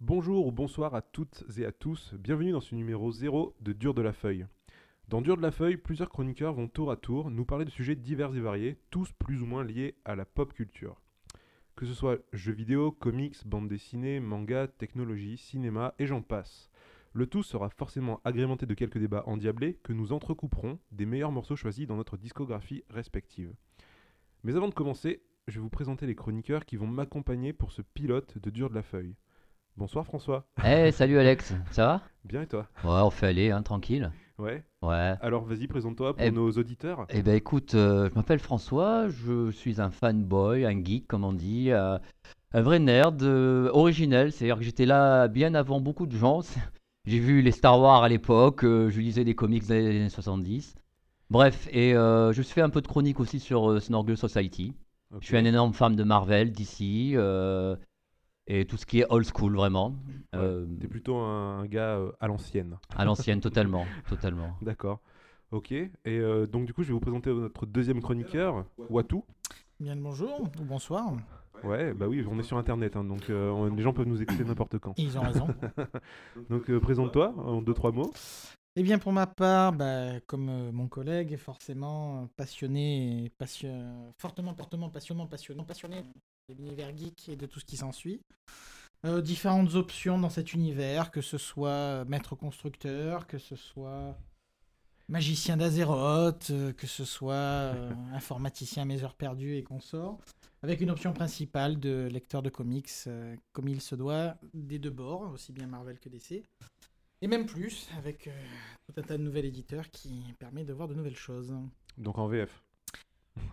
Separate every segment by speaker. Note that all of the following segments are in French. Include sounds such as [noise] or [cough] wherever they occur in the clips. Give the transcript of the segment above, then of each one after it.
Speaker 1: Bonjour ou bonsoir à toutes et à tous, bienvenue dans ce numéro 0 de Dur de la Feuille. Dans Dur de la Feuille, plusieurs chroniqueurs vont tour à tour nous parler de sujets divers et variés, tous plus ou moins liés à la pop culture. Que ce soit jeux vidéo, comics, bande dessinée, manga, technologie, cinéma et j'en passe. Le tout sera forcément agrémenté de quelques débats endiablés que nous entrecouperons des meilleurs morceaux choisis dans notre discographie respective. Mais avant de commencer, je vais vous présenter les chroniqueurs qui vont m'accompagner pour ce pilote de Dur de la Feuille. Bonsoir François,
Speaker 2: Eh, salut Alex, ça va
Speaker 1: bien et toi
Speaker 2: Ouais, on fait aller, hein, tranquille.
Speaker 1: Ouais,
Speaker 2: Ouais.
Speaker 1: alors vas-y présente-toi pour
Speaker 2: Eh-
Speaker 1: nos auditeurs.
Speaker 2: Eh ben écoute, euh, je m'appelle François, je suis un fanboy, un geek comme on dit, euh, un vrai nerd, euh, originel, c'est-à-dire que j'étais là bien avant beaucoup de gens. [laughs] C'est- J'ai vu les Star Wars à l'époque, euh, je lisais des comics des années 70. Bref, et euh, je fais un peu de chronique aussi sur euh, Snorgle Society.
Speaker 1: Ok.
Speaker 2: Je suis un énorme fan de Marvel, DC, euh, et tout ce qui est old school vraiment.
Speaker 1: Ouais,
Speaker 2: Euh,
Speaker 1: T'es plutôt un gars euh, à l'ancienne.
Speaker 2: à l'ancienne, totalement, totalement.
Speaker 1: D'accord. Ok. Et euh, donc du coup, je vais vous présenter notre deuxième connecteur, Watu.
Speaker 3: Bien le bonjour ou bonsoir.
Speaker 1: Ouais, bah oui, on est sur Internet, hein, donc euh, on- les gens peuvent nous écouter n'importe quand.
Speaker 3: Et ils ont raison.
Speaker 1: Donc euh, présente-toi en deux trois mots.
Speaker 3: Eh bien, pour ma part, bah, comme euh, mon collègue, forcément euh, passionné, et passion- fortement, fortement, passionnément, passionnant, passionné de l'univers geek et de tout ce qui s'ensuit. Euh, différentes options dans cet univers, que ce soit euh, maître constructeur, que ce soit magicien d'Azeroth, euh, que ce soit euh, informaticien à mes heures perdues et consorts, avec une option principale de lecteur de comics, euh, comme il se doit, des deux bords, aussi bien Marvel que DC. Et même plus, avec euh, tout un tas de nouvel éditeurs qui permet de voir de nouvelles choses.
Speaker 1: Donc en VF.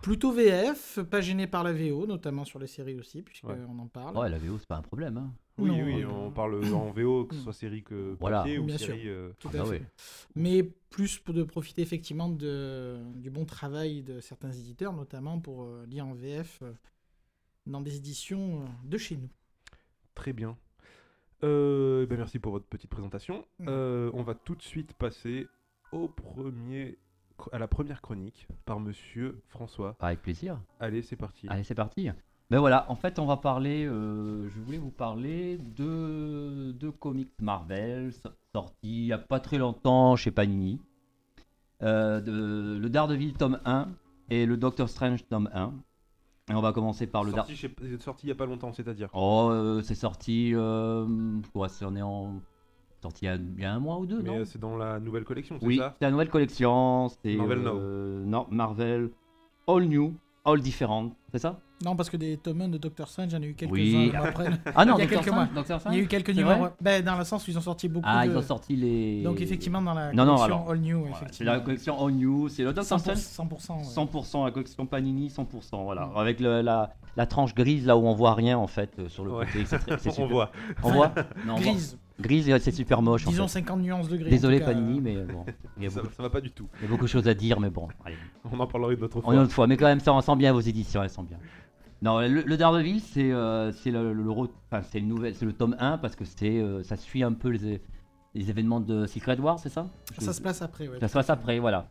Speaker 3: Plutôt VF, pas gêné par la VO, notamment sur les séries aussi, puisqu'on
Speaker 1: Ouais.
Speaker 3: on en parle.
Speaker 2: Ah Ouais, la VO, c'est pas un problème. Hein.
Speaker 1: Oui,
Speaker 3: Non,
Speaker 1: oui,
Speaker 3: euh,
Speaker 1: on parle en VO, que ce soit série que papier
Speaker 2: Voilà.
Speaker 1: ou
Speaker 3: Bien
Speaker 1: série. euh,
Speaker 3: tout
Speaker 2: Ah
Speaker 3: à
Speaker 2: bah
Speaker 3: fait.
Speaker 2: ouais.
Speaker 3: Mais plus pour de profiter effectivement de, du bon travail de certains éditeurs, notamment pour euh, lire en VF euh, dans des éditions euh, de chez nous.
Speaker 1: Très bien. Euh, ben merci pour votre petite présentation.
Speaker 3: Mm.
Speaker 1: Euh, on va tout de suite passer au premier, à la première chronique par Monsieur François.
Speaker 2: Avec plaisir.
Speaker 1: Allez, c'est parti.
Speaker 2: Allez, c'est parti. Ben voilà, en fait, on va parler. euh, je voulais vous parler de, de comics Marvel so- sortis il n'y a pas très longtemps chez Panini. Euh, de, le Daredevil tome 1 et le Doctor Strange tome 1. Et on va commencer par le Dar-
Speaker 1: sorti, chez- sorti il y a pas longtemps, c'est-à-dire.
Speaker 2: Oh, euh, c'est sorti. Euh, ouais, c'est- on est en. Sorti il y a, il y a un mois ou deux,
Speaker 1: Mais
Speaker 2: non
Speaker 1: euh, c'est dans la nouvelle collection, c'est
Speaker 2: Oui,
Speaker 1: ça
Speaker 2: c'est la nouvelle collection. C'est
Speaker 1: Marvel
Speaker 2: euh, Non, Marvel All New, All Different, c'est
Speaker 3: [laughs]
Speaker 2: ça
Speaker 3: Non, parce que des tomes 1 de Doctor Strange, j'en ai eu quelques-uns.
Speaker 2: Oui. [laughs]
Speaker 3: moi, après.
Speaker 2: Ah non,
Speaker 3: Il y a
Speaker 2: Doctor
Speaker 3: quelques
Speaker 2: Strange,
Speaker 3: mois.
Speaker 2: Doctor
Speaker 3: Il y
Speaker 2: Strange.
Speaker 3: a eu quelques
Speaker 2: C'est
Speaker 3: numéros.
Speaker 2: vrai
Speaker 3: ouais. Ben, dans le sens où ils ont sorti beaucoup
Speaker 2: Ah,
Speaker 3: de...
Speaker 2: ils ont sorti les.
Speaker 3: Donc effectivement, dans la
Speaker 2: Non, non,
Speaker 3: collection
Speaker 2: alors.
Speaker 3: All New,
Speaker 2: Voilà, c'est
Speaker 3: effectivement.
Speaker 2: la collection All New, c'est le Doctor
Speaker 3: 100%,
Speaker 2: Strange
Speaker 3: 100%, ouais.
Speaker 2: 100%, la collection Panini 100%, voilà.
Speaker 3: Mm.
Speaker 2: Avec le- la, la tranche grise là où on voit rien en fait euh, sur le
Speaker 1: Ouais.
Speaker 2: côté. C'est très-
Speaker 3: [laughs]
Speaker 2: c'est
Speaker 1: On
Speaker 2: super-
Speaker 1: voit.
Speaker 2: On voit Non, on voit.
Speaker 3: Grise.
Speaker 2: Grise, ouais, c'est super moche. en
Speaker 3: Disons
Speaker 2: fait.
Speaker 3: 50 nuances de gris. en
Speaker 2: Désolé
Speaker 3: tout cas. euh,
Speaker 2: Panini, mais bon, il y, a
Speaker 1: Ça,
Speaker 2: beaucoup,
Speaker 1: ça va pas du tout.
Speaker 2: il y a beaucoup de choses à dire, mais bon, allez.
Speaker 1: On en parlera une autre
Speaker 2: On une
Speaker 1: fois.
Speaker 2: autre fois, mais quand même, ça on sent bien vos éditions, elles sont bien. Non, le, le Daredevil, c'est euh, c'est le, le, le re- enfin, c'est le nouvel, c'est le tome 1 parce que c'est euh, ça suit un peu les, é- les événements de Secret War, c'est ça
Speaker 3: Ça se passe après, ouais.
Speaker 2: Ça se passe après, voilà.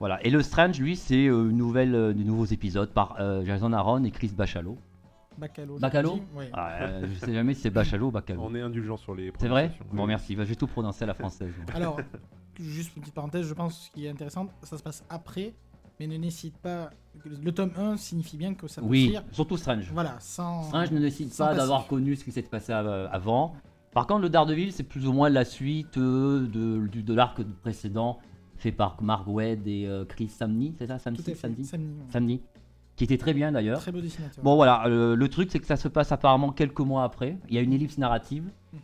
Speaker 2: Voilà. Et le Strange, lui, c'est euh, une nouvelle, euh, de nouveaux épisodes par euh, Jason Aaron et Chris Bachalot.
Speaker 3: Bacalo.
Speaker 2: Bacalo
Speaker 3: Ouais.
Speaker 2: Ah, euh, je sais jamais si c'est Bachalot ou
Speaker 3: [laughs]
Speaker 2: Bacalot.
Speaker 1: On est indulgent sur les.
Speaker 2: C'est vrai
Speaker 1: prononciations.
Speaker 2: Bon,
Speaker 1: Oui.
Speaker 2: merci. Bah, je vais tout prononcer à la française. moi. [laughs]
Speaker 3: Alors, juste une petite parenthèse, je pense que ce qui est intéressant, ça se passe après, mais ne nécessite pas. Le tome 1 signifie bien que ça peut se
Speaker 2: Oui,
Speaker 3: lire.
Speaker 2: surtout Strange.
Speaker 3: Voilà, sans.
Speaker 2: Strange Hein, ne décide
Speaker 3: sans
Speaker 2: pas
Speaker 3: passif.
Speaker 2: d'avoir connu ce qui s'est passé av- avant. Par contre, le Daredevil, c'est plus ou moins la suite euh, de, du- de l'arc précédent fait par Mark Wade et euh, Chris Samney, c'est ça
Speaker 3: Tout
Speaker 2: Samney
Speaker 3: à fait.
Speaker 2: Samney
Speaker 3: Samedi, ouais.
Speaker 2: Samney, qui était très bien d'ailleurs.
Speaker 3: Très beau dessinateur.
Speaker 2: Bon voilà, euh, le truc c'est que ça se passe apparemment quelques mois après. Il y a une ellipse narrative.
Speaker 3: Mhm.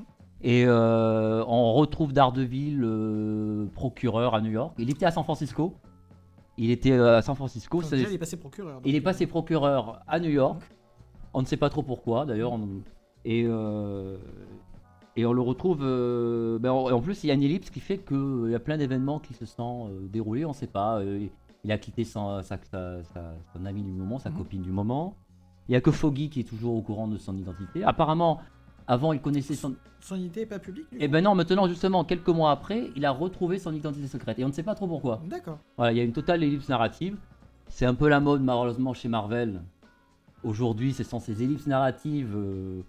Speaker 2: Et euh, on retrouve Daredevil, euh, procureur à New York. Il était à San Francisco. Il était euh, à San Francisco.
Speaker 3: Enfin,
Speaker 2: c'est-
Speaker 3: déjà, il est passé procureur. donc,
Speaker 2: il est
Speaker 3: euh,
Speaker 2: passé procureur à New York. On ne sait pas trop pourquoi, d'ailleurs. on- Et, euh, et on le retrouve. euh, ben, en en plus, il y a une ellipse qui fait qu'il y a plein d'événements qui se sont euh, déroulés. On ne sait pas. euh, il a quitté son, sa, sa- sa- son ami du moment, sa
Speaker 3: Mhm.
Speaker 2: copine du moment. Il n'y a que Foggy qui est toujours au courant de son identité. Apparemment, avant, il connaissait son.
Speaker 3: Son idée n'est pas publique du
Speaker 2: Et ben non, maintenant, justement, quelques mois après, il a retrouvé son identité secrète. Et on ne sait pas trop pourquoi.
Speaker 3: coup D'accord.
Speaker 2: Voilà, il y a une totale ellipse narrative. C'est un peu la mode malheureusement chez Marvel. Aujourd'hui, ce sont ces ellipses narratives euh,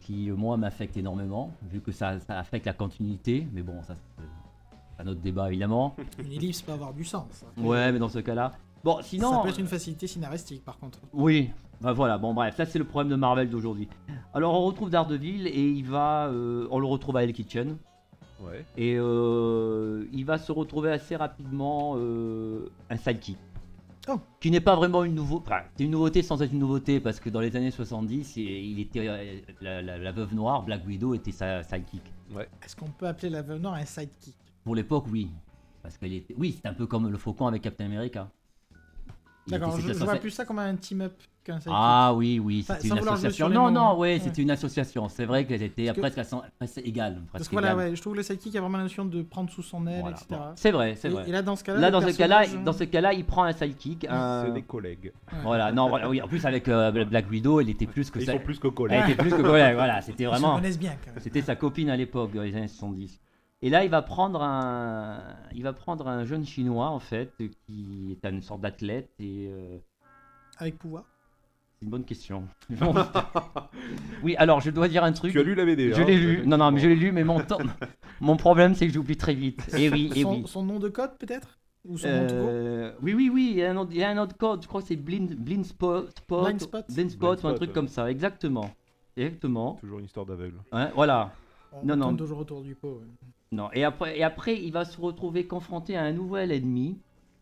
Speaker 2: qui, moi, m'affecte énormément, vu que ça, ça affecte la continuité. Mais bon, ça, c'est un autre débat,
Speaker 3: [laughs]
Speaker 2: évidemment.
Speaker 3: Une ellipse peut avoir du sens.
Speaker 2: Ouais, mais dans ce cas-là. Bon, sinon. euh,
Speaker 3: ça peut être une facilité scénaristique, par contre.
Speaker 2: Oui, ben voilà, bon bref, ça c'est le problème de Marvel d'aujourd'hui. Alors on retrouve Daredevil et il va, euh, on le retrouve à Hell Kitchen
Speaker 1: Ouais.
Speaker 2: et euh, il va se retrouver assez rapidement euh, un sidekick.
Speaker 3: Oh.
Speaker 2: Qui n'est pas vraiment une nouveauté, enfin, c'est une nouveauté sans être une nouveauté parce que dans les années 70, il- il était euh, la, la- la veuve noire, Black Widow était sa sidekick.
Speaker 3: Est-ce qu'on peut appeler l'avenant un sidekick
Speaker 2: Pour l'époque, oui, parce qu'elle était, oui, c'est un peu comme le faucon avec Captain America. Il
Speaker 3: D'accord,
Speaker 2: était-
Speaker 3: je,
Speaker 2: c'était
Speaker 3: je
Speaker 2: censé-
Speaker 3: vois plus ça comme un team-up qu'un sidekick.
Speaker 2: Ah oui, oui,
Speaker 3: Enfin,
Speaker 2: c'était
Speaker 3: sans
Speaker 2: une
Speaker 3: vouloir jouer sur
Speaker 2: association.
Speaker 3: les
Speaker 2: Non,
Speaker 3: mots,
Speaker 2: non,
Speaker 3: hein.
Speaker 2: ouais,
Speaker 3: Ouais.
Speaker 2: c'était une association. C'est vrai qu'elles étaient
Speaker 3: Parce que-
Speaker 2: presque, à cent- presque égales.
Speaker 3: Parce
Speaker 2: presque
Speaker 3: que voilà,
Speaker 2: égales.
Speaker 3: ouais, je trouve que le sidekick a vraiment la notion de prendre sous son aile,
Speaker 2: Voilà,
Speaker 3: etc.
Speaker 2: bon. C'est vrai, c'est
Speaker 3: Et-
Speaker 2: vrai.
Speaker 3: Et, là, dans ce cas-là,
Speaker 2: Là,
Speaker 3: le
Speaker 2: dans ce cas-là,
Speaker 3: personnage, euh,
Speaker 2: dans ce cas-là, il prend un sidekick. un-
Speaker 1: C'est des collègues.
Speaker 2: Voilà, non, voilà, oui. En plus, avec euh, Black Widow, elle était plus que
Speaker 1: Ils
Speaker 2: ça.
Speaker 1: sont plus que
Speaker 2: Elle
Speaker 1: collègues.
Speaker 2: était plus que voilà, voilà,
Speaker 1: [laughs]
Speaker 2: c'était
Speaker 3: ils se
Speaker 2: vraiment.
Speaker 3: connaissent bien, quand même.
Speaker 2: C'était sa copine à l'époque, dans les années 70. Et là, il va prendre un, il va prendre un jeune chinois en fait, qui est une sorte d'athlète et. euh,
Speaker 3: Avec pouvoir.
Speaker 2: C'est une bonne
Speaker 1: [laughs]
Speaker 2: question. Bon. oui, alors je dois dire un truc.
Speaker 1: Tu as lu la BD
Speaker 2: Je
Speaker 1: hein,
Speaker 2: l'ai
Speaker 1: en
Speaker 2: lu.
Speaker 1: fait.
Speaker 2: Non, non, mais
Speaker 1: Bon.
Speaker 2: je l'ai lu, mais mon, temps- mon problème, c'est que j'oublie très vite. Et oui, et
Speaker 3: son,
Speaker 2: oui.
Speaker 3: son nom de code, peut-être Ou son nom tout court
Speaker 2: Euh, oui, oui, oui, il y, a un autre, il y a un autre code, je crois que c'est blind, blind spot, spot-
Speaker 3: Blind spot.
Speaker 2: blind spot
Speaker 1: Blind
Speaker 2: ou un
Speaker 1: spot,
Speaker 2: truc
Speaker 1: ouais.
Speaker 2: comme ça, exactement. Exactement.
Speaker 1: Toujours une histoire d'aveugle.
Speaker 2: Hein, voilà.
Speaker 3: On
Speaker 2: non, non.
Speaker 3: tourne toujours autour du pot. ouais.
Speaker 2: Non. Et, après, et après, il va se retrouver confronté à un nouvel ennemi,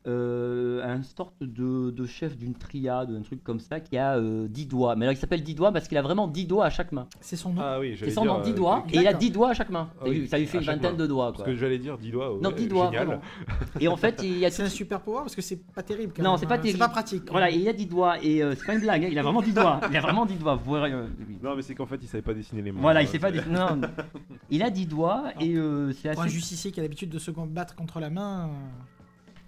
Speaker 2: euh, à une sorte de, de chef d'une triade, un truc comme ça, qui a euh, 10 doigts. Mais alors il s'appelle 10 doigts parce qu'il a vraiment 10 doigts à chaque main.
Speaker 3: C'est son nom.
Speaker 1: Ah oui,
Speaker 2: C'est
Speaker 1: j'allais
Speaker 2: son
Speaker 1: dire.
Speaker 2: nom, 10
Speaker 1: euh,
Speaker 2: doigts, et il a
Speaker 3: D'accord.
Speaker 2: 10 doigts à chaque main.
Speaker 1: Ah oui,
Speaker 2: ça lui fait
Speaker 1: à
Speaker 2: une
Speaker 1: chaque
Speaker 2: vingtaine
Speaker 1: main.
Speaker 2: de doigts.
Speaker 1: Parce
Speaker 2: Quoi.
Speaker 1: que j'allais dire 10 doigts.
Speaker 2: Non,
Speaker 1: ouais,
Speaker 2: 10 doigts,
Speaker 1: génial.
Speaker 2: vraiment. Et en fait, il y a
Speaker 3: C'est un super pouvoir parce que c'est pas terrible. Quand
Speaker 2: Non,
Speaker 3: même,
Speaker 2: c'est pas
Speaker 3: hein.
Speaker 2: terrible.
Speaker 3: C'est pas pratique.
Speaker 2: Voilà, il a 10 doigts, et euh, c'est pas une blague, hein, il a vraiment 10 doigts. Il a vraiment 10 doigts. vous verrez, euh, oui.
Speaker 1: Non, mais c'est qu'en fait, il savait pas dessiner les mains.
Speaker 2: Voilà, il
Speaker 1: Euh,
Speaker 2: s'est pas. dit- Non, non. Il a 10 doigts, et euh, c'est
Speaker 3: Pour un
Speaker 2: assez.
Speaker 3: justicier qui a l'habitude de se battre contre la main. euh,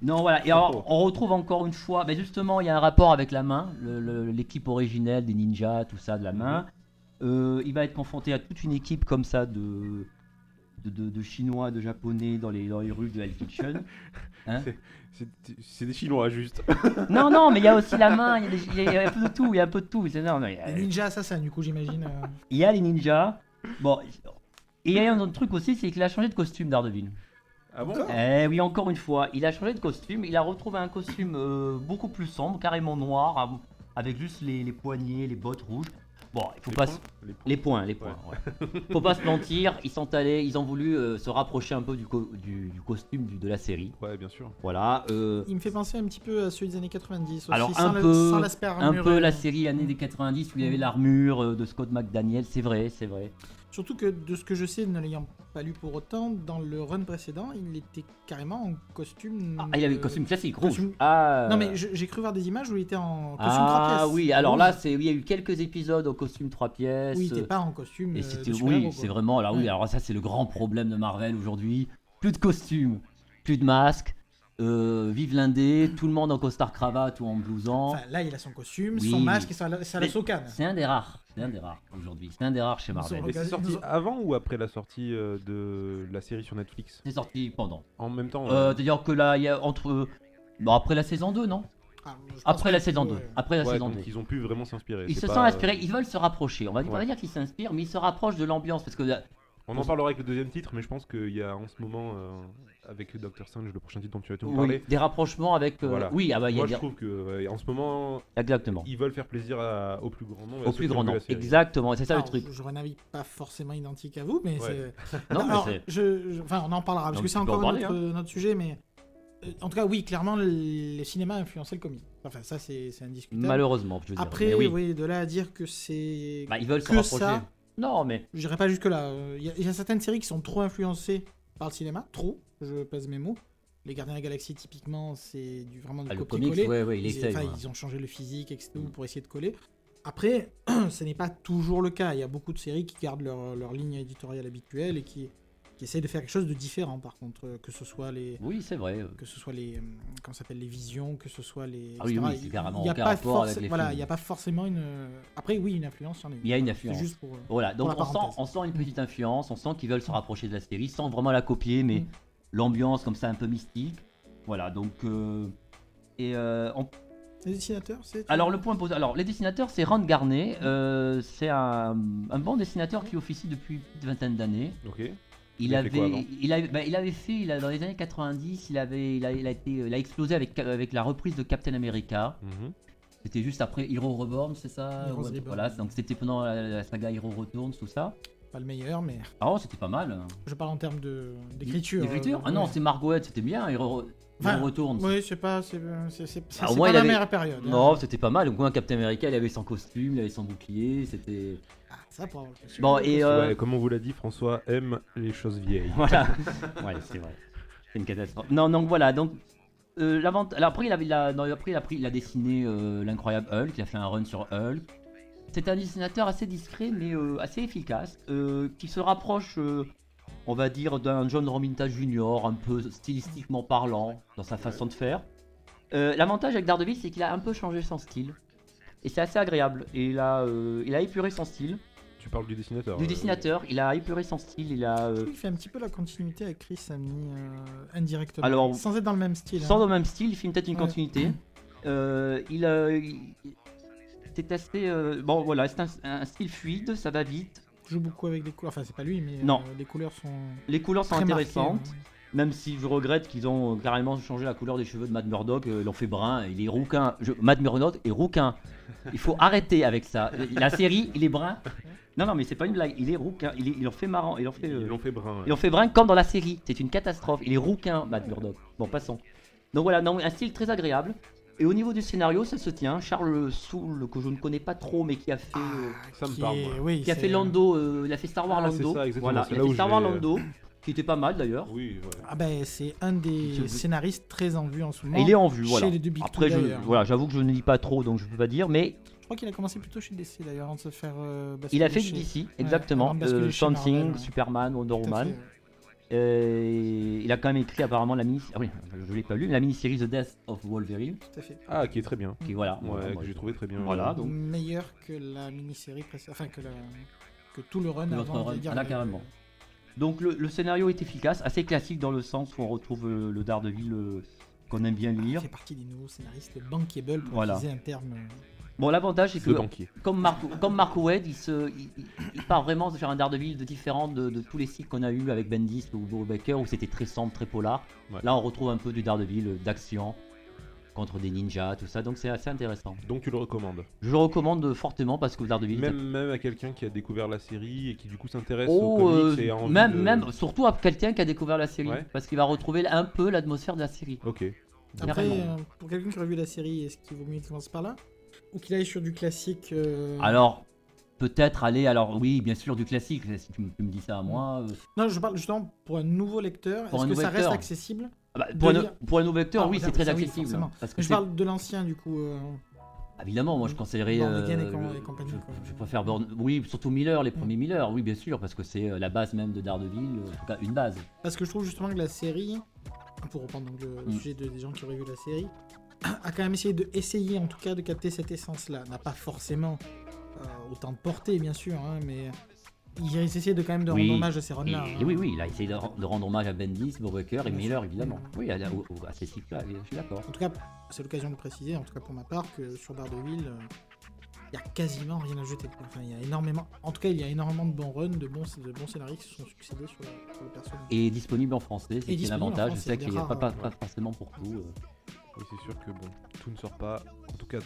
Speaker 2: Non, voilà, et alors, on retrouve encore une fois, mais justement, il y a un rapport avec la main, le- le- l'équipe originelle des ninjas, tout ça, de la main. Euh, il va être confronté à toute une équipe comme ça de. De, de- de chinois, de japonais dans les, dans les rues de Hell Kitchen.
Speaker 1: c'est- C'est des Chinois, juste.
Speaker 2: Non, non, mais il y a aussi la main, il y a des- il y, a un peu de tout, il y a un peu de tout. C'est- non, non, il y a-
Speaker 3: Les ninjas assassins, du coup, j'imagine. euh.
Speaker 2: Il y a les ninjas. Bon. Et il y a un autre truc aussi, c'est qu'il a changé de costume, Daredevil.
Speaker 1: Ah bon
Speaker 3: Encore
Speaker 2: Eh oui, encore une fois, il a changé de costume. Il a retrouvé un costume euh, beaucoup plus sombre, carrément noir, av- avec juste les, les poignets, les bottes rouges. Bon, il faut
Speaker 1: Les
Speaker 2: pas.
Speaker 1: points
Speaker 2: se-
Speaker 1: Les-
Speaker 2: Les points, les points. ouais. faut pas se mentir, ils sont allés, ils ont voulu euh, se rapprocher un peu du, co- du- du costume du- de la série.
Speaker 1: Ouais, bien sûr.
Speaker 2: Voilà. euh,
Speaker 3: Il me fait penser un petit peu à ceux des années 90. Aussi,
Speaker 2: Alors,
Speaker 3: sans
Speaker 2: un
Speaker 3: la-
Speaker 2: peu-
Speaker 3: sans l'aspect
Speaker 2: un peu
Speaker 3: armuré.
Speaker 2: la série années des 90 où il y avait l'armure euh, de Scott McDaniel, c'est vrai, c'est vrai.
Speaker 3: Surtout que de ce que je sais, ne l'ayant pas lu pour autant, dans le run précédent, il était carrément en costume.
Speaker 2: Ah, il avait le
Speaker 3: euh,
Speaker 2: costume classique, rouge.
Speaker 3: costume-
Speaker 2: Ah,
Speaker 3: Non, mais je- j'ai cru voir des images où il était en costume trois
Speaker 2: Ah
Speaker 3: pièces.
Speaker 2: oui, alors là, c'est il y a eu quelques épisodes au costume 3 pièces.
Speaker 3: Oui, il était pas en costume.
Speaker 2: et
Speaker 3: euh,
Speaker 2: c'était oui,
Speaker 3: de super-héros,
Speaker 2: c'est
Speaker 3: quoi.
Speaker 2: vraiment alors oui,
Speaker 3: Ouais.
Speaker 2: alors ça c'est le grand problème de Marvel aujourd'hui, plus de costumes, plus de masques, euh, vive l'indé, tout le monde en costard cravate ou en blouson.
Speaker 3: Enfin, là, il a son costume,
Speaker 2: Oui.
Speaker 3: son masque et sa, sa
Speaker 2: Mais-
Speaker 3: socane.
Speaker 2: C'est un des rares, c'est un des rares aujourd'hui, c'est un des rares chez
Speaker 3: Nous
Speaker 2: Marvel.
Speaker 3: aurons-
Speaker 1: Mais c'est
Speaker 3: Ils
Speaker 1: sorti
Speaker 3: nous ont-
Speaker 1: avant ou après la sortie euh, de la série sur Netflix
Speaker 2: C'est sorti pendant.
Speaker 1: En même temps.
Speaker 2: Euh, D'ailleurs que là il y a entre bon, après la saison 2 non
Speaker 3: Ah, je pense
Speaker 2: Après
Speaker 3: que
Speaker 2: la
Speaker 3: tu
Speaker 2: saison Ah,
Speaker 3: peux,
Speaker 2: 2,
Speaker 3: euh,
Speaker 2: après la
Speaker 1: ouais,
Speaker 2: saison
Speaker 1: donc
Speaker 2: 2.
Speaker 1: ils ont pu vraiment s'inspirer.
Speaker 2: Ils
Speaker 1: c'est
Speaker 2: se
Speaker 1: pas,
Speaker 2: sont
Speaker 1: euh,
Speaker 2: inspirés, ils veulent se rapprocher. On va, on va
Speaker 1: Ouais.
Speaker 2: dire qu'ils s'inspirent, mais ils se rapprochent de l'ambiance parce que là,
Speaker 1: On en parlera avec le deuxième titre, mais je pense qu'il y a en ce moment, euh, avec Doctor Strange, le prochain titre dont tu vas nous
Speaker 2: oui,
Speaker 1: parler.
Speaker 2: des rapprochements avec euh,
Speaker 1: Voilà.
Speaker 2: oui, ah bah il y a
Speaker 1: Moi,
Speaker 2: des-
Speaker 1: je trouve que ouais, en ce moment,
Speaker 2: exactement.
Speaker 1: ils veulent faire plaisir à- au plus grand nombre. et à
Speaker 2: Au
Speaker 1: ceux
Speaker 2: plus
Speaker 1: qui ont
Speaker 2: grand
Speaker 1: vu la
Speaker 2: nombre.
Speaker 1: série.
Speaker 2: Exactement, c'est ça le
Speaker 3: alors,
Speaker 2: truc.
Speaker 3: Je, je renavigue pas forcément identique à vous, mais
Speaker 1: Ouais.
Speaker 3: c'est.
Speaker 2: [laughs] Non, mais
Speaker 3: Alors,
Speaker 2: c'est-
Speaker 3: je, je- enfin, on en parlera, parce
Speaker 2: Non,
Speaker 3: que
Speaker 2: mais
Speaker 3: c'est
Speaker 2: tu peux en
Speaker 3: encore un
Speaker 2: parler, hein.
Speaker 3: autre, notre sujet, mais. euh, En tout cas, oui, clairement, le le cinéma a influencé le comics. Enfin, ça, c'est c'est indiscutable.
Speaker 2: malheureusement, je veux dire.
Speaker 3: Après,
Speaker 2: Mais oui.
Speaker 3: oui, de là à dire que c'est
Speaker 2: Bah, ils veulent se
Speaker 3: que
Speaker 2: rapprocher.
Speaker 3: ça.
Speaker 2: Non, mais
Speaker 3: Je dirais pas jusque-là. euh, Il y, a- il y a certaines séries qui sont trop influencées par le cinéma. Trop, je pèse mes mots. Les Gardiens de la Galaxie, typiquement, c'est du, vraiment du
Speaker 2: Ah, le comics,
Speaker 3: copier-coller.
Speaker 2: ouais, ouais, il
Speaker 3: ils,
Speaker 2: essaye.
Speaker 3: enfin,
Speaker 2: ouais.
Speaker 3: ils ont changé le physique etc.,
Speaker 2: Mm.
Speaker 3: pour essayer de coller. Après, [clears throat] ce n'est pas toujours le cas. Il y a beaucoup de séries qui gardent leur, leur ligne éditoriale habituelle et qui, qui essayent de faire quelque chose de différent, par contre, euh, que ce soit les.
Speaker 2: Oui, c'est vrai.
Speaker 3: Que ce soit les, euh, comment ça s'appelle, les visions, que ce soit les.
Speaker 2: Ah oui,
Speaker 3: etc.
Speaker 2: oui, c'est carrément
Speaker 3: Il y a
Speaker 2: aucun
Speaker 3: pas
Speaker 2: rapport
Speaker 3: forcé-
Speaker 2: avec les
Speaker 3: Voilà,
Speaker 2: films.
Speaker 3: il n'y a pas forcément une. euh, Après, oui, une influence, il y en a.
Speaker 2: Il y a une
Speaker 3: Voilà, c'est
Speaker 2: influence.
Speaker 3: juste pour, euh,
Speaker 2: Voilà, donc
Speaker 3: Pour la
Speaker 2: on sent,
Speaker 3: parenthèse.
Speaker 2: on sent une petite influence, on sent qu'ils veulent se rapprocher de la série sans vraiment la copier, mais
Speaker 3: Mm.
Speaker 2: l'ambiance comme ça un peu mystique. Voilà, donc. euh, Et euh, on-
Speaker 3: Les dessinateurs, c'est.
Speaker 2: Alors le point posé. Alors les dessinateurs, c'est Ron Garnet. euh, c'est un, un bon dessinateur qui officie depuis une vingtaine d'années.
Speaker 1: Ok.
Speaker 2: Il,
Speaker 1: Il a fait
Speaker 2: avait,
Speaker 1: quoi avant
Speaker 2: il avait, bah, il avait fait, il a- dans les années 90, il avait, il a, il a été, euh, il a explosé avec avec la reprise de Captain America.
Speaker 1: Mhm.
Speaker 2: C'était juste après Hero Reborn, c'est ça
Speaker 3: Heroes
Speaker 2: Ouais,
Speaker 3: Reborn.
Speaker 2: Voilà, donc c'était pendant la, la saga Hero Returns, tout ça.
Speaker 3: Pas le meilleur, mais
Speaker 2: Ah oh, c'était pas mal.
Speaker 3: je parle en termes de- d'écriture.
Speaker 2: L'écriture
Speaker 3: euh,
Speaker 2: Ah non,
Speaker 3: ouais.
Speaker 2: c'est Margot, c'était bien Hero, Hero
Speaker 3: Enfin,
Speaker 2: Returns.
Speaker 3: Oui, c'est pas, c'est euh, c'est- c'est- c'est
Speaker 2: Ah,
Speaker 3: pas
Speaker 2: au moins, il
Speaker 3: la
Speaker 2: avait-
Speaker 3: meilleure période. hein.
Speaker 2: Non, c'était pas mal. Au moins, Captain America, il avait son costume, il avait son bouclier, c'était.
Speaker 3: Ah, ça pour avoir le costume.
Speaker 2: Bon, et. euh,
Speaker 1: Ouais, comme on vous l'a dit, François aime les choses vieilles.
Speaker 2: [laughs] voilà. ouais, c'est vrai. C'est une catastrophe. Non, donc voilà. Donc, euh, l'avant- alors après, il a, il a- non, après, il a, pris- il a dessiné euh, l'incroyable Hulk. Il a fait un run sur Hulk. C'est un dessinateur assez discret, mais euh, assez efficace, euh, qui se rapproche, euh, on va dire, d'un John Romita Jr., un peu stylistiquement parlant, dans sa façon de faire. Euh, L'avantage avec Daredevil, c'est qu'il a un peu changé son style. Et c'est assez agréable. Et il a, euh, il a épuré son style.
Speaker 1: Tu parles du dessinateur.
Speaker 2: Du
Speaker 1: euh,
Speaker 2: dessinateur, il a épuré son style, il a... euh,
Speaker 3: Il fait un petit peu la continuité avec Chris Amni euh, indirectement.
Speaker 2: Alors-
Speaker 3: sans être dans le même style.
Speaker 2: Sans
Speaker 3: hein.
Speaker 2: le même style, il filme peut-être une
Speaker 3: Ouais.
Speaker 2: continuité. Euh, il a. il- C'est assez. euh, bon, voilà, c'est un, un style fluide, ça va vite.
Speaker 3: Il joue beaucoup avec les couleurs. Enfin, c'est pas lui, mais euh,
Speaker 2: Non.
Speaker 3: les couleurs sont
Speaker 2: Les couleurs sont
Speaker 3: très marquées,
Speaker 2: intéressantes,
Speaker 3: hein.
Speaker 2: même si je regrette qu'ils ont euh, carrément changé la couleur des cheveux de Matt Murdock. euh, Ils l'ont fait brun, il est rouquin. Je- Matt Murdock est rouquin. Il faut arrêter avec ça. La série, il est brun. Non, non, mais c'est pas une blague, il est rouquin. Il est- Ils l'ont fait marrant, ils l'ont fait.
Speaker 1: Ils
Speaker 2: euh,
Speaker 1: l'ont fait brun. ouais.
Speaker 2: Ils ont fait brun comme dans la série. C'est une catastrophe. Il est rouquin, Matt Murdock. Bon, passons. Donc voilà, non, un style très agréable. Et au niveau du scénario, ça se tient. Charles Soule, que je ne connais pas trop, mais qui a fait, euh,
Speaker 1: Ça me
Speaker 3: Qui
Speaker 1: parle.
Speaker 3: est-
Speaker 1: moi.
Speaker 3: oui,
Speaker 2: qui a
Speaker 3: c'est-
Speaker 2: fait Lando, euh, il a fait Star Wars
Speaker 1: Ah, c'est
Speaker 2: Lando.
Speaker 1: ça, exactement,
Speaker 2: voilà,
Speaker 1: c'est
Speaker 2: il
Speaker 1: là
Speaker 2: a
Speaker 1: où
Speaker 2: fait Star Wars
Speaker 1: je vais, euh,
Speaker 2: Lando, qui était pas mal d'ailleurs.
Speaker 1: Oui, ouais.
Speaker 3: Ah ben, c'est un
Speaker 2: Je-
Speaker 3: des scénaristes très en vue en ce moment.
Speaker 2: Et il est en vue,
Speaker 3: Chez
Speaker 2: voilà.
Speaker 3: les deux Big
Speaker 2: Après,
Speaker 3: Two,
Speaker 2: je,
Speaker 3: d'ailleurs.
Speaker 2: voilà, j'avoue que je ne lis pas trop, donc je peux pas dire, mais
Speaker 3: Je crois qu'il a commencé plutôt chez DC d'ailleurs, avant de se faire. euh,
Speaker 2: il a
Speaker 3: basculer
Speaker 2: fait
Speaker 3: chez-
Speaker 2: du DC, exactement.
Speaker 3: avant de basculer
Speaker 2: Euh,
Speaker 3: chez
Speaker 2: Something,
Speaker 3: Marvel, ouais.
Speaker 2: Superman, Wonder
Speaker 3: Tout à
Speaker 2: Woman.
Speaker 3: fait, ouais.
Speaker 2: Euh, il a quand même écrit apparemment la mini, ah oui, je l'ai pas lu, mais la mini-série The Death of Wolverine,
Speaker 3: Tout à fait.
Speaker 1: Ah, qui est très bien.
Speaker 2: qui voilà.
Speaker 1: Ouais,
Speaker 2: Bon,
Speaker 1: que j'ai trouvé très bien.
Speaker 2: Voilà, donc.
Speaker 3: Meilleur que la mini-série précédente. Enfin, que, la... que tout le run
Speaker 2: Notre
Speaker 3: avant.
Speaker 2: run.
Speaker 3: de dire
Speaker 2: Ah, là,
Speaker 3: le-
Speaker 2: carrément. Donc le, le scénario est efficace, assez classique dans le sens où on retrouve euh, le Daredevil euh, qu'on aime bien
Speaker 3: Il
Speaker 2: lire.
Speaker 3: fait partie des nouveaux scénaristes bankable pour
Speaker 2: Voilà.
Speaker 3: utiliser un terme. euh,
Speaker 2: Bon l'avantage c'est
Speaker 1: Le
Speaker 2: que
Speaker 1: banquier.
Speaker 2: comme Mark, comme Mark Waid, il, se, il, il- il part vraiment vers un Daredevil de différent de, de tous les cycles qu'on a eu avec Bendis ou Bob Baker où c'était très sombre, très polar.
Speaker 1: Ouais.
Speaker 2: Là on retrouve un peu du Daredevil euh, d'action contre des ninjas, tout ça, donc c'est assez intéressant.
Speaker 1: Donc tu le recommandes.
Speaker 2: Je le recommande fortement parce que Daredevil... ça-
Speaker 1: Même, même à quelqu'un qui a découvert la série et qui du coup s'intéresse aux
Speaker 2: Oh,
Speaker 1: comics et
Speaker 2: euh,
Speaker 1: a envie
Speaker 2: même,
Speaker 1: de-
Speaker 2: même, surtout à quelqu'un qui a découvert la série,
Speaker 1: Ouais.
Speaker 2: parce qu'il va retrouver un peu l'atmosphère de la série.
Speaker 1: Ok.
Speaker 3: Après,
Speaker 2: Carrément.
Speaker 3: euh, pour quelqu'un qui aurait vu la série, est-ce qu'il vaut mieux qu'il commence par là Ou qu'il aille sur du classique euh,
Speaker 2: Alors, peut-être aller, alors oui, bien sûr, du classique, si tu, me- tu me dis ça à moi. euh,
Speaker 3: Non, je parle justement pour un nouveau lecteur.
Speaker 2: Pour
Speaker 3: Est-ce
Speaker 2: un
Speaker 3: que
Speaker 2: nouveau
Speaker 3: ça reste
Speaker 2: lecteur.
Speaker 3: accessible
Speaker 2: ah bah, pour,
Speaker 3: De
Speaker 2: un,
Speaker 3: lire.
Speaker 2: pour un nouveau lecteur,
Speaker 3: Ah,
Speaker 2: oui,
Speaker 3: ça-
Speaker 2: c'est très
Speaker 3: ça, oui,
Speaker 2: accessible.
Speaker 3: forcément.
Speaker 2: parce que
Speaker 3: Mais Je
Speaker 2: c'est-
Speaker 3: parle de l'ancien du coup. euh,
Speaker 2: Évidemment, moi je conseillerais.
Speaker 3: Born Again et
Speaker 2: euh,
Speaker 3: com-
Speaker 2: le-
Speaker 3: et compagnie,
Speaker 2: je,
Speaker 3: quoi.
Speaker 2: je préfère Born. Oui, surtout Miller, les premiers Miller, oui, bien sûr, parce que c'est euh, la base même de Daredevil, euh, en tout cas une base.
Speaker 3: Parce que je trouve justement que la série, pour reprendre donc le, le
Speaker 2: Mm.
Speaker 3: sujet de- des gens qui auraient vu la série, [clears throat] a quand même essayé de essayer en tout cas de capter cette essence-là. N'a pas forcément euh, autant de portée, bien sûr, hein, mais ils essayaient de quand même de
Speaker 2: Oui.
Speaker 3: rendre hommage à ces hein.
Speaker 2: Et,
Speaker 3: runs-là.
Speaker 2: et oui, oui, il a essayé de, ren- de rendre hommage à Bendis, Bob Baker et
Speaker 3: Bien sûr.
Speaker 2: Miller, évidemment. Oui, à, la- au- au- à ces cycles-là, je suis d'accord.
Speaker 3: En tout cas, c'est l'occasion de préciser, en tout cas pour ma part, que sur Daredevil, euh, il y a quasiment rien à jeter. Enfin, il y a énormément. En tout cas, il y a énormément de bons runs, de bons, de bons scénarios qui se sont succédés sur le, sur le personnage.
Speaker 2: Et disponible en français, c'est un
Speaker 3: disponible en
Speaker 2: avantage. Je
Speaker 3: français,
Speaker 2: sais qu'il n'y a
Speaker 3: rare,
Speaker 2: pas, pas-
Speaker 3: ouais.
Speaker 2: pas forcément pour tout. euh.
Speaker 1: Oui, c'est sûr que bon, tout ne sort pas. En tout cas,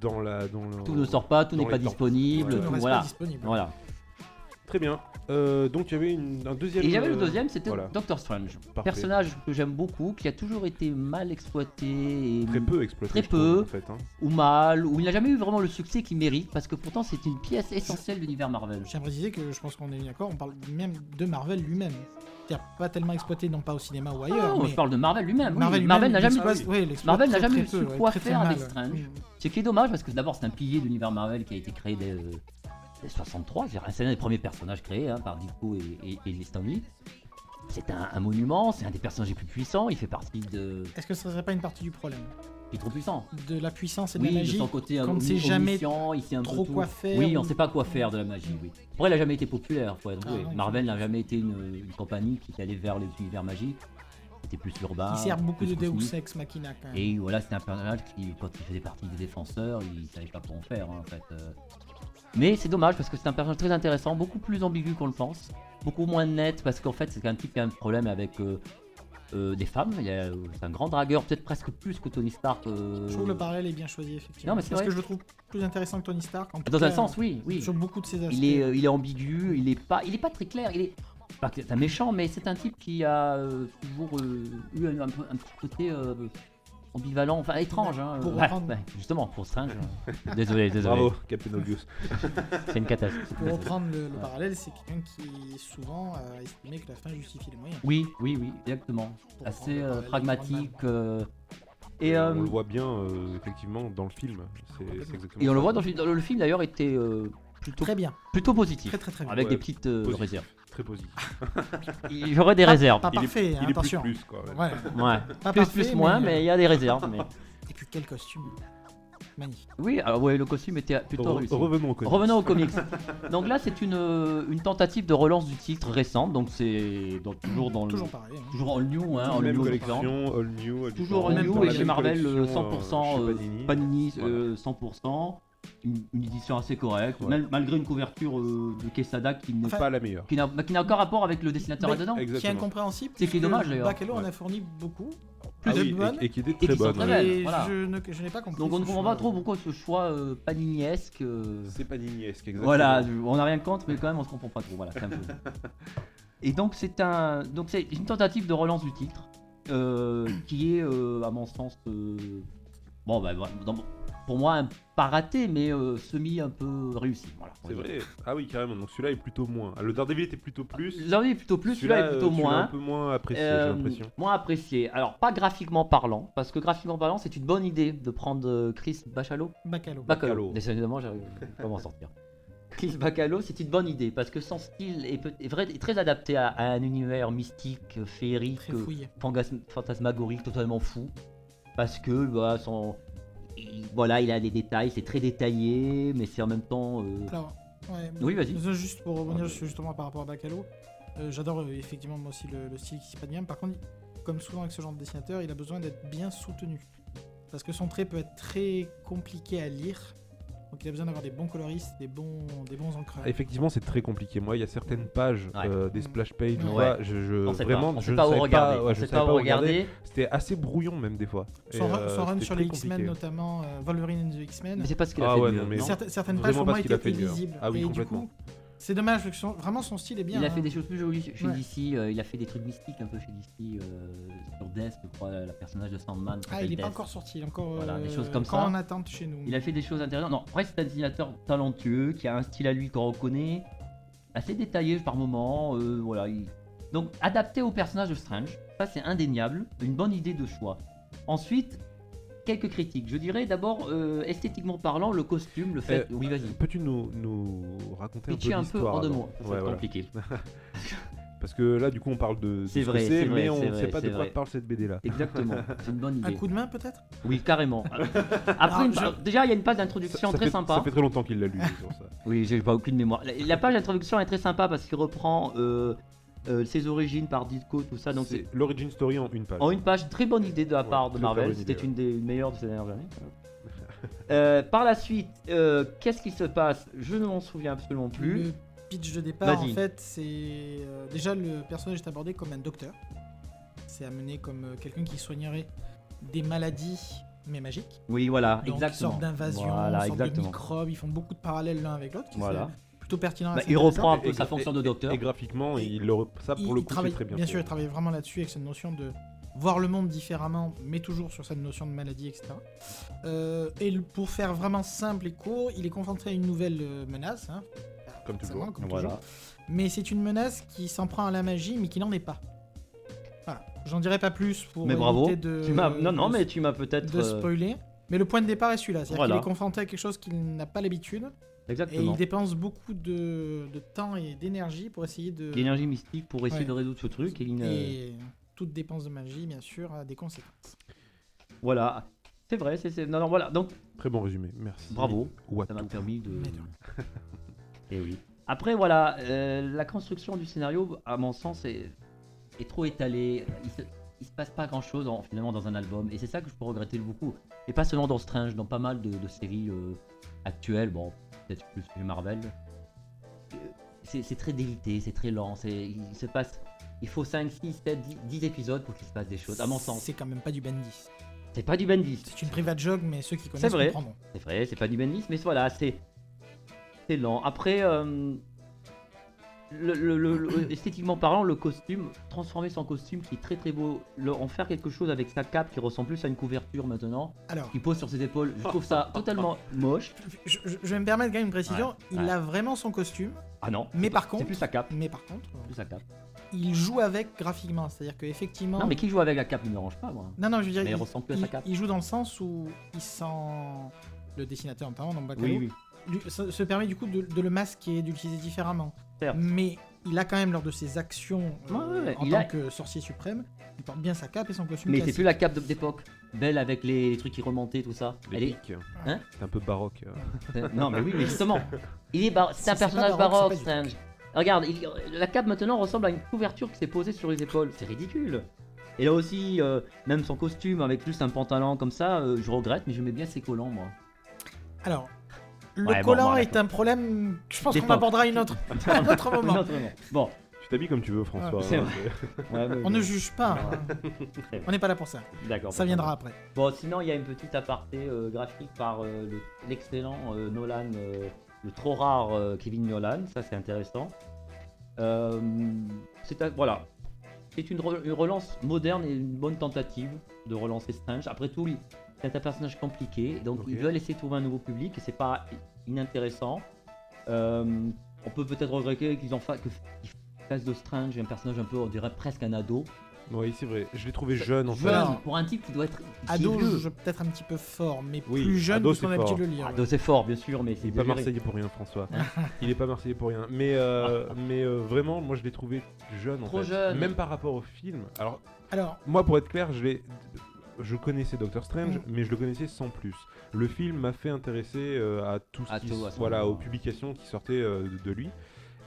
Speaker 1: dans la. Dans le...
Speaker 2: Tout ne sort pas, tout
Speaker 1: Dans
Speaker 2: n'est pas
Speaker 1: les temps.
Speaker 2: disponible.
Speaker 1: Ouais.
Speaker 3: Tout ne
Speaker 2: tout-
Speaker 3: reste pas
Speaker 2: voilà.
Speaker 3: disponible.
Speaker 2: Voilà.
Speaker 1: Très bien. Euh, donc il y avait une- un deuxième.
Speaker 2: Et il y avait le
Speaker 1: euh,
Speaker 2: deuxième, c'était
Speaker 1: voilà.
Speaker 2: Doctor Strange.
Speaker 1: Parfait.
Speaker 2: Personnage que j'aime beaucoup, qui a toujours été mal exploité, et-
Speaker 1: Très peu exploité.
Speaker 2: Très
Speaker 1: je trouve,
Speaker 2: peu.
Speaker 1: En fait, hein.
Speaker 2: ou mal, ou il n'a jamais eu vraiment le succès qu'il mérite, parce que pourtant c'est une pièce essentielle de l'univers Marvel.
Speaker 3: Je tiens à préciser que je pense qu'on est d'accord, on parle même de Marvel lui-même. C'est-à-dire pas tellement exploité, non pas au cinéma ou
Speaker 2: Ah
Speaker 3: ailleurs.
Speaker 2: non,
Speaker 3: mais
Speaker 2: je parle de Marvel lui-même. oui. Marvel,
Speaker 3: lui-même,
Speaker 2: n'a jamais.
Speaker 3: l'exploite- ouais, l'exploite
Speaker 2: Marvel n'a
Speaker 3: très,
Speaker 2: jamais
Speaker 3: très
Speaker 2: su
Speaker 3: peu, ouais,
Speaker 2: quoi
Speaker 3: très, très
Speaker 2: faire
Speaker 3: mal,
Speaker 2: avec
Speaker 3: ouais.
Speaker 2: Strange.
Speaker 3: Mm.
Speaker 2: Ce qui est dommage, parce que d'abord c'est un pilier de l'univers Marvel qui a été créé dès, euh, dès 63. C'est-à-dire, C'est l'un des premiers personnages créés hein, par Ditko et, et, et Stan Lee. C'est un, un monument, c'est un des personnages les plus puissants. Il fait partie de.
Speaker 3: Est-ce que ce serait pas une partie du problème
Speaker 2: Il est trop puissant.
Speaker 3: De la puissance et de
Speaker 2: Oui,
Speaker 3: la
Speaker 2: de
Speaker 3: magie
Speaker 2: son côté
Speaker 3: qu'on ne
Speaker 2: omni-
Speaker 3: sait jamais
Speaker 2: omniscient, il sait un peu
Speaker 3: trop
Speaker 2: tout.
Speaker 3: quoi faire,
Speaker 2: Oui, on
Speaker 3: ou-
Speaker 2: sait pas quoi faire de la magie, oui. Après, il a jamais été populaire, faut être
Speaker 3: Ah,
Speaker 2: avoué.
Speaker 3: non,
Speaker 2: Marvel n'a jamais été une, une compagnie qui allait vers les univers magiques. C'était plus urbain.
Speaker 3: qui sert beaucoup
Speaker 2: plus
Speaker 3: de
Speaker 2: transmis.
Speaker 3: Deus Ex Machina quand même.
Speaker 2: Et voilà, c'était un personnage qui, quand il faisait partie des défenseurs, il savait pas quoi en faire hein, en fait. euh. Mais c'est dommage parce que c'est un personnage très intéressant, beaucoup plus ambigu qu'on le pense, beaucoup moins net parce qu'en fait c'est un type qui a un problème avec euh, euh, des femmes. Il y a- C'est un grand dragueur, peut-être presque plus que Tony Stark. euh,
Speaker 3: Je trouve que le parallèle est bien choisi effectivement.
Speaker 2: Non, mais c'est
Speaker 3: Parce
Speaker 2: vrai.
Speaker 3: que je le trouve plus intéressant que Tony Stark. en tout
Speaker 2: Dans un
Speaker 3: cas,
Speaker 2: sens, oui, oui.
Speaker 3: Sur beaucoup de ses aspects.
Speaker 2: Il est, euh, il est ambigu, il est pas, il est pas très clair. Il est pas que c'est un méchant, mais c'est un type qui a euh, toujours euh, eu un, un peu- un petit côté euh, ambivalent, enfin étrange. hein,
Speaker 3: Pour
Speaker 2: euh, ouais,
Speaker 3: reprendre-
Speaker 2: ouais, justement, pour Strange. euh, désolé, désolé.
Speaker 1: Bravo, Captain Obvious.
Speaker 2: C'est une catastrophe. [laughs]
Speaker 3: Pour reprendre le, le
Speaker 2: euh, Ouais.
Speaker 3: parallèle, c'est quelqu'un qui souvent a estimé que la fin justifie les moyens.
Speaker 2: Oui, oui, oui, exactement.
Speaker 3: Pour
Speaker 2: Assez
Speaker 3: reprendre
Speaker 2: euh,
Speaker 3: le parallèle
Speaker 2: pragmatique.
Speaker 3: de Brandman.
Speaker 2: euh, et, euh,
Speaker 1: on le voit bien, euh, effectivement, dans le film. C'est- C'est exactement
Speaker 2: et on le
Speaker 1: ça.
Speaker 2: voit dans, le- dans le film d'ailleurs était euh, plutôt,
Speaker 3: Très bien,
Speaker 2: plutôt positif.
Speaker 3: très très très bien.
Speaker 2: Avec
Speaker 1: Ouais,
Speaker 2: des petites euh,
Speaker 1: positif.
Speaker 2: réserves.
Speaker 1: Très positif.
Speaker 2: Il y aurait des
Speaker 3: Pas-
Speaker 2: réserves.
Speaker 3: Pas
Speaker 1: Il est-
Speaker 3: parfait, hein,
Speaker 1: Il est plus
Speaker 3: attention.
Speaker 1: plus, quoi. ouais. [laughs]
Speaker 3: Voilà.
Speaker 2: Ouais.
Speaker 3: Pas
Speaker 2: Plus,
Speaker 3: parfait,
Speaker 2: plus, moins, mais il y a des réserves. mais-
Speaker 3: Et puis quel costume Magnifique.
Speaker 2: Oui, alors ouais, le costume était plutôt
Speaker 1: Re-
Speaker 2: réussi.
Speaker 1: revenons au comics.
Speaker 2: Revenons aux comics. [laughs] Donc là, c'est une, euh, une tentative de relance du titre récente, donc c'est donc toujours dans le
Speaker 3: Toujours pareil. hein.
Speaker 2: toujours en new, hein, en
Speaker 1: même
Speaker 2: new
Speaker 1: collection,
Speaker 2: exemple.
Speaker 1: all new, all
Speaker 2: Toujours en
Speaker 1: différent, dans
Speaker 2: new
Speaker 1: la
Speaker 2: et chez
Speaker 1: même
Speaker 2: Marvel euh,
Speaker 1: collection,
Speaker 2: 100%
Speaker 1: euh,
Speaker 2: euh,
Speaker 1: chez Panini.
Speaker 2: Panini
Speaker 1: Voilà.
Speaker 2: euh, 100%, une, une édition assez correcte,
Speaker 1: Ouais.
Speaker 2: mal- malgré une couverture euh, de Quesada qui n'est
Speaker 3: Enfin,
Speaker 1: Pas la meilleure.
Speaker 2: qui n'a bah, qui n'a aucun rapport avec le dessinateur
Speaker 3: Mais-
Speaker 2: là-dedans.
Speaker 3: Qui est
Speaker 1: Exactement.
Speaker 3: incompréhensible.
Speaker 2: C'est qui est
Speaker 3: parce que
Speaker 2: dommage, d'ailleurs.
Speaker 3: Bacalo en
Speaker 1: Ouais.
Speaker 3: a fourni beaucoup.
Speaker 1: Ah
Speaker 3: Plus de
Speaker 1: oui,
Speaker 3: bonnes.
Speaker 1: et, et qui était
Speaker 2: qui
Speaker 1: très
Speaker 2: sont
Speaker 1: bonne.
Speaker 2: très
Speaker 1: ouais.
Speaker 2: belles.
Speaker 3: Et
Speaker 2: voilà.
Speaker 3: je ne- je n'ai pas compris.
Speaker 2: Donc on ne
Speaker 3: ce
Speaker 2: comprend
Speaker 3: choix.
Speaker 2: pas trop pourquoi ce choix euh, paniniesque. euh,
Speaker 1: C'est Panini-esque, exactement.
Speaker 2: Voilà, on n'a rien contre, mais quand même on se comprend pas trop. Voilà, c'est un peu. Et donc c'est un, donc c'est une tentative de relance du titre, euh, qui est euh, à mon sens, euh, bon bah, voilà, dans- pour moi un- pas raté, mais euh, semi un peu réussi. Voilà.
Speaker 1: C'est vrai. Ah oui, carrément. Donc celui-là est plutôt moins. Ah, Le Daredevil était plutôt plus.
Speaker 2: L'un est plutôt plus, Ah, celui-là est
Speaker 1: euh,
Speaker 2: plutôt
Speaker 1: celui-là un
Speaker 2: moins.
Speaker 1: peu moins apprécié,
Speaker 2: Euh,
Speaker 1: j'ai l'impression.
Speaker 2: moins apprécié. Alors pas graphiquement parlant, parce que graphiquement parlant c'est une bonne idée de prendre euh, Chris Bachalot
Speaker 3: Bacalo.
Speaker 2: Bacalo.
Speaker 1: Bacalo.
Speaker 2: Décidément, j'arrive pas à m'en sortir. Chris Bacalo, c'est une bonne idée parce que son style est, peut- est vrai- est très adapté à, à un univers mystique, féerique,
Speaker 3: Très fouillé.
Speaker 2: fangas- fantasmagorique, totalement fou. Parce que bah, son, il, voilà, il a des détails, c'est très détaillé, mais c'est en même temps. euh,
Speaker 3: Alors, ouais.
Speaker 2: Oui,
Speaker 1: Euh,
Speaker 2: vas-y.
Speaker 3: mais Juste pour
Speaker 2: Ah,
Speaker 3: rebondir
Speaker 2: je-
Speaker 3: justement par rapport à Bacalo, euh, j'adore euh, effectivement moi aussi le, le style qui s'y prête bien. Par contre, comme souvent avec ce genre de dessinateur, il a besoin d'être bien soutenu. Parce que son trait peut être très compliqué à lire. Donc il a besoin d'avoir des bons coloristes, des bons, des bons encreurs.
Speaker 1: Effectivement, c'est très compliqué. Moi, il y a certaines pages,
Speaker 2: Ouais.
Speaker 1: euh, des splash pages,
Speaker 3: Ouais.
Speaker 1: ou quoi, je, je-
Speaker 2: on sait pas,
Speaker 1: vraiment,
Speaker 2: on
Speaker 1: je
Speaker 2: sait
Speaker 1: ne
Speaker 2: pas où
Speaker 1: savais
Speaker 2: regarder.
Speaker 1: pas, ouais,
Speaker 2: on
Speaker 1: je
Speaker 2: sait
Speaker 1: savais
Speaker 2: pas où regarder.
Speaker 1: C'était assez brouillon même des fois. Et,
Speaker 3: Son, run-
Speaker 1: euh,
Speaker 3: son run
Speaker 1: c'était
Speaker 3: sur les
Speaker 1: très compliqué.
Speaker 3: X-Men notamment, euh, Wolverine and the X-Men,
Speaker 2: Mais c'est pas ce qu'il a
Speaker 1: Ah
Speaker 2: fait. de
Speaker 1: ouais,
Speaker 2: mieux,
Speaker 1: non, mais
Speaker 2: non
Speaker 3: certaines, certaines
Speaker 1: Vraiment
Speaker 3: pages pour
Speaker 1: pas
Speaker 3: moi
Speaker 1: ce qu'il a
Speaker 3: étaient
Speaker 1: fait de mieux.
Speaker 3: illisibles.
Speaker 1: Ah oui,
Speaker 3: Et du
Speaker 1: complètement.
Speaker 3: coup, C'est dommage, parce que son- vraiment son style est bien.
Speaker 2: Il a
Speaker 3: hein.
Speaker 2: fait des choses plus jolies chez
Speaker 3: Ouais.
Speaker 2: DC. euh, il a fait des trucs mystiques un peu chez DC. euh, sur Death, je crois, la personnage de Sandman.
Speaker 3: Ah,
Speaker 2: s'appelle
Speaker 3: il est pas
Speaker 2: Death.
Speaker 3: encore sorti, il est encore
Speaker 2: Voilà, des
Speaker 3: euh,
Speaker 2: choses comme
Speaker 3: encore
Speaker 2: ça.
Speaker 3: en attente chez nous.
Speaker 2: Il a fait des choses intéressantes. Non, après, c'est un dessinateur talentueux qui a un style à lui qu'on reconnaît, assez détaillé par moments. euh, voilà. il- Donc, adapté au personnage de Strange, ça c'est indéniable, une bonne idée de choix. Ensuite, quelques critiques. Je dirais d'abord, euh, esthétiquement parlant, le costume, le fait.
Speaker 1: Euh,
Speaker 2: oui, vas-y.
Speaker 1: Peux-tu nous, nous raconter
Speaker 2: Pitcher
Speaker 1: un peu
Speaker 2: un peu
Speaker 1: l'histoire
Speaker 2: hors de
Speaker 1: avant
Speaker 2: mots, ça
Speaker 1: Ouais,
Speaker 2: va être
Speaker 1: voilà.
Speaker 2: compliqué.
Speaker 1: Parce que là, du coup, on parle de, de
Speaker 2: C'est
Speaker 1: ce que
Speaker 2: vrai, c'est vrai,
Speaker 1: mais on
Speaker 2: c'est
Speaker 1: ne sait
Speaker 2: vrai,
Speaker 1: pas
Speaker 2: c'est
Speaker 1: de quoi
Speaker 2: vrai.
Speaker 1: parle cette BD là.
Speaker 2: Exactement, c'est une bonne
Speaker 3: Un
Speaker 2: idée.
Speaker 3: coup de main peut-être
Speaker 2: Oui,
Speaker 3: [laughs]
Speaker 2: carrément. Après,
Speaker 3: Alors,
Speaker 2: une-
Speaker 3: je-
Speaker 2: déjà, il y a une page d'introduction très
Speaker 1: fait,
Speaker 2: sympa.
Speaker 1: Ça fait très longtemps qu'il l'a lu sur ça.
Speaker 2: Oui, j'ai pas aucune mémoire. La, la page d'introduction est très sympa parce qu'il reprend euh, euh, ses origines par Ditko, tout ça. Ah, Donc c'est
Speaker 1: c'est l'origin story en une page.
Speaker 2: en une page très bonne idée de la
Speaker 1: Ouais,
Speaker 2: part de
Speaker 1: très, très
Speaker 2: Marvel.
Speaker 1: bonne idée,
Speaker 2: C'était une des meilleures de ces
Speaker 1: [laughs]
Speaker 2: dernières années. Euh, par la suite, euh, qu'est-ce qui se passe Je ne m'en souviens absolument plus.
Speaker 3: Le pitch de départ,
Speaker 2: Vas-y.
Speaker 3: en fait, c'est. euh, déjà, le personnage est abordé comme un docteur. C'est amené comme euh, quelqu'un qui soignerait des maladies, mais magiques.
Speaker 2: Oui, voilà,
Speaker 3: Donc, une
Speaker 2: Ah, exactement.
Speaker 3: sorte d'invasion,
Speaker 2: Voilà,
Speaker 3: une sorte de
Speaker 2: exactement.
Speaker 3: microbes. Ils font beaucoup de parallèles l'un avec l'autre.
Speaker 2: Voilà.
Speaker 3: C'est plutôt pertinent.
Speaker 2: Bah,
Speaker 3: assez
Speaker 2: il
Speaker 3: intéressant.
Speaker 2: reprend un peu
Speaker 1: Et-
Speaker 2: sa
Speaker 1: et-
Speaker 2: fonction de docteur.
Speaker 1: Et graphiquement, il le re- ça pour
Speaker 3: Il-
Speaker 1: le
Speaker 3: il
Speaker 1: coup,
Speaker 3: travaille-
Speaker 1: c'est très bien.
Speaker 3: sûr, il travaille vraiment là-dessus avec cette notion de voir le monde différemment, mais toujours sur cette notion de maladie, etc. Euh, et le- pour faire vraiment simple et court, il est confronté à une nouvelle euh, menace, hein,
Speaker 1: Comme
Speaker 3: forcément,
Speaker 1: toujours.
Speaker 3: comme
Speaker 2: Voilà.
Speaker 3: toujours. Mais c'est une menace qui s'en prend à la magie, mais qui n'en est pas. Voilà. J'en dirai pas plus pour
Speaker 2: Mais bravo.
Speaker 3: éviter de.
Speaker 2: Tu m'as- non, non,
Speaker 3: euh, de-
Speaker 2: mais tu m'as peut-être.
Speaker 3: de
Speaker 2: euh,
Speaker 3: spoiler. Mais le point de départ est celui-là, c'est-à-dire
Speaker 2: Voilà.
Speaker 3: qu'il est confronté à quelque chose qu'il n'a pas l'habitude et
Speaker 2: Exactement.
Speaker 3: il dépense beaucoup de, de temps et d'énergie pour essayer de
Speaker 2: L'énergie mystique pour essayer
Speaker 3: euh, Ouais.
Speaker 2: de résoudre ce truc. Et il, ne-
Speaker 3: et toute dépense de magie, bien sûr, a des conséquences.
Speaker 2: Voilà. C'est vrai, c'est. c'est- Non, non, voilà. Donc,
Speaker 1: Très bon résumé, merci.
Speaker 2: bravo.
Speaker 1: What
Speaker 2: Ça m'a permis de.
Speaker 3: Mais de
Speaker 2: [laughs] Et oui. Après, voilà, euh, la construction du scénario, à mon sens, est, est trop étalée. Il se- il se passe pas grand chose finalement dans un album. Et c'est ça que je peux regretter beaucoup. Et pas seulement dans Strange, dans pas mal de, de séries euh, actuelles, bon, peut-être plus chez Marvel. Euh, C'est c'est très délité, c'est très lent, c'est- il se passe. Il faut 5, 6, 7, 10, épisodes pour qu'il se passe des choses, à mon sens.
Speaker 3: C'est quand même pas du Bendis.
Speaker 2: C'est pas du Bendis,
Speaker 3: C'est une private jog, mais ceux qui connaissent
Speaker 2: vrai.
Speaker 3: comprendront.
Speaker 2: c'est vrai, c'est pas du Bendis, mais voilà, c'est. C'est lent. Après, euh, le, le- le-
Speaker 3: [coughs]
Speaker 2: le- esthétiquement parlant, le costume, transformer son costume qui est très très beau, le- en faire quelque chose avec sa cape qui ressemble plus à une couverture maintenant,
Speaker 3: Alors,
Speaker 2: qui pose sur ses épaules, je trouve
Speaker 3: [laughs]
Speaker 2: ça totalement moche.
Speaker 3: je, je- je vais me permettre quand même une précision.
Speaker 2: Ouais,
Speaker 3: il
Speaker 2: ouais.
Speaker 3: a vraiment son costume,
Speaker 2: Ah non.
Speaker 3: Mais
Speaker 2: c'est-
Speaker 3: par contre-
Speaker 2: C'est plus sa cape.
Speaker 3: mais par contre,
Speaker 2: Plus sa cape.
Speaker 3: il joue avec graphiquement. C'est-à-dire qu'effectivement.
Speaker 2: Non, mais qui joue avec la cape ne me dérange pas, moi.
Speaker 3: Non, non, je veux dire,
Speaker 2: Mais il
Speaker 3: il,
Speaker 2: ressemble plus à
Speaker 3: il-
Speaker 2: sa cape.
Speaker 3: il joue dans le sens où il sent. Le dessinateur, notamment, donc Bacalo,
Speaker 2: Oui, oui.
Speaker 3: lui- se, se permet du coup de, de le masquer, d'utiliser différemment.
Speaker 2: Certes.
Speaker 3: Mais il a quand même, lors de ses actions euh,
Speaker 2: Ouais, ouais, ouais,
Speaker 3: en
Speaker 2: il
Speaker 3: tant
Speaker 2: a-
Speaker 3: que sorcier suprême, il porte bien sa cape et son costume.
Speaker 2: Mais c'est
Speaker 3: classique.
Speaker 2: plus la cape de- d'époque. Belle avec les, les trucs qui remontaient, tout ça.
Speaker 1: Les
Speaker 2: Elle est...
Speaker 1: pics.
Speaker 2: Hein
Speaker 1: C'est un peu baroque. euh.
Speaker 2: Euh, Non, mais oui, mais
Speaker 3: [laughs]
Speaker 2: justement. Il est bar- C'est un
Speaker 3: C'est- c'est pas
Speaker 2: personnage
Speaker 3: baroque,
Speaker 2: baroque,
Speaker 3: c'est pas du-
Speaker 2: Strange. Regarde, il- la cape maintenant ressemble à une couverture qui s'est posée sur les épaules. C'est ridicule. Et là aussi, euh, même son costume avec juste un pantalon comme ça, euh, je regrette, mais je mets bien ses collants, moi.
Speaker 3: Alors, le
Speaker 2: Ouais, bon,
Speaker 3: collant
Speaker 2: bon, d'accord.
Speaker 3: est un problème. Je pense qu'on
Speaker 2: D'époque.
Speaker 3: abordera
Speaker 2: [laughs]
Speaker 3: une autre, un autre moment.
Speaker 2: Non, [laughs] vraiment. Bon,
Speaker 1: Tu t'habilles comme tu veux, François.
Speaker 3: Ah,
Speaker 2: c'est
Speaker 1: hein,
Speaker 3: [laughs]
Speaker 2: Ouais, ouais,
Speaker 3: On ne
Speaker 2: ouais.
Speaker 3: juge pas. hein.
Speaker 2: [laughs]
Speaker 3: On n'est pas là pour ça.
Speaker 2: D'accord.
Speaker 3: Ça
Speaker 2: bon,
Speaker 3: viendra après.
Speaker 2: Bon, sinon, il y a une petite aparté euh, graphique par euh, le- l'excellent euh, Nolan, euh, le trop rare euh, Kevin Nolan, ça c'est intéressant. Euh, c'est un- voilà, c'est une, re- une relance moderne et une bonne tentative de relancer Strange. Après tout, lui, c'est un personnage compliqué, donc il
Speaker 1: Ok.
Speaker 2: veut laisser trouver un nouveau public et c'est pas inintéressant. Euh, on peut peut-être regretter qu'ils en fa- que- qu'ils fassent de Strange un personnage un peu, on dirait presque un ado.
Speaker 1: Oui, c'est vrai. Je l'ai trouvé jeune en fait.
Speaker 3: Voilà.
Speaker 2: Jeune, pour un type qui doit être qui est
Speaker 3: Ado,
Speaker 2: vieux.
Speaker 3: je- peut-être un petit peu fort, mais
Speaker 1: Oui,
Speaker 3: plus jeune
Speaker 1: ado,
Speaker 3: que ce qu'on a
Speaker 1: c'est
Speaker 3: l'habitude de
Speaker 1: fort.
Speaker 3: lire.
Speaker 2: Ah, c'est fort, bien sûr, mais c'est
Speaker 1: Il est pas
Speaker 2: géré.
Speaker 1: marseillais pour rien, François. Il est pas marseillais pour rien. Mais, euh, mais euh, vraiment, moi je l'ai trouvé jeune en
Speaker 2: Trop
Speaker 1: fait.
Speaker 2: jeune.
Speaker 1: Même par rapport au film. Alors,
Speaker 3: Alors,
Speaker 1: moi pour être clair, je l'ai- Je connaissais Doctor Strange,
Speaker 3: Mm.
Speaker 1: mais je le connaissais sans plus. Le film m'a fait intéresser euh, à tout ce
Speaker 2: À
Speaker 1: qui
Speaker 2: tout,
Speaker 1: s-
Speaker 2: à tout.
Speaker 1: voilà, aux publications qui sortaient euh, de- de lui.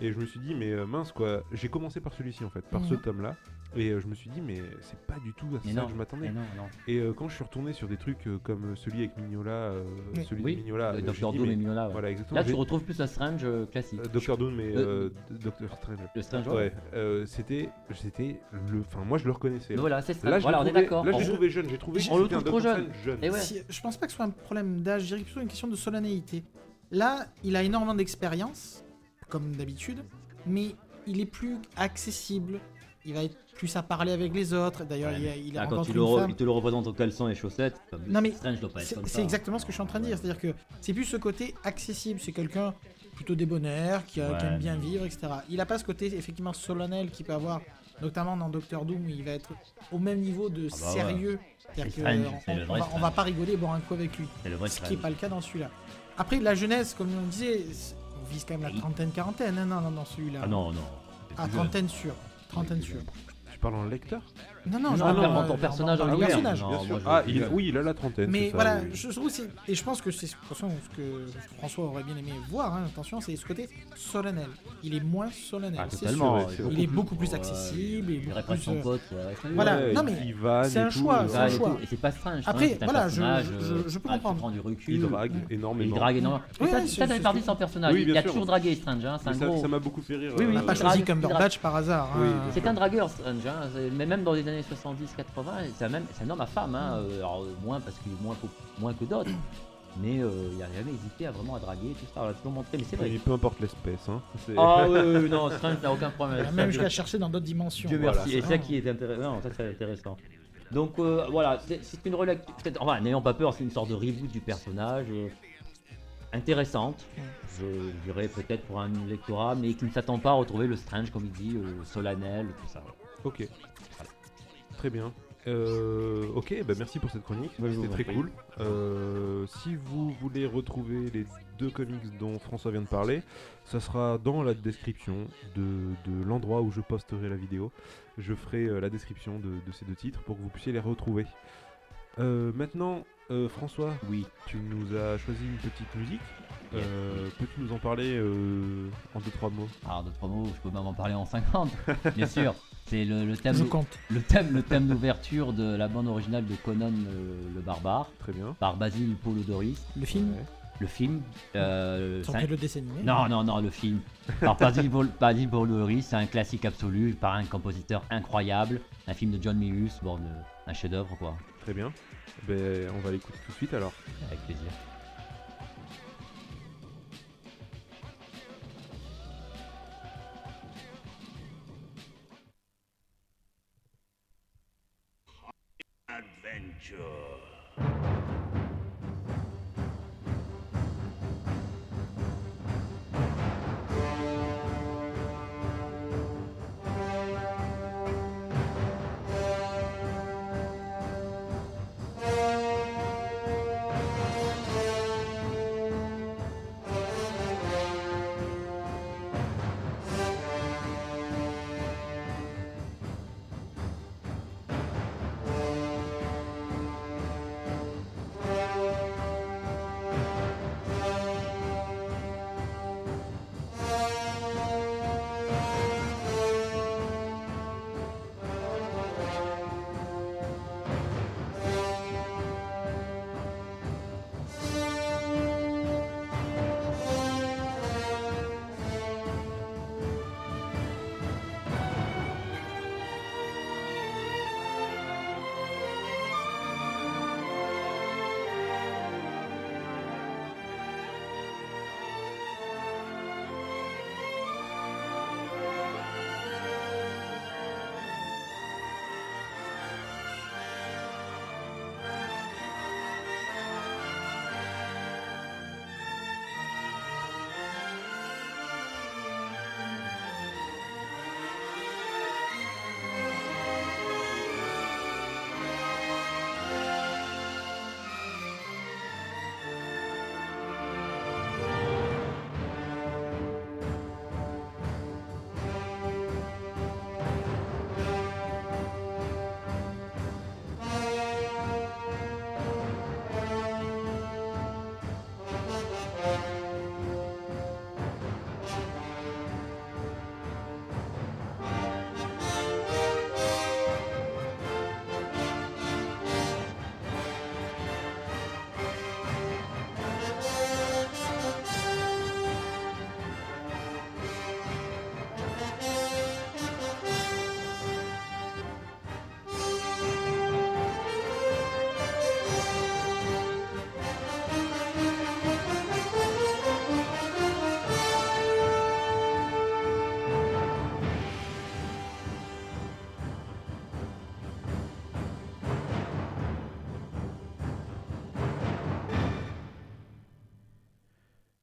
Speaker 1: Et je me suis dit, mais euh, mince quoi, j'ai commencé par celui-ci en fait, par ce
Speaker 3: Mhm.
Speaker 1: tome-là. Et euh, je me suis dit, mais c'est pas du tout à
Speaker 2: Mais
Speaker 1: ça
Speaker 2: non, Mm.
Speaker 1: que je m'attendais.
Speaker 2: Mais non, non.
Speaker 1: Et euh, quand je suis retourné sur des trucs euh, comme celui avec Mignola, euh,
Speaker 3: Oui.
Speaker 1: celui
Speaker 2: Oui,
Speaker 1: de Mignola,
Speaker 2: le
Speaker 1: euh,
Speaker 2: Docteur
Speaker 1: j'ai dit,
Speaker 2: Doom
Speaker 1: mais-
Speaker 2: et Mignola, ouais.
Speaker 1: Voilà, exactement.
Speaker 2: Là, tu
Speaker 1: j'ai-
Speaker 2: retrouves plus la Strange euh, classique.
Speaker 1: euh, Docteur Doom mais
Speaker 2: Euh,
Speaker 1: euh, Docteur Strange.
Speaker 2: Le Strange, ouais.
Speaker 1: Ouais, euh, c'était, c'était le, enfin moi je le reconnaissais. hein.
Speaker 2: Mais Voilà, c'est
Speaker 1: Là,
Speaker 2: ça.
Speaker 1: je
Speaker 2: Voilà, on
Speaker 1: l'ai
Speaker 2: est
Speaker 1: trouvé-
Speaker 2: d'accord.
Speaker 1: Là,
Speaker 2: On-
Speaker 1: j'ai trouvé jeune. J'ai trouvé.
Speaker 2: On
Speaker 1: c'était
Speaker 2: le
Speaker 1: un
Speaker 2: trouve
Speaker 1: Doctor
Speaker 2: trop jeune.
Speaker 1: Strange jeune.
Speaker 2: Et ouais.
Speaker 3: si- je pense pas que ce soit un problème d'âge, je dirais plutôt une question de solennité. Là, il a énormément d'expérience, comme d'habitude, mais il est plus accessible. Il va être plus à parler avec les autres. D'ailleurs,
Speaker 2: Ouais,
Speaker 3: il, a- il a
Speaker 2: Ah, quand
Speaker 3: rencontré
Speaker 2: il, le
Speaker 3: une
Speaker 2: re-
Speaker 3: femme.
Speaker 2: il te le représente en caleçon et chaussettes,
Speaker 3: Non, mais
Speaker 2: Strange doit pas être
Speaker 3: C'est
Speaker 2: comme ça.
Speaker 3: c'est exactement ce que je suis en train de dire. C'est-à-dire que c'est plus ce côté accessible. C'est quelqu'un plutôt débonnaire, qui, a- qui
Speaker 2: Ouais.
Speaker 3: aime bien vivre, etc. Il n'a pas ce côté effectivement solennel qu'il peut avoir, notamment dans Doctor Doom, où il va être au même niveau de
Speaker 2: Ah bah ouais.
Speaker 3: sérieux.
Speaker 2: C'est
Speaker 3: C'est-à-dire
Speaker 2: Strange,
Speaker 3: qu'on
Speaker 2: c'est le vrai
Speaker 3: va, on
Speaker 2: Strange.
Speaker 3: va pas rigoler et boire un coup avec lui.
Speaker 2: C'est le vrai
Speaker 3: Ce qui n'est
Speaker 2: Strange.
Speaker 3: pas le cas dans celui-là. Après, la jeunesse, comme on disait, c'est- on vise quand même la
Speaker 2: Oui.
Speaker 3: trentaine, quarantaine. hein, Non, non, non, celui-là.
Speaker 2: Ah non, non. c'est
Speaker 3: Ah,
Speaker 2: plus jeune.
Speaker 3: trentaine sûre. Trentaine
Speaker 2: Oui,
Speaker 3: sûre.
Speaker 1: Tu parles en lecteur
Speaker 3: Non, non,
Speaker 2: Non,
Speaker 3: je
Speaker 2: non,
Speaker 3: parle
Speaker 2: non,
Speaker 3: euh,
Speaker 2: ton
Speaker 3: dans-
Speaker 2: personnage
Speaker 3: dans
Speaker 2: en
Speaker 3: le
Speaker 2: lui-même.
Speaker 3: personnage.
Speaker 2: Non,
Speaker 1: Bien
Speaker 2: moi,
Speaker 1: sûr.
Speaker 2: je le
Speaker 1: Ah,
Speaker 2: trouve
Speaker 1: il,
Speaker 2: jeune.
Speaker 1: oui, il a la trentaine.
Speaker 3: Mais
Speaker 1: c'est ça,
Speaker 3: voilà,
Speaker 1: oui, oui.
Speaker 3: je trouve c'est- et je pense que c'est de toute façon, ce que François aurait bien aimé voir. hein, attention, c'est ce côté solennel. Il est moins solennel.
Speaker 2: Ah,
Speaker 3: c'est
Speaker 2: totalement.
Speaker 1: sûr, ouais, c'est
Speaker 2: ouais,
Speaker 3: Il est beaucoup plus
Speaker 2: ouais,
Speaker 3: accessible, il est
Speaker 2: Il
Speaker 3: beaucoup
Speaker 2: répète son
Speaker 3: plus, euh,
Speaker 2: pote. ouais, salut,
Speaker 3: voilà,
Speaker 2: ouais.
Speaker 1: Ouais,
Speaker 3: non, mais
Speaker 1: il vanne
Speaker 3: c'est un
Speaker 1: et tout,
Speaker 3: choix,
Speaker 1: euh,
Speaker 3: c'est
Speaker 2: Ah,
Speaker 3: un
Speaker 2: et
Speaker 3: choix.
Speaker 2: tout, Et c'est pas Strange.
Speaker 3: Après,
Speaker 2: Strange, c'est un
Speaker 3: voilà, je-
Speaker 2: personnage,
Speaker 3: je-
Speaker 2: euh,
Speaker 3: je peux
Speaker 2: ah, qui
Speaker 3: comprendre.
Speaker 2: prend du recul.
Speaker 1: Il drague
Speaker 3: Mm.
Speaker 1: énormément.
Speaker 2: Il drague énormément.
Speaker 3: Oui,
Speaker 2: Mais ça,
Speaker 3: oui,
Speaker 2: ça,
Speaker 3: c'est-
Speaker 2: fait partie de son personnage.
Speaker 1: Oui,
Speaker 2: il
Speaker 1: bien
Speaker 2: a
Speaker 1: sûr.
Speaker 2: toujours dragué Strange. hein, C'est
Speaker 1: Mais
Speaker 2: un
Speaker 1: ça-
Speaker 2: gros.
Speaker 1: Ça m'a beaucoup fait rire.
Speaker 2: Oui, oui, Ah,
Speaker 3: On n'a
Speaker 1: euh,
Speaker 3: pas
Speaker 2: il
Speaker 3: choisi
Speaker 2: drague- il
Speaker 3: Cumberbatch par hasard.
Speaker 1: Oui,
Speaker 3: hein.
Speaker 2: C'est un dragueur, Strange, hein, c'est- mais même dans les années 70-80, c'est un, même- c'est un homme à femme, hein, euh, alors, euh, moins parce qu'il est moins, pop- moins que d'autres, mais euh, il a jamais hésité à vraiment à draguer, tout ça, on l'a toujours montré, mais c'est vrai.
Speaker 1: oui, peu importe l'espèce. hein, c'est-
Speaker 2: Ah oui, oui, oui, non, Strange n'a aucun problème
Speaker 3: Il a
Speaker 2: avec
Speaker 3: Ah, Même
Speaker 2: ça.
Speaker 3: je l'ai cherché dans d'autres dimensions.
Speaker 2: Dieu
Speaker 1: Voilà.
Speaker 2: merci,
Speaker 3: Ah.
Speaker 2: et ça qui est intéressant, non, ça c'est intéressant. Donc euh, voilà, c'est c'est une relecture, peut-être- enfin n'ayons pas peur, c'est une sorte de reboot du personnage, euh, intéressante, je dirais peut-être pour un lectorat, mais qui ne s'attend pas à retrouver le Strange, comme il dit, euh, solennel, tout ça.
Speaker 1: Ok. Très bien. Euh, ok, bah merci pour cette chronique.
Speaker 2: Bah, je vous
Speaker 1: C'était
Speaker 2: en
Speaker 1: très
Speaker 2: prie.
Speaker 1: cool. Euh, si vous voulez retrouver les deux comics dont François vient de parler, ça sera dans la description de, de l'endroit où je posterai la vidéo. Je ferai euh, la description de, de ces deux titres pour que vous puissiez les retrouver. Euh, maintenant, euh, François,
Speaker 2: Oui.
Speaker 1: tu nous as choisi une petite musique. Euh, Peux-tu nous en parler euh, en deux trois mots
Speaker 2: Alors, d'autres mots, je peux même en parler en 50, bien sûr. C'est le, le thème,
Speaker 3: Je
Speaker 2: d'ou-
Speaker 3: compte.
Speaker 2: le thème, le thème d'ouverture de la bande originale de Conan euh, le Barbare
Speaker 1: Très bien.
Speaker 2: par Basile Polodoris,
Speaker 3: Le film,
Speaker 1: Ouais.
Speaker 2: le film. euh,
Speaker 3: sans
Speaker 2: c'est un-
Speaker 3: que le dessiner.
Speaker 2: Non, non, non, le film. Par Basil Vol- Basil Boloris, c'est un classique absolu par un compositeur incroyable. Un film de John Milius, bon, de- un chef-d'œuvre quoi,
Speaker 1: Très bien. Ben, on va l'écouter tout de suite alors.
Speaker 2: avec plaisir.
Speaker 4: Adventure.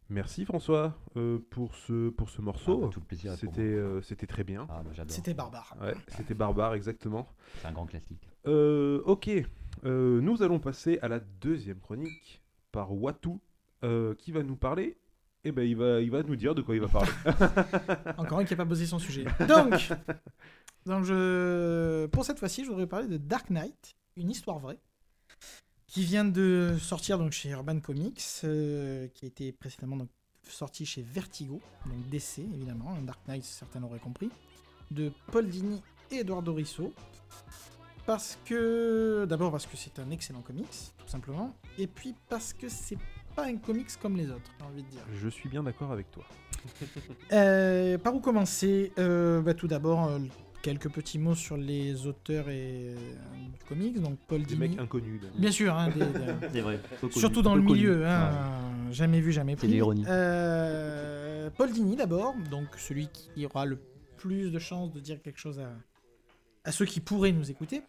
Speaker 1: Merci François euh, pour, ce, pour ce morceau.
Speaker 2: Ah, tout le plaisir est pour
Speaker 1: C'était
Speaker 2: moi.
Speaker 1: euh, c'était très bien.
Speaker 2: Ah, bah, j'adore.
Speaker 3: C'était barbare.
Speaker 1: Ouais, c'était barbare, exactement.
Speaker 2: C'est un grand classique.
Speaker 1: Euh, ok, Euh, nous allons passer à la deuxième chronique par Watu, euh, qui va nous parler. Eh ben, il va, il va nous dire de quoi il va parler.
Speaker 3: Encore un qui n'a pas bossé son sujet. Donc, donc je... pour cette fois-ci, je voudrais parler de Dark Knight, une histoire vraie, qui vient de sortir donc, chez Urban Comics, euh, qui était précédemment donc, sorti chez Vertigo, donc DC évidemment, hein, Dark Knight, certains l'auraient compris, de Paul Dini et Eduardo Risso. Parce que. D'abord parce que c'est un excellent comics, tout simplement, et puis parce que c'est pas un comics comme les autres, j'ai envie de dire.
Speaker 1: [laughs] Je suis bien d'accord avec toi.
Speaker 3: Euh, par où commencer Euh, bah, Tout d'abord, euh, quelques petits mots sur les auteurs et euh, du comics. Donc Paul
Speaker 1: Des
Speaker 3: Dini.
Speaker 1: mecs inconnus. là.
Speaker 3: Bien sûr, hein, des- des-
Speaker 2: C'est vrai.
Speaker 3: surtout dans le milieu. hein, Jamais vu, jamais pris.
Speaker 2: l'ironie.
Speaker 3: Euh, Paul Dini d'abord, donc celui qui aura le plus de chances de dire quelque chose à, à ceux qui pourraient nous écouter.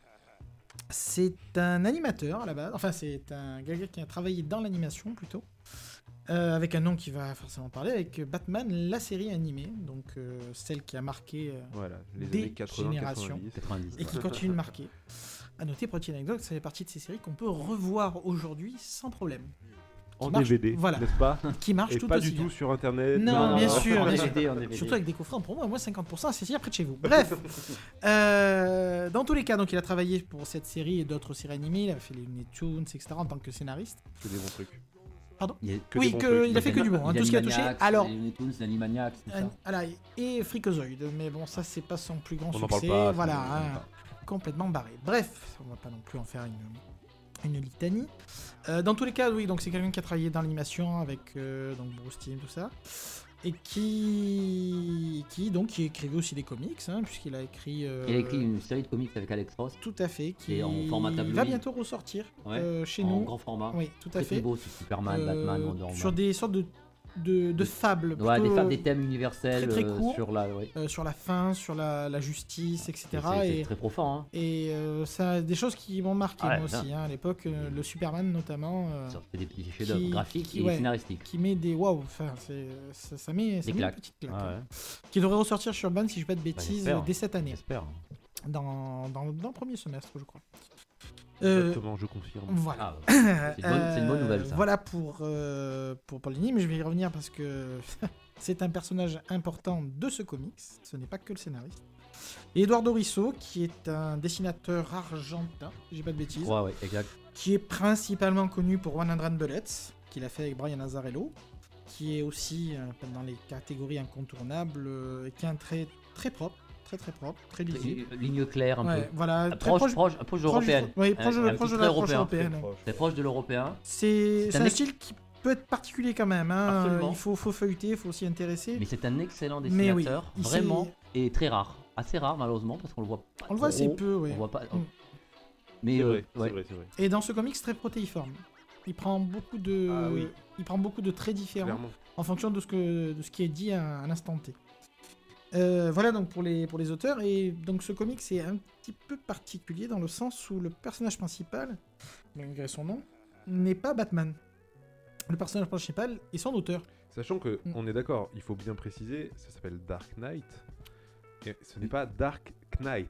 Speaker 3: C'est un animateur à la base, enfin c'est un quelqu'un qui a travaillé dans l'animation plutôt, euh, avec un nom qui va forcément parler, avec Batman, la série animée, donc euh, celle qui a marqué euh,
Speaker 1: Voilà, les
Speaker 3: Des
Speaker 1: années 80,
Speaker 3: générations.
Speaker 1: 90.
Speaker 2: 90.
Speaker 3: et qui continue de marquer. À noter, pour une petite anecdote, ça fait partie de ces séries qu'on peut revoir aujourd'hui sans problème,
Speaker 1: En
Speaker 3: marche-
Speaker 1: DVD,
Speaker 3: voilà.
Speaker 1: n'est-ce pas
Speaker 3: qui marche
Speaker 1: Et
Speaker 3: tout
Speaker 1: pas
Speaker 3: aussi
Speaker 1: du
Speaker 3: bien.
Speaker 1: tout sur internet.
Speaker 3: Non, bien
Speaker 1: [laughs]
Speaker 3: sûr,
Speaker 2: on
Speaker 3: bien
Speaker 2: est
Speaker 3: sûr.
Speaker 2: VD, on est VD.
Speaker 3: Surtout avec des coffrets en promo, à moins 50%, c'est sûr près de chez vous.
Speaker 1: [laughs]
Speaker 3: Bref, euh, dans tous les cas, donc il a travaillé pour cette série et d'autres séries animées, il a fait les Looney Tunes, etc. en tant que scénariste.
Speaker 1: C'est des bons trucs.
Speaker 3: Pardon
Speaker 2: Il y a-
Speaker 1: Que
Speaker 3: Oui,
Speaker 1: des bons
Speaker 3: que-
Speaker 1: trucs.
Speaker 3: il a fait que du bon, hein, tout ce qu'il a touché.
Speaker 2: Animaniacs,
Speaker 3: Alors-
Speaker 2: les Looney Tunes, les Animaniacs, tout ça.
Speaker 3: An- voilà, et Freakazoid, mais bon, ça, c'est pas son plus grand
Speaker 1: On n'en parle
Speaker 3: succès.
Speaker 1: pas.
Speaker 3: voilà,
Speaker 1: on en parle
Speaker 3: hein,
Speaker 1: pas.
Speaker 3: complètement barré. Bref, on va pas non plus en faire une, une litanie. Euh, dans tous les cas, oui, donc c'est quelqu'un qui a travaillé dans l'animation avec euh, donc Bruce Timm, tout ça, et qui, qui donc qui écrivait aussi des comics, hein, puisqu'il a écrit. euh,
Speaker 2: Il a écrit une série de comics avec Alex Ross
Speaker 3: Tout à fait, qui
Speaker 2: Et en format tabloïd.
Speaker 3: va bientôt ressortir
Speaker 2: Ouais,
Speaker 3: euh, chez
Speaker 2: en
Speaker 3: nous.
Speaker 2: grand format.
Speaker 3: Oui, tout à
Speaker 2: Très, très
Speaker 3: fait.
Speaker 2: beau, c'est Superman,
Speaker 3: Euh,
Speaker 2: Batman, Wonder Woman.
Speaker 3: sur des sortes de, de, de fables.
Speaker 2: Ouais, des,
Speaker 3: plutôt,
Speaker 2: femmes,
Speaker 3: euh,
Speaker 2: des thèmes universels
Speaker 3: très, très
Speaker 2: euh,
Speaker 3: court.
Speaker 2: sur la. ouais.
Speaker 3: euh, sur la fin, sur la, la justice, etc.
Speaker 2: C'est c'est
Speaker 3: Et,
Speaker 2: très profond. Hein.
Speaker 3: et euh, ça, des choses qui m'ont marqué
Speaker 2: Ah ouais,
Speaker 3: moi aussi. hein, à l'époque, euh, le Superman notamment, euh,
Speaker 2: Ça fait des petits chefs-d'œuvre
Speaker 3: qui-
Speaker 2: graphiques
Speaker 3: qui-
Speaker 2: et
Speaker 3: ouais.
Speaker 2: scénaristiques.
Speaker 3: qui met des waouh, enfin, c'est- ça, ça met, ça
Speaker 2: Des
Speaker 3: met une
Speaker 2: claques.
Speaker 3: petite claque.
Speaker 1: Ah
Speaker 3: hein.
Speaker 1: ouais,
Speaker 3: Qui devrait ressortir sur Urban, si je ne pas de bêtises,
Speaker 1: j'espère.
Speaker 3: euh, dès cette année,
Speaker 1: J'espère.
Speaker 3: dans, dans, dans le premier semestre, je crois. Euh,
Speaker 1: Exactement, je confirme.
Speaker 3: voilà.
Speaker 2: Ah, ouais. c'est une, bonne- c'est une bonne
Speaker 3: Euh,
Speaker 2: nouvelle ça.
Speaker 3: Voilà pour, euh, pour Paulini, mais je vais y revenir parce que [laughs] c'est un personnage important de ce comics, ce n'est pas que le scénariste. Et Eduardo Risso, qui est un dessinateur argentin, j'ai pas de bêtises,
Speaker 2: Ouais, ouais, exact.
Speaker 3: qui est principalement connu pour 100 Bullets, qu'il a fait avec Brian Azzarello, qui est aussi euh, dans les catégories incontournables, euh, et qui a un trait très propre, très très propre, très
Speaker 2: Très- euh,
Speaker 3: lisible.
Speaker 2: Ligne claire un
Speaker 3: Ouais,
Speaker 2: peu. Ah,
Speaker 3: voilà, très
Speaker 2: Proche, proche, proche, européenne.
Speaker 3: Oui,
Speaker 2: Un-
Speaker 3: proche,
Speaker 2: un
Speaker 3: de-
Speaker 2: petit
Speaker 3: proche de
Speaker 2: trait
Speaker 3: la proche
Speaker 2: européen.
Speaker 3: européenne.
Speaker 1: Très
Speaker 3: ouais.
Speaker 1: proche.
Speaker 2: C'est proche de l'européen.
Speaker 3: C'est
Speaker 2: C'est
Speaker 3: c'est
Speaker 2: un
Speaker 3: un,
Speaker 2: mec-
Speaker 3: style qui peut être particulier quand même. hein.
Speaker 2: Absolument.
Speaker 3: Il faut, faut feuilleter, il faut s'y intéresser.
Speaker 2: Mais c'est un excellent
Speaker 3: Mais oui,
Speaker 2: dessinateur,
Speaker 3: il sait-
Speaker 2: vraiment, et très rare. Assez rare malheureusement parce qu'on le voit pas.
Speaker 3: On le voit
Speaker 2: trop,
Speaker 3: assez peu, oui.
Speaker 2: On voit pas. oh.
Speaker 3: Mm.
Speaker 2: Mais
Speaker 1: C'est
Speaker 2: euh,
Speaker 1: vrai, c'est
Speaker 2: ouais.
Speaker 1: vrai, c'est vrai.
Speaker 3: Et dans ce comics très protéiforme. Il prend beaucoup de,
Speaker 1: Ah oui.
Speaker 3: il prend beaucoup de traits différents
Speaker 1: Clairement.
Speaker 3: en fonction de ce, que, de ce qui est dit à, à l'instant T. Euh, voilà donc pour les, pour les auteurs. Et donc ce comic c'est un petit peu particulier dans le sens où le personnage principal, malgré son nom, n'est pas Batman. Le personnage principal est son auteur.
Speaker 1: Sachant que
Speaker 3: Mm.
Speaker 1: on est d'accord, il faut bien préciser, ça s'appelle Dark Knight. Et ce n'est pas Dark Knight,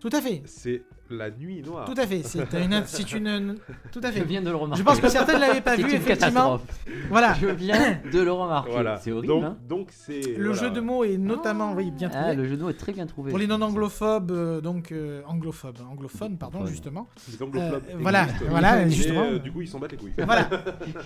Speaker 3: Tout à fait.
Speaker 1: c'est la nuit noire.
Speaker 3: Tout à fait. C'est une,
Speaker 2: [laughs]
Speaker 3: c'est une, tout à
Speaker 2: Je
Speaker 3: fait.
Speaker 2: viens de le remarquer.
Speaker 3: Je pense que certains ne l'avaient pas
Speaker 2: c'est
Speaker 3: vu,
Speaker 2: une
Speaker 3: effectivement. Ah.
Speaker 2: catastrophe.
Speaker 3: Voilà.
Speaker 2: Je viens de le remarquer.
Speaker 1: Voilà.
Speaker 2: C'est horrible.
Speaker 1: donc,
Speaker 2: hein.
Speaker 1: donc c'est
Speaker 3: Le
Speaker 1: voilà.
Speaker 3: jeu de mots est notamment, oui, bien
Speaker 2: Ah,
Speaker 3: trouvé.
Speaker 2: le jeu de mots est très bien trouvé.
Speaker 3: Pour les non-anglophobes, euh, donc euh, anglophobes, anglophones, pardon,
Speaker 2: Anglophone.
Speaker 3: justement.
Speaker 1: Les anglophobes
Speaker 3: Euh, voilà,
Speaker 1: existent,
Speaker 3: voilà,
Speaker 1: mais,
Speaker 3: justement.
Speaker 1: euh, du coup, ils s'en battent les couilles.
Speaker 3: Voilà,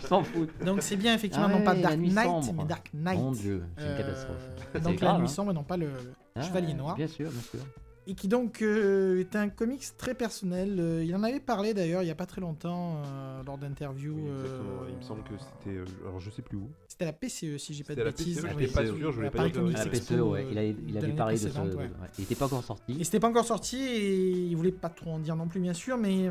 Speaker 2: Je s'en fous.
Speaker 3: donc c'est bien effectivement
Speaker 2: Ah
Speaker 3: non pas
Speaker 2: ouais,
Speaker 3: Dark
Speaker 2: la nuit
Speaker 3: Knight,
Speaker 2: sombre.
Speaker 3: mais Dark Knight.
Speaker 2: Mon dieu, c'est une
Speaker 3: Euh,
Speaker 2: catastrophe. C'est
Speaker 3: donc la
Speaker 2: grave,
Speaker 3: nuit
Speaker 2: hein.
Speaker 3: sombre et non pas le
Speaker 2: Ah,
Speaker 3: Chevalier Noir.
Speaker 2: Bien sûr, bien sûr. Ah,
Speaker 3: Et qui donc euh, est un comics très personnel. Euh, il en avait parlé d'ailleurs il n'y a pas très longtemps euh, lors d'interviews.
Speaker 1: Oui, exactement.
Speaker 3: euh,
Speaker 1: Il me semble que c'était. euh, Alors, je sais plus où.
Speaker 3: C'était la PCE si j'ai pas
Speaker 1: C'était
Speaker 3: de
Speaker 1: la
Speaker 3: bêtises.
Speaker 1: PCE,
Speaker 2: j'étais pas
Speaker 1: sûr, je voulais
Speaker 3: la
Speaker 1: pas
Speaker 3: Paris
Speaker 1: dire de-
Speaker 3: Comics
Speaker 2: Ah, la
Speaker 3: Expo,
Speaker 2: PCE, ouais.
Speaker 3: euh,
Speaker 2: Il, avait, il avait
Speaker 3: l'année
Speaker 2: parlé de ce.
Speaker 3: précédente, ouais.
Speaker 2: ouais. Il n'était pas encore sorti.
Speaker 3: Et c'était pas encore sorti et il voulait pas trop en dire non plus bien sûr, mais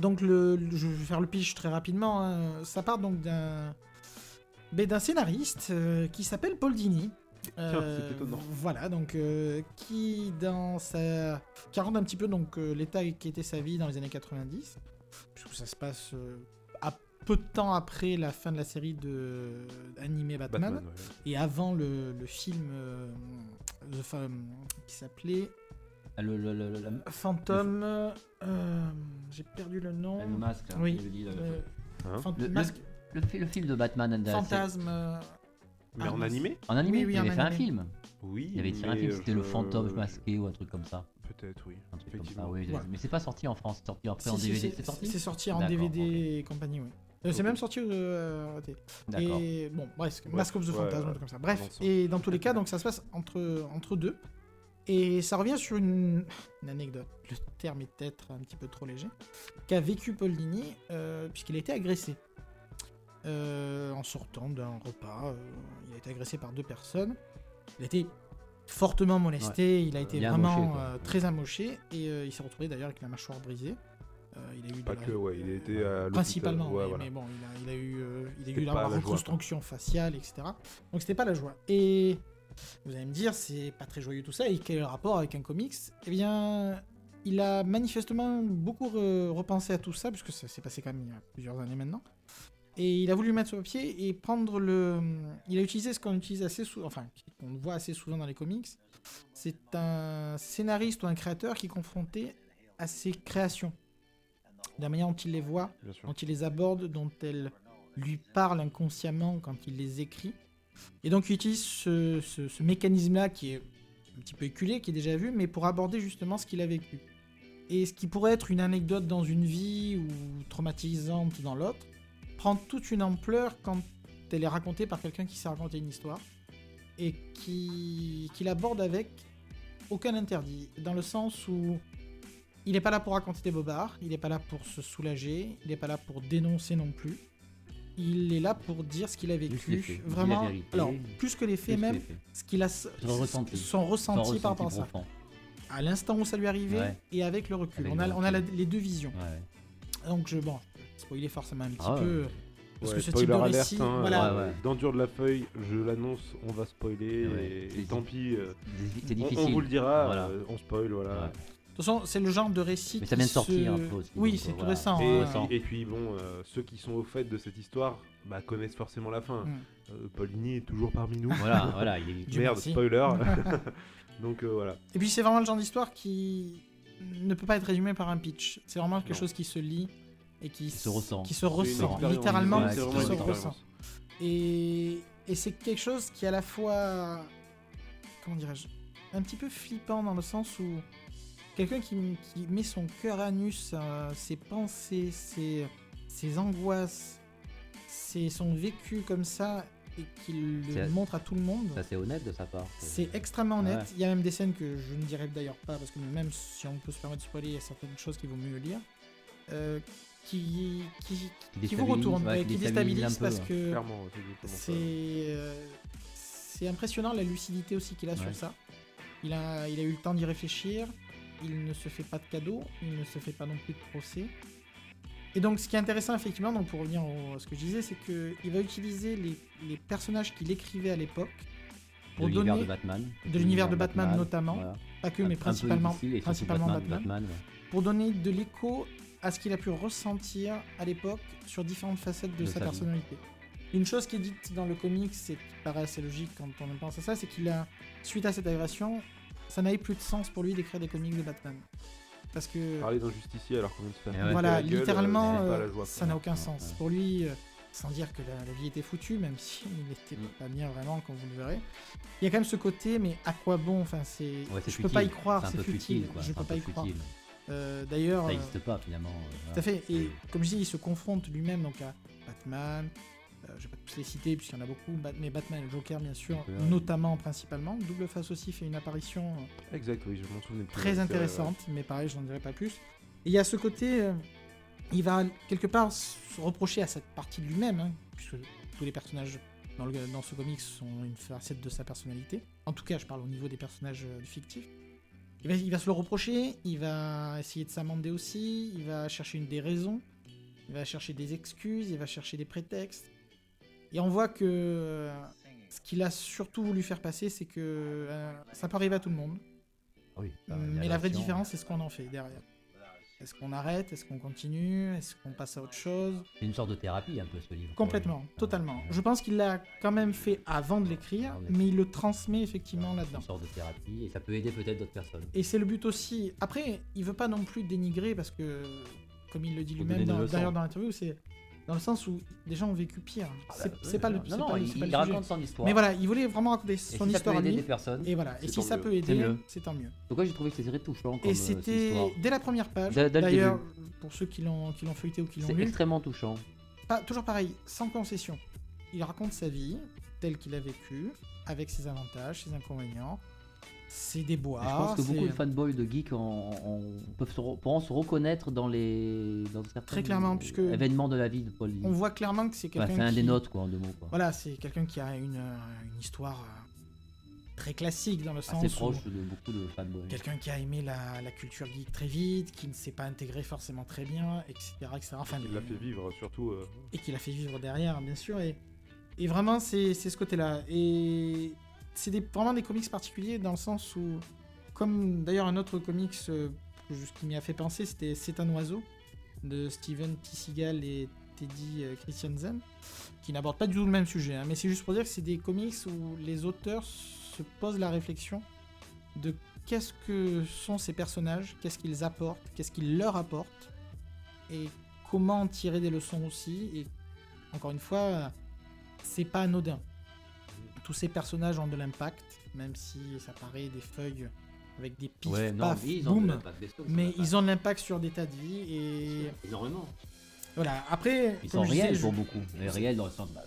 Speaker 3: donc le, le- je vais faire le pitch très rapidement. hein. Ça part donc d'un ben, d'un scénariste euh, qui s'appelle Paul Dini. Euh,
Speaker 1: c'est étonnant.
Speaker 3: Voilà donc euh, qui dans sa qui raconte un petit peu donc euh, l'état qui était sa vie dans les années 90 puisque ça se passe euh, à peu de temps après la fin de la série de animé Batman. Ah,
Speaker 1: Batman. ouais.
Speaker 3: Et avant le, le film euh, The Fa- qui s'appelait
Speaker 2: Ah, Le, le, le, le- la-
Speaker 3: Phantom. euh, J'ai perdu le nom.
Speaker 2: le masque. là,
Speaker 3: Oh. Oui.
Speaker 2: je le dis, là, le-
Speaker 3: Euh,
Speaker 1: Hein
Speaker 3: Phant-
Speaker 2: Le- le-
Speaker 3: masque-
Speaker 2: Le, fi- le film de Batman and the-
Speaker 3: Fantasme. euh,
Speaker 1: Mais
Speaker 3: Ah,
Speaker 1: en
Speaker 3: mince.
Speaker 1: animé
Speaker 2: En animé,
Speaker 3: Oui, oui,
Speaker 2: il
Speaker 3: en
Speaker 2: avait fait un
Speaker 3: animé.
Speaker 2: film.
Speaker 1: Oui.
Speaker 2: Il avait tiré un
Speaker 1: mais euh,
Speaker 2: film, c'était le
Speaker 1: je-
Speaker 2: fantôme masqué ou un truc comme ça.
Speaker 1: Peut-être, oui.
Speaker 2: Un truc comme ça,
Speaker 1: Effectivement.
Speaker 2: oui,
Speaker 3: Ouais.
Speaker 2: Mais c'est pas sorti en France, c'est sorti après
Speaker 3: si,
Speaker 2: en
Speaker 3: si,
Speaker 2: DVD.
Speaker 3: c'est-
Speaker 2: C'est
Speaker 3: C'est
Speaker 2: sorti
Speaker 3: sorti en
Speaker 2: D'accord,
Speaker 3: DVD
Speaker 2: ok.
Speaker 3: et compagnie, oui. Euh,
Speaker 1: Ok.
Speaker 3: C'est même sorti euh, à la télé.
Speaker 2: D'accord.
Speaker 3: Et bon, bref,
Speaker 1: Ouais,
Speaker 3: Mask of the
Speaker 1: ouais,
Speaker 3: Fantasm, un
Speaker 1: ouais.
Speaker 3: truc comme ça.
Speaker 1: Dans le
Speaker 3: Bref,
Speaker 1: sens.
Speaker 3: et dans tous les cas, donc ça se passe entre, entre deux. Et ça revient sur une, une anecdote, le terme est peut-être un petit peu trop léger, qu'a vécu Paul Dini, euh, puisqu'il a été agressé. Euh, en sortant d'un repas, euh, il a été agressé par deux personnes. Il a été fortement molesté, il a été
Speaker 2: Bien amoché,
Speaker 3: vraiment
Speaker 2: quoi.
Speaker 3: euh, très amoché, et euh, il s'est retrouvé d'ailleurs avec la mâchoire brisée. Euh, il a eu de
Speaker 1: Pas
Speaker 3: la-
Speaker 1: que, ouais. Il était à l'hôpital.
Speaker 3: Principalement,
Speaker 1: euh, Ouais,
Speaker 3: mais,
Speaker 1: voilà.
Speaker 3: mais bon, il a, il a eu, euh, il a
Speaker 1: C'était
Speaker 3: eu
Speaker 1: pas
Speaker 3: la
Speaker 1: la joie, quoi.
Speaker 3: reconstruction faciale, etc. Donc c'était pas la joie. Et vous allez me dire, c'est pas très joyeux tout ça, et quel est le rapport avec un comics Eh bien, il a manifestement beaucoup re- repensé à tout ça, puisque ça s'est passé quand même il y a plusieurs années maintenant. Et il a voulu mettre sur papier et prendre le. Il a utilisé ce qu'on utilise assez souvent, enfin, qu'on voit assez souvent dans les comics. C'est un scénariste ou un créateur qui est confronté à ses créations, de la manière dont il les voit
Speaker 1: Bien sûr.
Speaker 3: dont il les aborde, dont elle lui parle inconsciemment quand il les écrit. Et donc il utilise ce, ce- ce mécanisme-là qui est un petit peu éculé, qui est déjà vu, mais pour aborder justement ce qu'il a vécu. Et ce qui pourrait être une anecdote dans une vie ou traumatisante dans l'autre, prend toute une ampleur quand elle est racontée par quelqu'un qui sait raconter une histoire et qui, qui l'aborde avec aucun interdit, dans le sens où il n'est pas là pour raconter des bobards, il n'est pas là pour se soulager, il n'est pas là pour dénoncer non plus. Il est là pour dire ce qu'il a
Speaker 2: Juste les
Speaker 3: vécu,
Speaker 2: faits, il dit la
Speaker 3: vraiment,
Speaker 2: vérité.
Speaker 3: alors plus que les faits
Speaker 2: Juste
Speaker 3: même,
Speaker 2: les faits.
Speaker 3: ce qu'il a s-
Speaker 2: Son ressenti.
Speaker 3: son ressenti
Speaker 2: Sans
Speaker 3: par rapport à
Speaker 2: ressenti
Speaker 3: ça,
Speaker 2: profond.
Speaker 3: à l'instant où ça lui est arrivé
Speaker 2: Ouais.
Speaker 3: et avec le recul.
Speaker 2: Avec
Speaker 3: on,
Speaker 2: le
Speaker 3: a, on a la-
Speaker 2: recul.
Speaker 3: les deux visions.
Speaker 2: Ouais.
Speaker 3: Donc je bon, spoiler forcément un petit
Speaker 2: Ah ouais.
Speaker 3: peu. Parce que ce
Speaker 1: spoiler
Speaker 3: type de
Speaker 1: alert,
Speaker 3: récit,
Speaker 1: hein,
Speaker 3: voilà.
Speaker 1: euh,
Speaker 2: Ouais, ouais.
Speaker 1: dans Dur de la Feuille, je l'annonce, on va spoiler,
Speaker 2: Ouais,
Speaker 1: et,
Speaker 2: c'est-
Speaker 1: tant pis, euh,
Speaker 2: C'est- C'est
Speaker 1: on-
Speaker 2: difficile.
Speaker 1: on, vous le dira,
Speaker 2: Voilà.
Speaker 1: euh, on spoil, voilà.
Speaker 3: De toute façon, c'est le genre de récit.
Speaker 2: Mais ça
Speaker 3: qui
Speaker 2: vient de sortir
Speaker 3: se-
Speaker 2: un peu aussi,
Speaker 3: Oui,
Speaker 2: donc,
Speaker 3: c'est tout
Speaker 2: voilà.
Speaker 3: récent.
Speaker 2: Et-
Speaker 3: hein.
Speaker 2: Récent.
Speaker 1: Et, et puis bon, euh, ceux qui sont au fait de cette histoire bah, connaissent forcément la fin.
Speaker 3: Mm.
Speaker 1: Euh, Paulini est toujours parmi nous.
Speaker 2: [laughs] Voilà, voilà, il est-
Speaker 3: Ah, Dieu
Speaker 1: Merde,
Speaker 3: merci. Hmm.
Speaker 1: spoiler. [laughs] Donc euh, voilà.
Speaker 3: [laughs] Et puis c'est vraiment le genre d'histoire qui ne peut pas être résumé par un pitch. C'est vraiment quelque
Speaker 1: Non.
Speaker 3: chose qui se lit et qui,
Speaker 2: se ressent.
Speaker 3: Qui se
Speaker 1: C'est une
Speaker 3: ressent,
Speaker 1: expérience,
Speaker 3: littéralement,
Speaker 1: ouais,
Speaker 2: c'est
Speaker 3: qui
Speaker 1: vraiment
Speaker 3: se
Speaker 1: une
Speaker 3: ressent.
Speaker 1: expérience.
Speaker 3: Et, et c'est quelque chose qui est à la fois, comment dirais-je, un petit peu flippant dans le sens où quelqu'un qui, qui met son cœur à nu, sa- ses pensées, ses, ses angoisses, ses, son vécu comme ça, et qu'il
Speaker 2: C'est-
Speaker 3: le montre à tout le monde.
Speaker 2: Ça, c'est honnête de sa part. euh,
Speaker 3: C'est extrêmement honnête.
Speaker 2: Ouais.
Speaker 3: Il y a même des scènes que je ne dirais d'ailleurs pas, parce que même si on peut se permettre de spoiler, il y a certaines choses qu'il vaut mieux lire, euh, qui, qui, qui, vous
Speaker 2: déstabilise,
Speaker 3: retournent,
Speaker 2: ouais,
Speaker 3: et
Speaker 2: qui
Speaker 3: qui
Speaker 2: déstabilise un
Speaker 3: déstabilisent
Speaker 2: peu,
Speaker 3: parce
Speaker 2: ouais.
Speaker 3: que
Speaker 1: Clairement, c'est exactement ça.
Speaker 3: c'est euh, c'est impressionnant la lucidité aussi qu'il a
Speaker 2: Ouais.
Speaker 3: sur ça. Il a, il a eu le temps d'y réfléchir. Il ne se fait pas de cadeaux. Il ne se fait pas non plus de procès. Et donc, ce qui est intéressant, effectivement, donc pour revenir au- à ce que je disais, c'est qu'il va utiliser les, les personnages qu'il écrivait à l'époque,
Speaker 2: Pour
Speaker 3: pour
Speaker 2: de l'univers
Speaker 3: donner-
Speaker 2: de Batman.
Speaker 3: de l'univers de Batman notamment,
Speaker 2: voilà.
Speaker 3: pas que,
Speaker 2: Un-
Speaker 3: mais
Speaker 2: un peu
Speaker 3: principalement,
Speaker 2: d'ici et surtout
Speaker 3: principalement Batman,
Speaker 2: Batman, ouais.
Speaker 3: pour donner de l'écho à ce qu'il a pu ressentir à l'époque sur différentes facettes de,
Speaker 2: De
Speaker 3: sa,
Speaker 2: sa vie.
Speaker 3: personnalité. Une chose qui est dite dans le comics, et qui paraît assez logique quand on pense à ça, c'est qu'il a, suite à cette agression, ça n'avait plus de sens pour lui d'écrire des comics de Batman. Parce que,
Speaker 1: Parler d'injusticier alors qu'on est
Speaker 2: Et Eh ouais.
Speaker 3: voilà,
Speaker 1: la gueule, euh,
Speaker 3: littéralement,
Speaker 1: c'est pas
Speaker 3: euh,
Speaker 1: la joie,
Speaker 3: ça
Speaker 1: quoi.
Speaker 3: n'a aucun sens.
Speaker 2: ouais.
Speaker 3: Pour lui, euh, sans dire que la, la vie était foutue, même si il n'était
Speaker 2: Mm.
Speaker 3: pas bien vraiment, comme vous le verrez, il y a quand même ce côté, mais à quoi bon enfin, c'est,
Speaker 2: Ouais, c'est
Speaker 3: Je peux pas y
Speaker 2: futile,
Speaker 3: croire,
Speaker 2: un
Speaker 3: c'est
Speaker 2: peu
Speaker 3: futile.
Speaker 2: quoi,
Speaker 3: Je
Speaker 2: c'est
Speaker 3: peux
Speaker 2: un
Speaker 3: pas
Speaker 2: peu
Speaker 3: y croire.
Speaker 2: futile.
Speaker 3: Euh, d'ailleurs,
Speaker 2: Ça
Speaker 3: euh,
Speaker 2: n'existe pas finalement. euh,
Speaker 3: Tout à
Speaker 2: voilà.
Speaker 3: fait. Et
Speaker 2: C'est-
Speaker 3: comme je dis, il se confronte lui-même donc à Batman. euh, je vais pas tous les citer puisqu'il y en a beaucoup, Bat- mais Batman et le Joker bien sûr,
Speaker 2: Joker, oui.
Speaker 3: notamment principalement. Double Face aussi fait une apparition euh,
Speaker 1: Exact, oui, je m'en souviens. plus.
Speaker 3: très
Speaker 1: C'est, euh,
Speaker 3: intéressante, mais pareil, je n'en dirai pas plus. Et il y a ce côté, euh, il va quelque part se reprocher à cette partie de lui-même, hein, puisque tous les personnages dans, le- dans ce comics sont une facette de sa personnalité. En tout cas, je parle au niveau des personnages euh, fictifs. Il va, il va se le reprocher, il va essayer de s'amender aussi, il va chercher une des raisons, il va chercher des excuses, il va chercher des prétextes. Et on voit que euh, ce qu'il a surtout voulu faire passer, c'est que euh, ça peut arriver à tout le monde.
Speaker 2: oui, bah,
Speaker 3: Euh, Mais
Speaker 2: une
Speaker 3: la vraie
Speaker 2: relation,
Speaker 3: différence, c'est ce qu'on en fait derrière. Est-ce qu'on arrête Est-ce qu'on continue Est-ce qu'on passe à autre chose
Speaker 2: C'est une sorte de thérapie un peu ce livre.
Speaker 3: Complètement, totalement. Je pense qu'il l'a quand même fait avant de l'écrire, mais il le transmet effectivement
Speaker 2: Voilà,
Speaker 3: là-dedans. Ah
Speaker 2: Une sorte de thérapie et ça peut aider peut-être d'autres personnes.
Speaker 3: Et c'est le but aussi. Après, il veut pas non plus dénigrer parce que, comme il le dit
Speaker 2: Faut
Speaker 3: lui-même
Speaker 2: donner des
Speaker 3: dans-
Speaker 2: leçons. Ah
Speaker 3: d'ailleurs dans l'interview, c'est dans le sens où des gens ont vécu pire. bah, C'est c'est pas le c'est
Speaker 2: bah, Non, non,
Speaker 3: pas le-
Speaker 2: il,
Speaker 3: c'est pas
Speaker 2: il
Speaker 3: le sujet.
Speaker 2: raconte son histoire.
Speaker 3: Mais voilà, il voulait vraiment raconter
Speaker 2: Et
Speaker 3: son
Speaker 2: si ça
Speaker 3: histoire
Speaker 2: peut
Speaker 3: à
Speaker 2: aider
Speaker 3: lui.
Speaker 2: des personnes.
Speaker 3: Et voilà, et
Speaker 1: C'est
Speaker 3: si
Speaker 1: tant
Speaker 3: ça
Speaker 1: mieux.
Speaker 3: peut
Speaker 2: C'est
Speaker 3: aider,
Speaker 2: mieux.
Speaker 3: c'est tant mieux.
Speaker 2: Donc, ouais, j'ai trouvé que c'était très touchant. Comme,
Speaker 3: Et
Speaker 2: euh,
Speaker 3: c'était
Speaker 2: histoire.
Speaker 3: dès la première page.
Speaker 2: Dès- dès le
Speaker 3: D'ailleurs, pour ceux qui l'ont qui l'ont feuilleté ou qui l'ont
Speaker 2: C'est
Speaker 3: lu,
Speaker 2: extrêmement touchant.
Speaker 3: pas- toujours pareil, sans concession. Il raconte sa vie telle qu'il a vécu, avec ses avantages, ses inconvénients, ses déboires.
Speaker 2: je pense que beaucoup
Speaker 3: ses-
Speaker 2: de fanboys de geeks en- en- peuvent se, re- pourront se reconnaître dans les dans certains
Speaker 3: Très clairement, puisque
Speaker 2: événements de la vie de Paul. Lee.
Speaker 3: On voit clairement que c'est
Speaker 2: Bah,
Speaker 3: quelqu'un.
Speaker 2: c'est un
Speaker 3: qui-
Speaker 2: des nôtres quoi en deux mots. Quoi.
Speaker 3: Voilà, c'est quelqu'un qui a une, euh, une histoire euh, très classique dans le sens
Speaker 2: Assez
Speaker 3: où-
Speaker 2: proche de beaucoup de fanboys.
Speaker 3: Quelqu'un qui a aimé la, la culture geek très vite, qui ne s'est pas intégré forcément très bien, etc. etc. Enfin,
Speaker 1: Il l'a
Speaker 3: les-
Speaker 1: fait vivre, surtout. euh,
Speaker 3: et qui l'a fait vivre derrière, bien sûr. Et, et vraiment, c'est c'est ce côté-là. Et c'est des- vraiment des comics particuliers dans le sens où, comme d'ailleurs un autre comics euh, que je- qui m'y a fait penser, c'était C'est un oiseau de Steven T. Seagal et Teddy euh, Christiansen, qui n'aborde pas du tout le même sujet. hein. mais c'est juste pour dire que c'est des comics où les auteurs se posent la réflexion de qu'est-ce que sont ces personnages, qu'est-ce qu'ils apportent, qu'est-ce qu'ils leur apportent, et comment en tirer des leçons aussi. Et encore une fois, c'est pas anodin. Tous ces personnages ont de l'impact, même si ça paraît des feuilles avec des pifs,
Speaker 2: Ouais, non,
Speaker 3: paf,
Speaker 2: mais ils ont de
Speaker 3: boum.
Speaker 2: l'impact, des choses,
Speaker 3: Mais
Speaker 2: ça va
Speaker 3: ils ont de l'impact sur des tas de vies et
Speaker 2: pas. énormément.
Speaker 3: Voilà, après.
Speaker 2: Ils
Speaker 3: comme
Speaker 2: sont
Speaker 3: je disais,
Speaker 2: réels
Speaker 3: je-
Speaker 2: pour beaucoup. Mais réels dans le sens. Bah,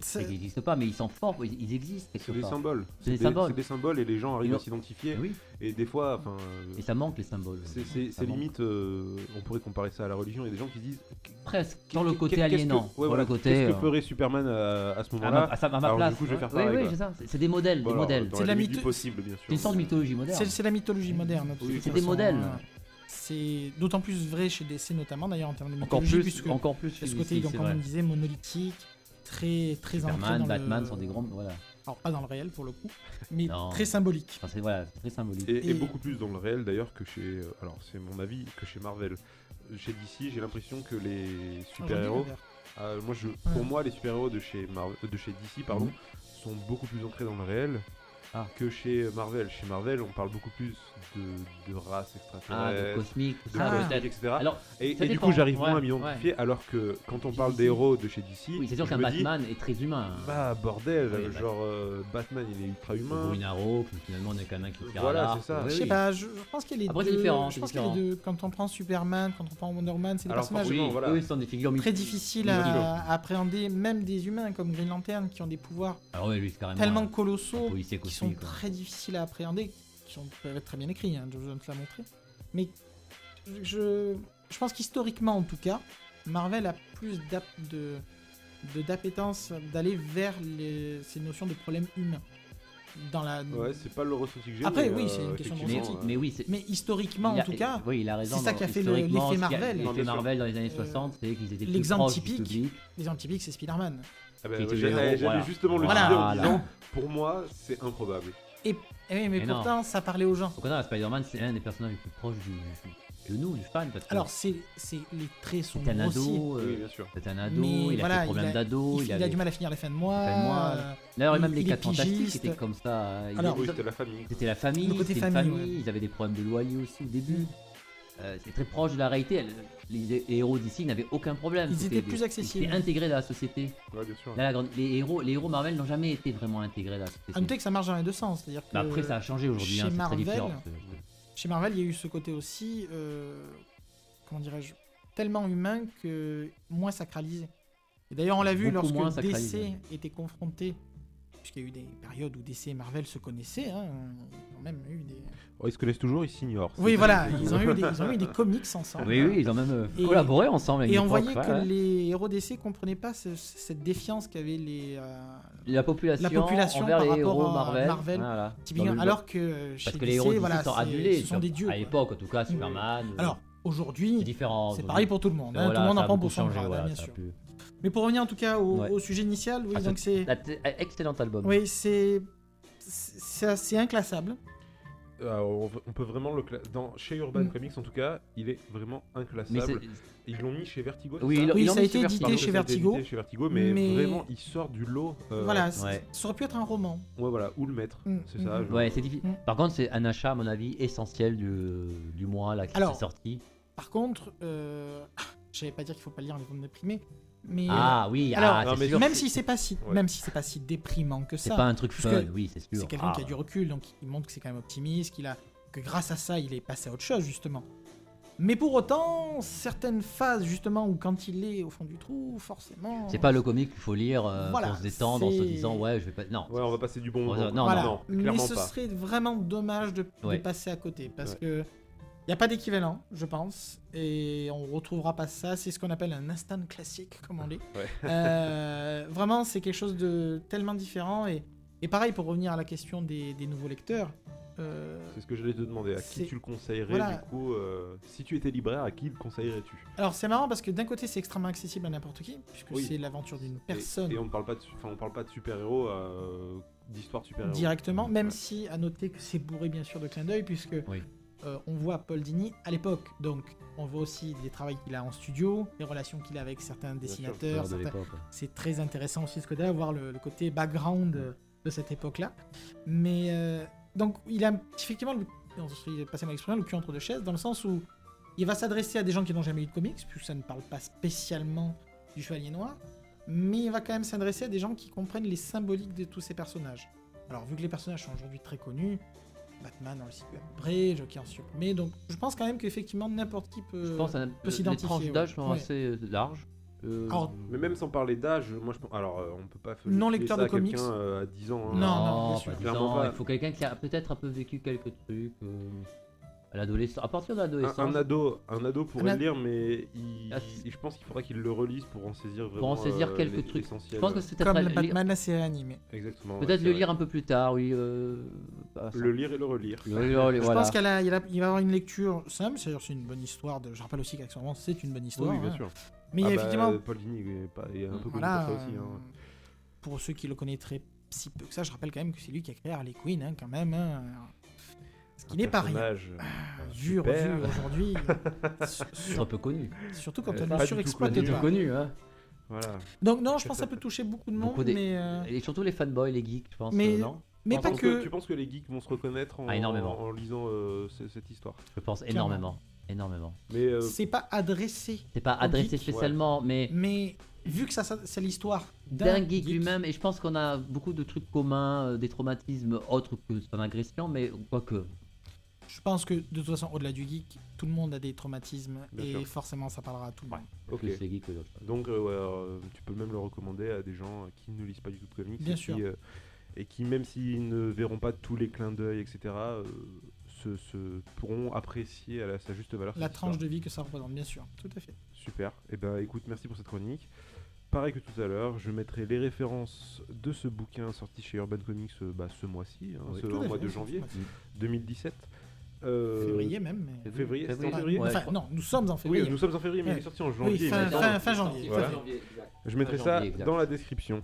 Speaker 3: ça-
Speaker 2: ils n'existent pas, mais ils sont forts, ils, ils existent quelque
Speaker 1: C'est des
Speaker 2: part.
Speaker 1: symboles.
Speaker 2: C'est des symboles.
Speaker 1: C'est des symboles et les gens arrivent
Speaker 2: Et
Speaker 1: à
Speaker 2: on-
Speaker 1: s'identifier.
Speaker 2: Eh oui,
Speaker 1: Et des fois, enfin. euh,
Speaker 2: et Ah ça manque les symboles.
Speaker 1: c'est- C'est
Speaker 2: Ça
Speaker 1: c'est
Speaker 2: manque.
Speaker 1: limite, euh, on pourrait comparer ça à la religion. Il y a des gens qui se disent
Speaker 2: Presque, dans le
Speaker 1: Qu'est-
Speaker 2: côté
Speaker 1: qu'est-ce que-
Speaker 2: aliénant.
Speaker 1: ouais,
Speaker 2: dans
Speaker 1: voilà,
Speaker 2: le côté.
Speaker 1: Qu'est-ce que
Speaker 2: euh,
Speaker 1: ferait Superman à, à ce
Speaker 2: à ma,
Speaker 1: moment-là
Speaker 2: à sa- à ma
Speaker 1: Alors,
Speaker 2: place.
Speaker 1: du coup, je vais faire
Speaker 2: Ouais,
Speaker 1: pareil,
Speaker 2: ouais,
Speaker 1: quoi.
Speaker 2: c'est ça. C'est c'est des modèles,
Speaker 1: Bon,
Speaker 2: des
Speaker 1: alors,
Speaker 2: modèles.
Speaker 1: dans
Speaker 3: C'est
Speaker 1: la
Speaker 3: la
Speaker 1: limite
Speaker 3: mytho-
Speaker 1: du possible, bien sûr.
Speaker 2: C'est une sorte de mythologie moderne.
Speaker 3: C'est c'est la mythologie moderne. de toute
Speaker 1: Oui,
Speaker 2: c'est des
Speaker 3: façon,
Speaker 2: modèles.
Speaker 3: hein. C'est d'autant plus vrai chez DC notamment d'ailleurs en termes de
Speaker 2: Encore
Speaker 3: mythologie,
Speaker 2: plus,
Speaker 3: puisque
Speaker 2: encore plus.
Speaker 3: de ce
Speaker 2: ici,
Speaker 3: côté, donc,
Speaker 2: c'est
Speaker 3: comme
Speaker 2: vrai.
Speaker 3: on disait, monolithique, très très ancré
Speaker 2: Superman,
Speaker 3: dans
Speaker 2: Batman
Speaker 3: le-
Speaker 2: sont des grands. Voilà.
Speaker 3: alors pas dans le réel pour le coup, mais
Speaker 2: Non.
Speaker 3: très symbolique.
Speaker 2: Enfin, c'est voilà, c'est très symbolique.
Speaker 1: Et, et
Speaker 3: Et-
Speaker 1: beaucoup plus dans le réel d'ailleurs que chez. euh, Alors c'est mon avis que chez Marvel. Chez DC, j'ai l'impression que les super-héros.
Speaker 3: Aujourd'hui,
Speaker 1: euh, moi, je, pour moi, les super-héros de chez Mar- euh, de chez DC, pardon,
Speaker 2: Mhm.
Speaker 1: sont beaucoup plus ancrés dans le réel
Speaker 2: Ah.
Speaker 1: que chez Marvel. Chez Marvel, on parle beaucoup plus de, de races
Speaker 2: Ah, de
Speaker 1: extraterrestres,
Speaker 2: cosmique,
Speaker 1: de
Speaker 2: ça,
Speaker 3: Ah.
Speaker 1: cosmique,
Speaker 2: peut-être.
Speaker 1: etc.
Speaker 2: Alors,
Speaker 1: et
Speaker 2: ça
Speaker 1: et du
Speaker 2: dépend,
Speaker 1: coup, j'arrive
Speaker 2: ouais,
Speaker 1: moins à m'identifier. Alors que quand on
Speaker 2: Chez
Speaker 1: parle
Speaker 2: DC.
Speaker 1: des héros de chez DC,
Speaker 2: oui, c'est sûr
Speaker 1: je
Speaker 2: qu'un
Speaker 1: me dis,
Speaker 2: Batman est très humain. hein.
Speaker 1: bah bordel,
Speaker 2: Oui, bah-
Speaker 1: genre euh, Batman, il est ultra
Speaker 2: Ou
Speaker 1: humain.
Speaker 2: une arrow, puis finalement on n'est qu'un mec qui tire
Speaker 1: Voilà,
Speaker 2: à l'arc.
Speaker 1: c'est ça.
Speaker 2: Oui,
Speaker 3: Je sais
Speaker 2: oui.
Speaker 3: pas, je, je pense qu'elle est
Speaker 2: Après, c'est
Speaker 3: deux-
Speaker 2: différent,
Speaker 3: Je
Speaker 2: c'est
Speaker 3: pense qu'elle est
Speaker 2: différent.
Speaker 3: deux. Quand on prend Superman, quand on prend Wonder Woman, c'est des
Speaker 1: Alors,
Speaker 3: personnages
Speaker 1: forcément,
Speaker 2: Ah Oui,
Speaker 1: voilà.
Speaker 2: eux, ils sont des figures mythiques.
Speaker 3: très difficiles
Speaker 1: Bien sûr.
Speaker 3: à, à appréhender, même des humains comme Green Lantern qui ont des pouvoirs
Speaker 2: Alors, ouais, lui, c'est carrément.
Speaker 3: tellement
Speaker 2: un- un
Speaker 3: colossaux
Speaker 2: policier
Speaker 3: qui
Speaker 2: cosmique,
Speaker 3: sont
Speaker 2: quoi.
Speaker 3: très difficiles à appréhender, qui sont, peuvent être très bien écrits, hein, Joe Jones l'a montré. Mais je, je pense qu'historiquement, en tout cas, Marvel a plus d'ap- de de- d'appétence d'aller vers les- ces notions de problèmes humains. Dans la,
Speaker 1: Ouais, c'est pas le ressenti que j'ai.
Speaker 3: Après,
Speaker 1: mais,
Speaker 3: oui,
Speaker 1: euh,
Speaker 3: c'est une question de
Speaker 2: Mais,
Speaker 1: effectivement,
Speaker 3: ressenti.
Speaker 1: euh,
Speaker 2: mais oui, c'est.
Speaker 3: Mais historiquement,
Speaker 2: il a-
Speaker 3: en tout cas,
Speaker 2: oui, il a raison.
Speaker 3: c'est ça
Speaker 2: dans-
Speaker 3: qui a fait le-
Speaker 2: historiquement,
Speaker 3: l'effet
Speaker 2: ce qui a-
Speaker 3: Marvel.
Speaker 1: Non, bien
Speaker 2: L'effet
Speaker 1: sûr.
Speaker 2: Marvel dans les années
Speaker 3: Euh,
Speaker 2: 60, c'est qu'ils étaient plus
Speaker 3: l'exemple
Speaker 2: proches du
Speaker 3: typique.
Speaker 2: public.
Speaker 3: les antipiques, c'est Spider-Man.
Speaker 1: Ah bah,
Speaker 2: Qui était
Speaker 1: ouais, J'allais
Speaker 2: héros,
Speaker 1: j'allais
Speaker 2: voilà.
Speaker 1: justement le
Speaker 3: Voilà.
Speaker 1: dire en
Speaker 2: Voilà.
Speaker 1: disant, pour moi, c'est improbable.
Speaker 3: Eh oui, mais
Speaker 2: Mais non.
Speaker 3: pourtant, ça parlait aux gens.
Speaker 2: Au contraire, Spider-Man, c'est l'un des personnages les plus proches du, de nous, du fan. Parce que
Speaker 3: Alors, c'est c'est- les traits sont
Speaker 2: c'est un
Speaker 3: grossis.
Speaker 2: ado,
Speaker 1: Oui,
Speaker 2: euh,
Speaker 1: bien sûr.
Speaker 2: c'est un ado,
Speaker 3: Mais
Speaker 2: il a
Speaker 3: voilà,
Speaker 2: des
Speaker 3: il
Speaker 2: problèmes
Speaker 3: a-
Speaker 2: d'ado.
Speaker 3: il, il a du mal à finir les fins de mois.
Speaker 2: les fins de mois,
Speaker 3: euh,
Speaker 2: D'ailleurs,
Speaker 3: il-
Speaker 2: même les
Speaker 3: il est
Speaker 2: quatre fantastiques
Speaker 3: pigiste.
Speaker 2: étaient comme ça. hein. Ils-
Speaker 3: Alors,
Speaker 1: Oui, c'était la famille. quoi.
Speaker 2: C'était la famille,
Speaker 3: Le côté
Speaker 2: c'était une famille,
Speaker 3: famille, ouais. Mm.
Speaker 2: ils avaient des problèmes de loyer aussi au début. Euh, c'est très proche de la réalité. Les, les héros d'ici n'avaient aucun problème.
Speaker 3: Ils
Speaker 2: C'était
Speaker 3: étaient plus accessibles.
Speaker 2: Ils étaient intégrés dans la société.
Speaker 1: Ouais, bien sûr.
Speaker 2: Là, la grande- les, héros, les héros Marvel n'ont jamais été vraiment intégrés dans la
Speaker 3: À noter
Speaker 2: société.
Speaker 3: que ça marche dans les deux sens. C'est-à-dire Ah, que
Speaker 2: Bah, après, ça a changé aujourd'hui.
Speaker 3: chez
Speaker 2: hein, c'est très
Speaker 3: Marvel,
Speaker 2: différent.
Speaker 3: chez Marvel, il y a eu ce côté aussi, euh, comment dirais-je, tellement humain que moins sacralisé. Et d'ailleurs, on l'a vu
Speaker 2: Beaucoup moins
Speaker 3: lorsque DC
Speaker 2: sacralisé.
Speaker 3: était confronté, puisqu'il y a eu des périodes où DC et Marvel se connaissaient, hein, ils ont même eu des...
Speaker 1: Oh, ils se connaissent toujours, ils s'ignorent.
Speaker 3: Oui,
Speaker 1: C'est-
Speaker 3: voilà,
Speaker 1: c'est-
Speaker 3: ils ont eu des, ils ont eu des comics ensemble.
Speaker 2: Oui, oui, ils ont même euh,
Speaker 3: Et-
Speaker 2: collaboré ensemble. à une
Speaker 3: Et on
Speaker 2: époque,
Speaker 3: voyait
Speaker 2: ouais,
Speaker 3: que
Speaker 2: ouais.
Speaker 3: les héros DC comprenaient pas ce- cette défiance qu'avait les, euh,
Speaker 2: la population,
Speaker 3: la population
Speaker 2: envers
Speaker 3: par
Speaker 2: les
Speaker 3: rapport
Speaker 2: héros
Speaker 3: à
Speaker 2: Marvel.
Speaker 3: Marvel,
Speaker 2: voilà.
Speaker 3: typiquement,
Speaker 2: Dans le-
Speaker 3: alors que euh, chez
Speaker 2: Parce que
Speaker 3: DC,
Speaker 2: les héros d'ici
Speaker 3: voilà,
Speaker 2: sont
Speaker 3: c'est-
Speaker 2: adulés.
Speaker 3: ce sont des dieux.
Speaker 2: À
Speaker 3: quoi.
Speaker 2: l'époque, en tout cas, Superman. euh,
Speaker 3: Alors
Speaker 2: c'est
Speaker 3: aujourd'hui,
Speaker 2: différent.
Speaker 3: c'est
Speaker 2: aujourd'hui.
Speaker 3: pareil pour tout le monde.
Speaker 2: Mais
Speaker 3: hein,
Speaker 2: voilà,
Speaker 3: tout le monde
Speaker 2: ça
Speaker 3: en
Speaker 2: a
Speaker 3: prend
Speaker 2: beaucoup
Speaker 3: pour son
Speaker 2: changé,
Speaker 3: grade, hein,
Speaker 2: voilà,
Speaker 3: bien
Speaker 2: ça a
Speaker 3: sûr.
Speaker 2: pu-
Speaker 3: Mais pour revenir en tout cas au,
Speaker 2: Ouais.
Speaker 3: au sujet initial, oui,
Speaker 2: Ah,
Speaker 3: donc c'est,
Speaker 2: La t-
Speaker 1: euh,
Speaker 2: Excellent album.
Speaker 3: oui, c'est, c'est, c'est assez inclassable.
Speaker 1: [laughs] Ah, on on peut vraiment le cla- dans Chez Urban
Speaker 3: Mm.
Speaker 1: Comics, en tout cas, il est vraiment
Speaker 2: Mais c'est-
Speaker 1: inclassable. Ils l'ont mis chez Vertigo. c'est
Speaker 2: Oui,
Speaker 1: ça
Speaker 2: ils l'ont-
Speaker 3: Oui,
Speaker 2: ils l'ont
Speaker 3: ça a
Speaker 2: mis
Speaker 3: été
Speaker 2: sur
Speaker 3: édité
Speaker 1: Pardon,
Speaker 2: Vertigo.
Speaker 3: chez
Speaker 1: ça a été
Speaker 3: Vertigo,
Speaker 1: édité chez Vertigo, mais,
Speaker 3: mais-
Speaker 1: vraiment, il sort du lot. euh,
Speaker 3: voilà, c-
Speaker 2: ouais.
Speaker 3: ça aurait pu être un roman.
Speaker 1: Ouais, voilà, où le mettre.
Speaker 3: Mm,
Speaker 1: C'est ça.
Speaker 3: mm.
Speaker 1: genre.
Speaker 2: Ouais, c'est difficile.
Speaker 3: Mm.
Speaker 2: Par contre, c'est un achat, à mon avis, essentiel du, du mois là, qui
Speaker 3: Alors,
Speaker 2: est sorti.
Speaker 3: Par contre, euh... j'allais pas dire qu'il faut pas lire les ventes déprimées, mais
Speaker 2: Ah oui,
Speaker 3: alors,
Speaker 2: ah,
Speaker 1: non, mais
Speaker 2: c'est sûr.
Speaker 3: même si c'est pas si,
Speaker 1: Ouais.
Speaker 3: même si c'est pas si déprimant que
Speaker 2: C'est
Speaker 3: ça,
Speaker 2: pas un truc
Speaker 3: puisque
Speaker 2: fun, oui, c'est sûr.
Speaker 3: c'est quelqu'un
Speaker 2: Ah.
Speaker 3: qui a du recul, donc il montre que c'est quand même optimiste, qu'il a que grâce à ça, il est passé à autre chose justement. Mais pour autant, certaines phases justement où quand il est au fond du trou, forcément.
Speaker 2: C'est pas le comic qu'il faut lire euh,
Speaker 3: Voilà,
Speaker 2: pour se détendre en se
Speaker 3: c'est-
Speaker 2: disant ouais, je vais pas. Non.
Speaker 1: Ouais, on va passer du bon
Speaker 2: Ouais,
Speaker 1: moment.
Speaker 2: non, non,
Speaker 3: voilà.
Speaker 1: non,
Speaker 3: Mais
Speaker 1: clairement
Speaker 3: ce
Speaker 1: pas.
Speaker 3: serait vraiment dommage de, de
Speaker 2: Ouais.
Speaker 3: passer à côté parce
Speaker 1: Ouais.
Speaker 3: que il n'y a pas d'équivalent, je pense, et on retrouvera pas ça. C'est ce qu'on appelle un instant classique, comme on dit.
Speaker 1: [laughs] Ouais.
Speaker 3: Euh, vraiment, c'est quelque chose de tellement différent. Et, et pareil, pour revenir à la question des, des nouveaux lecteurs, euh,
Speaker 1: C'est ce que j'allais te demander. À qui
Speaker 3: C'est-
Speaker 1: tu le conseillerais
Speaker 3: Voilà.
Speaker 1: du coup euh, Si tu étais libraire, à qui le conseillerais-tu
Speaker 3: alors c'est marrant parce que d'un côté, c'est extrêmement accessible à n'importe qui, puisque
Speaker 1: Oui.
Speaker 3: c'est l'aventure d'une
Speaker 1: Et-
Speaker 3: personne.
Speaker 1: Et, on ne parle pas de, su- enfin, on parle pas de super-héros, euh, d'histoire de super-héros.
Speaker 3: directement, même
Speaker 1: Ouais.
Speaker 3: si à noter que c'est bourré bien sûr de clins d'œil puisque
Speaker 2: Oui.
Speaker 3: euh, on voit Paul Dini à l'époque, donc on voit aussi des travails qu'il a en studio, les relations qu'il a avec certains dessinateurs,
Speaker 2: Peur de
Speaker 3: certains-
Speaker 2: l'époque.
Speaker 3: c'est très intéressant aussi ce côté-là, voir le, le côté background euh, de cette époque-là. Mais euh, donc il a effectivement, le, on se- passez-moi l'expression, le cul entre deux chaises, dans le sens où il va s'adresser à des gens qui n'ont jamais lu de comics, puisque ça ne parle pas spécialement du Chevalier Noir, mais il va quand même s'adresser à des gens qui comprennent les symboliques de tous ces personnages. Alors vu que les personnages sont aujourd'hui très connus, bah, Batman, on le situe après, Joker, Superman. Mais donc, je pense quand même qu'effectivement, n'importe qui peut.
Speaker 2: Je pense à
Speaker 3: peut s'identifier,
Speaker 2: tranches d'âge
Speaker 3: ouais.
Speaker 2: sont
Speaker 3: Ouais.
Speaker 2: assez larges. Euh,
Speaker 3: Alors-
Speaker 1: Mais même sans parler d'âge, moi je pense. Alors, euh, on peut pas faire
Speaker 3: Non lecteur de comics.
Speaker 1: quelqu'un euh, à 10 ans. hein.
Speaker 3: Non, non, bien
Speaker 2: pas
Speaker 3: sûr.
Speaker 2: dix
Speaker 1: Clairement
Speaker 2: ans,
Speaker 1: pas.
Speaker 2: Il faut quelqu'un qui a peut-être un peu vécu quelques trucs euh, à l'adolescence. À partir de
Speaker 1: Un,
Speaker 2: l'adolescence,
Speaker 1: un ado, un ado pourrait
Speaker 3: Un
Speaker 1: le lire, mais il-
Speaker 2: Ah,
Speaker 1: il- je pense qu'il faudra qu'il le relise pour en saisir vraiment.
Speaker 2: pour en saisir
Speaker 1: euh,
Speaker 2: quelques
Speaker 1: les-
Speaker 2: trucs. Je
Speaker 1: l'essentiel.
Speaker 2: pense que c'est peut-être
Speaker 3: Comme
Speaker 2: à
Speaker 3: le
Speaker 2: lire-
Speaker 3: Batman, la série animée.
Speaker 1: Exactement. ouais,
Speaker 2: peut-être
Speaker 1: c'est
Speaker 2: le
Speaker 1: vrai.
Speaker 2: lire un peu plus tard, oui. euh, bah, ça-
Speaker 1: Le lire et le relire.
Speaker 2: le- le- le-
Speaker 3: Je
Speaker 2: voilà.
Speaker 3: pense qu'il a, il a- il va avoir une lecture simple, c'est-à-dire c'est une bonne histoire. De, je rappelle aussi qu'Axorman, c'est une bonne histoire.
Speaker 1: oui, bien
Speaker 3: hein.
Speaker 1: sûr.
Speaker 3: Mais il
Speaker 1: Ah
Speaker 3: y a
Speaker 1: bah,
Speaker 3: effectivement
Speaker 1: Paul Dini il est pas- il est un peu connu
Speaker 3: Voilà,
Speaker 1: pour ça aussi. hein.
Speaker 3: euh, Pour ceux qui le connaîtraient si peu que ça, je rappelle quand même que c'est lui qui a créé Harley Quinn, hein, quand même. hein. Alors, Ce qui
Speaker 1: Un
Speaker 3: n'est pas rien.
Speaker 1: personnage, euh,
Speaker 3: Dur,
Speaker 1: super.
Speaker 3: dur
Speaker 1: [laughs]
Speaker 3: aujourd'hui. S-
Speaker 2: C'est un
Speaker 3: sur-
Speaker 2: peu connu.
Speaker 3: surtout quand
Speaker 2: Euh,
Speaker 3: on
Speaker 1: pas
Speaker 3: est
Speaker 1: du
Speaker 3: surexploité.
Speaker 1: tout
Speaker 2: C'est
Speaker 1: connu.
Speaker 2: connu,
Speaker 3: quoi.
Speaker 2: hein.
Speaker 1: Voilà.
Speaker 3: Donc non, je pense que ça peut toucher beaucoup de monde,
Speaker 2: Beaucoup des-
Speaker 3: mais, euh,
Speaker 2: Et surtout les fanboys, les geeks, je pense.
Speaker 3: Mais-
Speaker 2: euh, non
Speaker 3: mais
Speaker 1: Tu
Speaker 3: pas
Speaker 1: penses
Speaker 3: que.
Speaker 1: Tu penses que les geeks vont se reconnaître en,
Speaker 2: Ah, énormément.
Speaker 1: en lisant euh, ce- cette histoire
Speaker 2: Je pense
Speaker 3: Clairement.
Speaker 2: énormément. Énormément.
Speaker 1: Mais euh,
Speaker 3: C'est pas adressé,
Speaker 2: C'est pas adressé
Speaker 3: geek,
Speaker 2: spécialement, mais
Speaker 3: mais vu que ça, ça- c'est l'histoire
Speaker 2: d'un geek, lui-même, et je pense qu'on a beaucoup de trucs communs, euh, des traumatismes autres que son agression, mais quoique.
Speaker 3: Je pense que de toute façon, au-delà du geek, tout le monde a des traumatismes
Speaker 1: Bien
Speaker 3: et
Speaker 1: sûr.
Speaker 3: forcément, ça parlera à tout le monde.
Speaker 1: ok.
Speaker 2: Plus les geeks que d'autres.
Speaker 1: Donc euh, ouais, euh, tu peux même le recommander à des gens qui ne lisent pas du tout de comics
Speaker 3: Bien
Speaker 1: et,
Speaker 3: sûr.
Speaker 1: Qui, euh, et qui même s'ils ne verront pas tous les clins d'œil, etc., euh, se, se pourront apprécier à la- sa juste valeur.
Speaker 3: La
Speaker 1: cette
Speaker 3: tranche
Speaker 1: histoire.
Speaker 3: de vie que ça représente, bien sûr. Tout à fait.
Speaker 1: Super. Et ben écoute, merci pour cette chronique. Pareil que tout à l'heure, je mettrai les références de ce bouquin sorti chez Urban Comics euh, bah, ce mois-ci, hein,
Speaker 2: Oui.
Speaker 1: ce
Speaker 3: Tout à
Speaker 1: mois
Speaker 3: fait,
Speaker 1: de
Speaker 3: c'est
Speaker 1: janvier
Speaker 3: vrai.
Speaker 1: 2017. Euh,
Speaker 3: Février même. mais-
Speaker 1: Février, c'était en
Speaker 3: Enfin,
Speaker 1: février
Speaker 2: Ouais,
Speaker 3: enfin,
Speaker 2: je crois-
Speaker 3: non, nous sommes en
Speaker 1: Oui,
Speaker 3: février.
Speaker 1: nous sommes en février, mais il
Speaker 3: Ouais.
Speaker 1: est sorti en janvier.
Speaker 3: Oui,
Speaker 1: il
Speaker 3: fin,
Speaker 1: me semble.
Speaker 3: Euh, fin, fin janvier.
Speaker 1: Voilà.
Speaker 3: tout à fait.
Speaker 1: Je mettrai
Speaker 2: Fin
Speaker 1: ça
Speaker 2: janvier, exact.
Speaker 1: dans la description.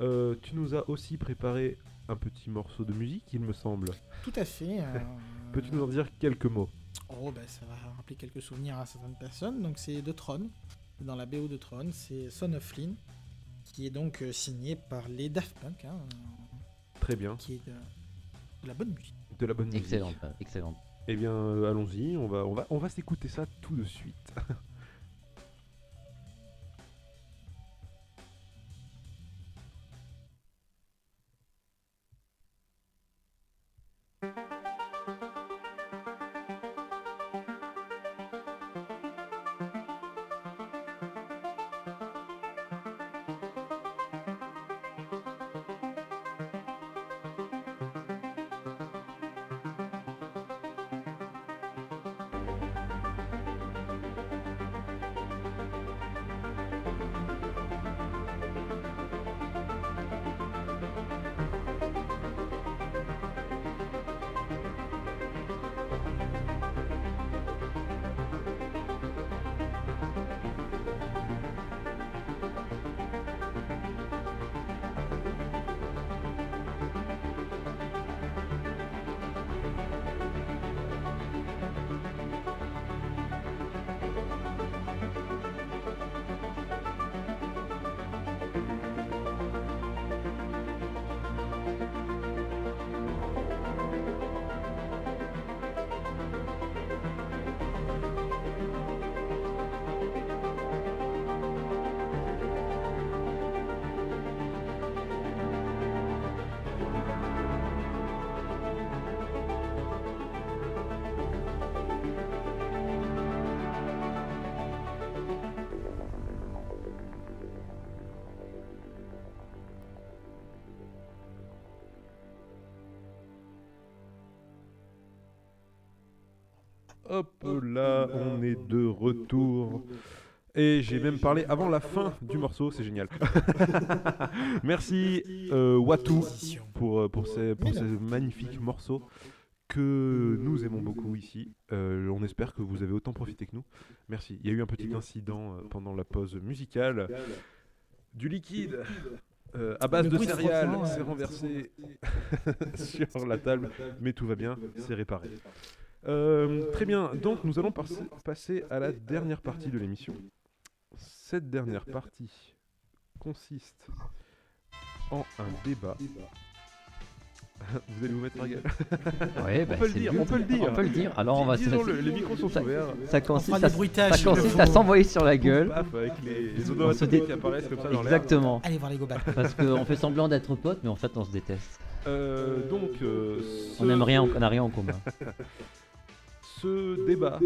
Speaker 1: Euh, tu nous as aussi préparé un petit morceau de musique, il me semble.
Speaker 3: Tout à fait. euh,
Speaker 1: Peux-tu nous en dire quelques mots
Speaker 3: Oh, bah, ça va rappeler quelques souvenirs à certaines personnes. Donc, c'est de Tron. Dans la BO de Tron, c'est Son of Flynn, qui est donc euh, signé par les Daft Punk, hein,
Speaker 1: Très bien,
Speaker 3: qui est de, de la bonne musique.
Speaker 1: de la bonne musique.
Speaker 2: Excellent, euh, excellent.
Speaker 1: Eh bien, euh, allons-y, on va, on va, on va s'écouter ça tout de suite. Hop là, on est de retour. [laughs] Et j'ai même parlé avant la fin du morceau, c'est génial. Merci euh, Watu pour, euh, pour, ces, pour ces magnifiques morceaux que nous aimons beaucoup ici. Euh, on espère que vous avez autant profité que nous. Merci. Il y a eu un petit incident euh, pendant la pause musicale. Du liquide euh, à base
Speaker 3: Le
Speaker 1: de
Speaker 3: bruit de
Speaker 1: céréales
Speaker 3: frottement,
Speaker 1: s'est
Speaker 3: ouais.
Speaker 1: renversé sur la table, mais tout va bien, c'est réparé. Euh, très bien, donc nous allons passer- passer à la dernière partie de l'émission. Cette dernière partie consiste en un débat. Vous allez vous mettre la gueule.
Speaker 2: Ouais, bah,
Speaker 1: On peut le
Speaker 2: c'est
Speaker 1: dire,
Speaker 2: but.
Speaker 1: on peut le dire.
Speaker 2: On peut le dire. Alors on va se
Speaker 1: Disons-le, les micros sont
Speaker 2: ça-
Speaker 1: ouverts.
Speaker 2: Ça
Speaker 3: On
Speaker 2: consiste
Speaker 3: fera
Speaker 2: à,
Speaker 3: des bruitages.
Speaker 2: ça
Speaker 3: il le
Speaker 2: consiste à
Speaker 3: faut.
Speaker 2: s'envoyer sur la gueule.
Speaker 1: Paf, avec les, les
Speaker 2: On se
Speaker 1: onomatopées
Speaker 2: dé-
Speaker 1: qui apparaissent comme ça dans l'air.
Speaker 2: Exactement.
Speaker 3: Allez voir les Go Batman.
Speaker 2: Parce qu'on fait semblant d'être potes, mais en fait on se déteste.
Speaker 1: Euh, donc, euh, ce-
Speaker 2: On n'aime rien, on n'a rien en commun.
Speaker 1: Ce débat,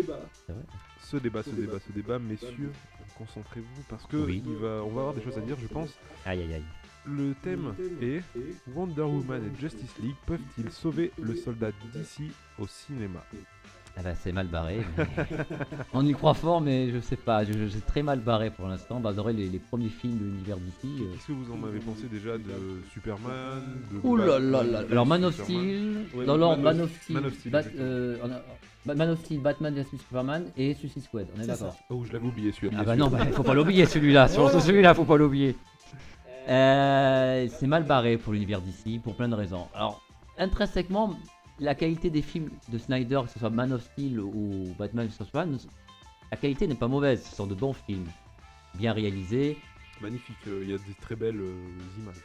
Speaker 2: C'est vrai.
Speaker 1: ce débat, ce débat, ce débat, messieurs, concentrez-vous parce que
Speaker 2: Oui.
Speaker 1: il va, on va avoir des choses à dire, je pense.
Speaker 2: Aïe aïe aïe.
Speaker 1: Le thème est Wonder Woman et Justice League peuvent-ils sauver le soldat d'ici au cinéma
Speaker 2: Ah bah, c'est mal barré. mais- on y croit fort, mais je sais pas. je- je- C'est très mal barré pour l'instant. Bah, j'adorais les, les premiers films de euh, l'univers d'ici.
Speaker 1: Qu'est-ce que vous en avez pensé déjà de Superman de
Speaker 2: Ouh là là
Speaker 1: Batman,
Speaker 2: là.
Speaker 1: de
Speaker 2: Alors Man of
Speaker 1: Superman
Speaker 2: Steel,
Speaker 1: Ouais,
Speaker 2: dans l'ordre
Speaker 1: Man
Speaker 2: Man
Speaker 1: of-
Speaker 2: of Steel,
Speaker 1: Man of Steel,
Speaker 2: Bat-
Speaker 1: exactement.
Speaker 2: euh, on a- Ba- Man of Steel, Batman vs Superman et Suicide Squad. On est
Speaker 3: C'est
Speaker 2: d'accord.
Speaker 1: Oh, je l'avais oublié celui-là.
Speaker 2: Ah
Speaker 1: bien
Speaker 2: bah
Speaker 1: sûr.
Speaker 2: non, bah, faut pas
Speaker 1: [laughs]
Speaker 2: l'oublier celui-là. Sur sur celui-là, faut pas l'oublier. Euh, c'est mal barré pour l'univers d'ici, pour plein de raisons. Alors, intrinsèquement, la qualité des films de Snyder, que ce soit Man of Steel ou Batman vs Superman, la qualité n'est pas mauvaise. Ce sont de bons films, bien réalisés.
Speaker 1: Magnifique, euh, il y a des très belles euh, images.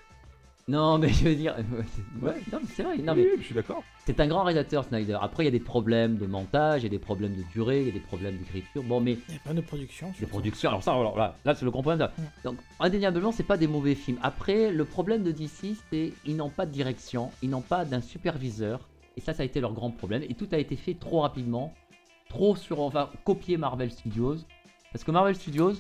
Speaker 2: Non, mais je veux dire, [laughs] ouais, non, mais c'est vrai. Non,
Speaker 1: Oui,
Speaker 2: mais
Speaker 1: oui, je suis d'accord.
Speaker 2: C'est un grand réalisateur, Snyder. Après, il y a des problèmes de montage, il y a des problèmes de durée, il y a des problèmes d'écriture. Bon, mais
Speaker 3: Il n'y a pas de production.
Speaker 2: les
Speaker 3: surtout.
Speaker 2: productions, alors ça, alors là, là c'est le grand problème. Donc, indéniablement, c'est pas des mauvais films. Après, le problème de DC, c'est ils n'ont pas de direction, ils n'ont pas d'un superviseur. Et ça, ça a été leur grand problème. Et tout a été fait trop rapidement, trop sur, enfin, copier Marvel Studios. Parce que Marvel Studios,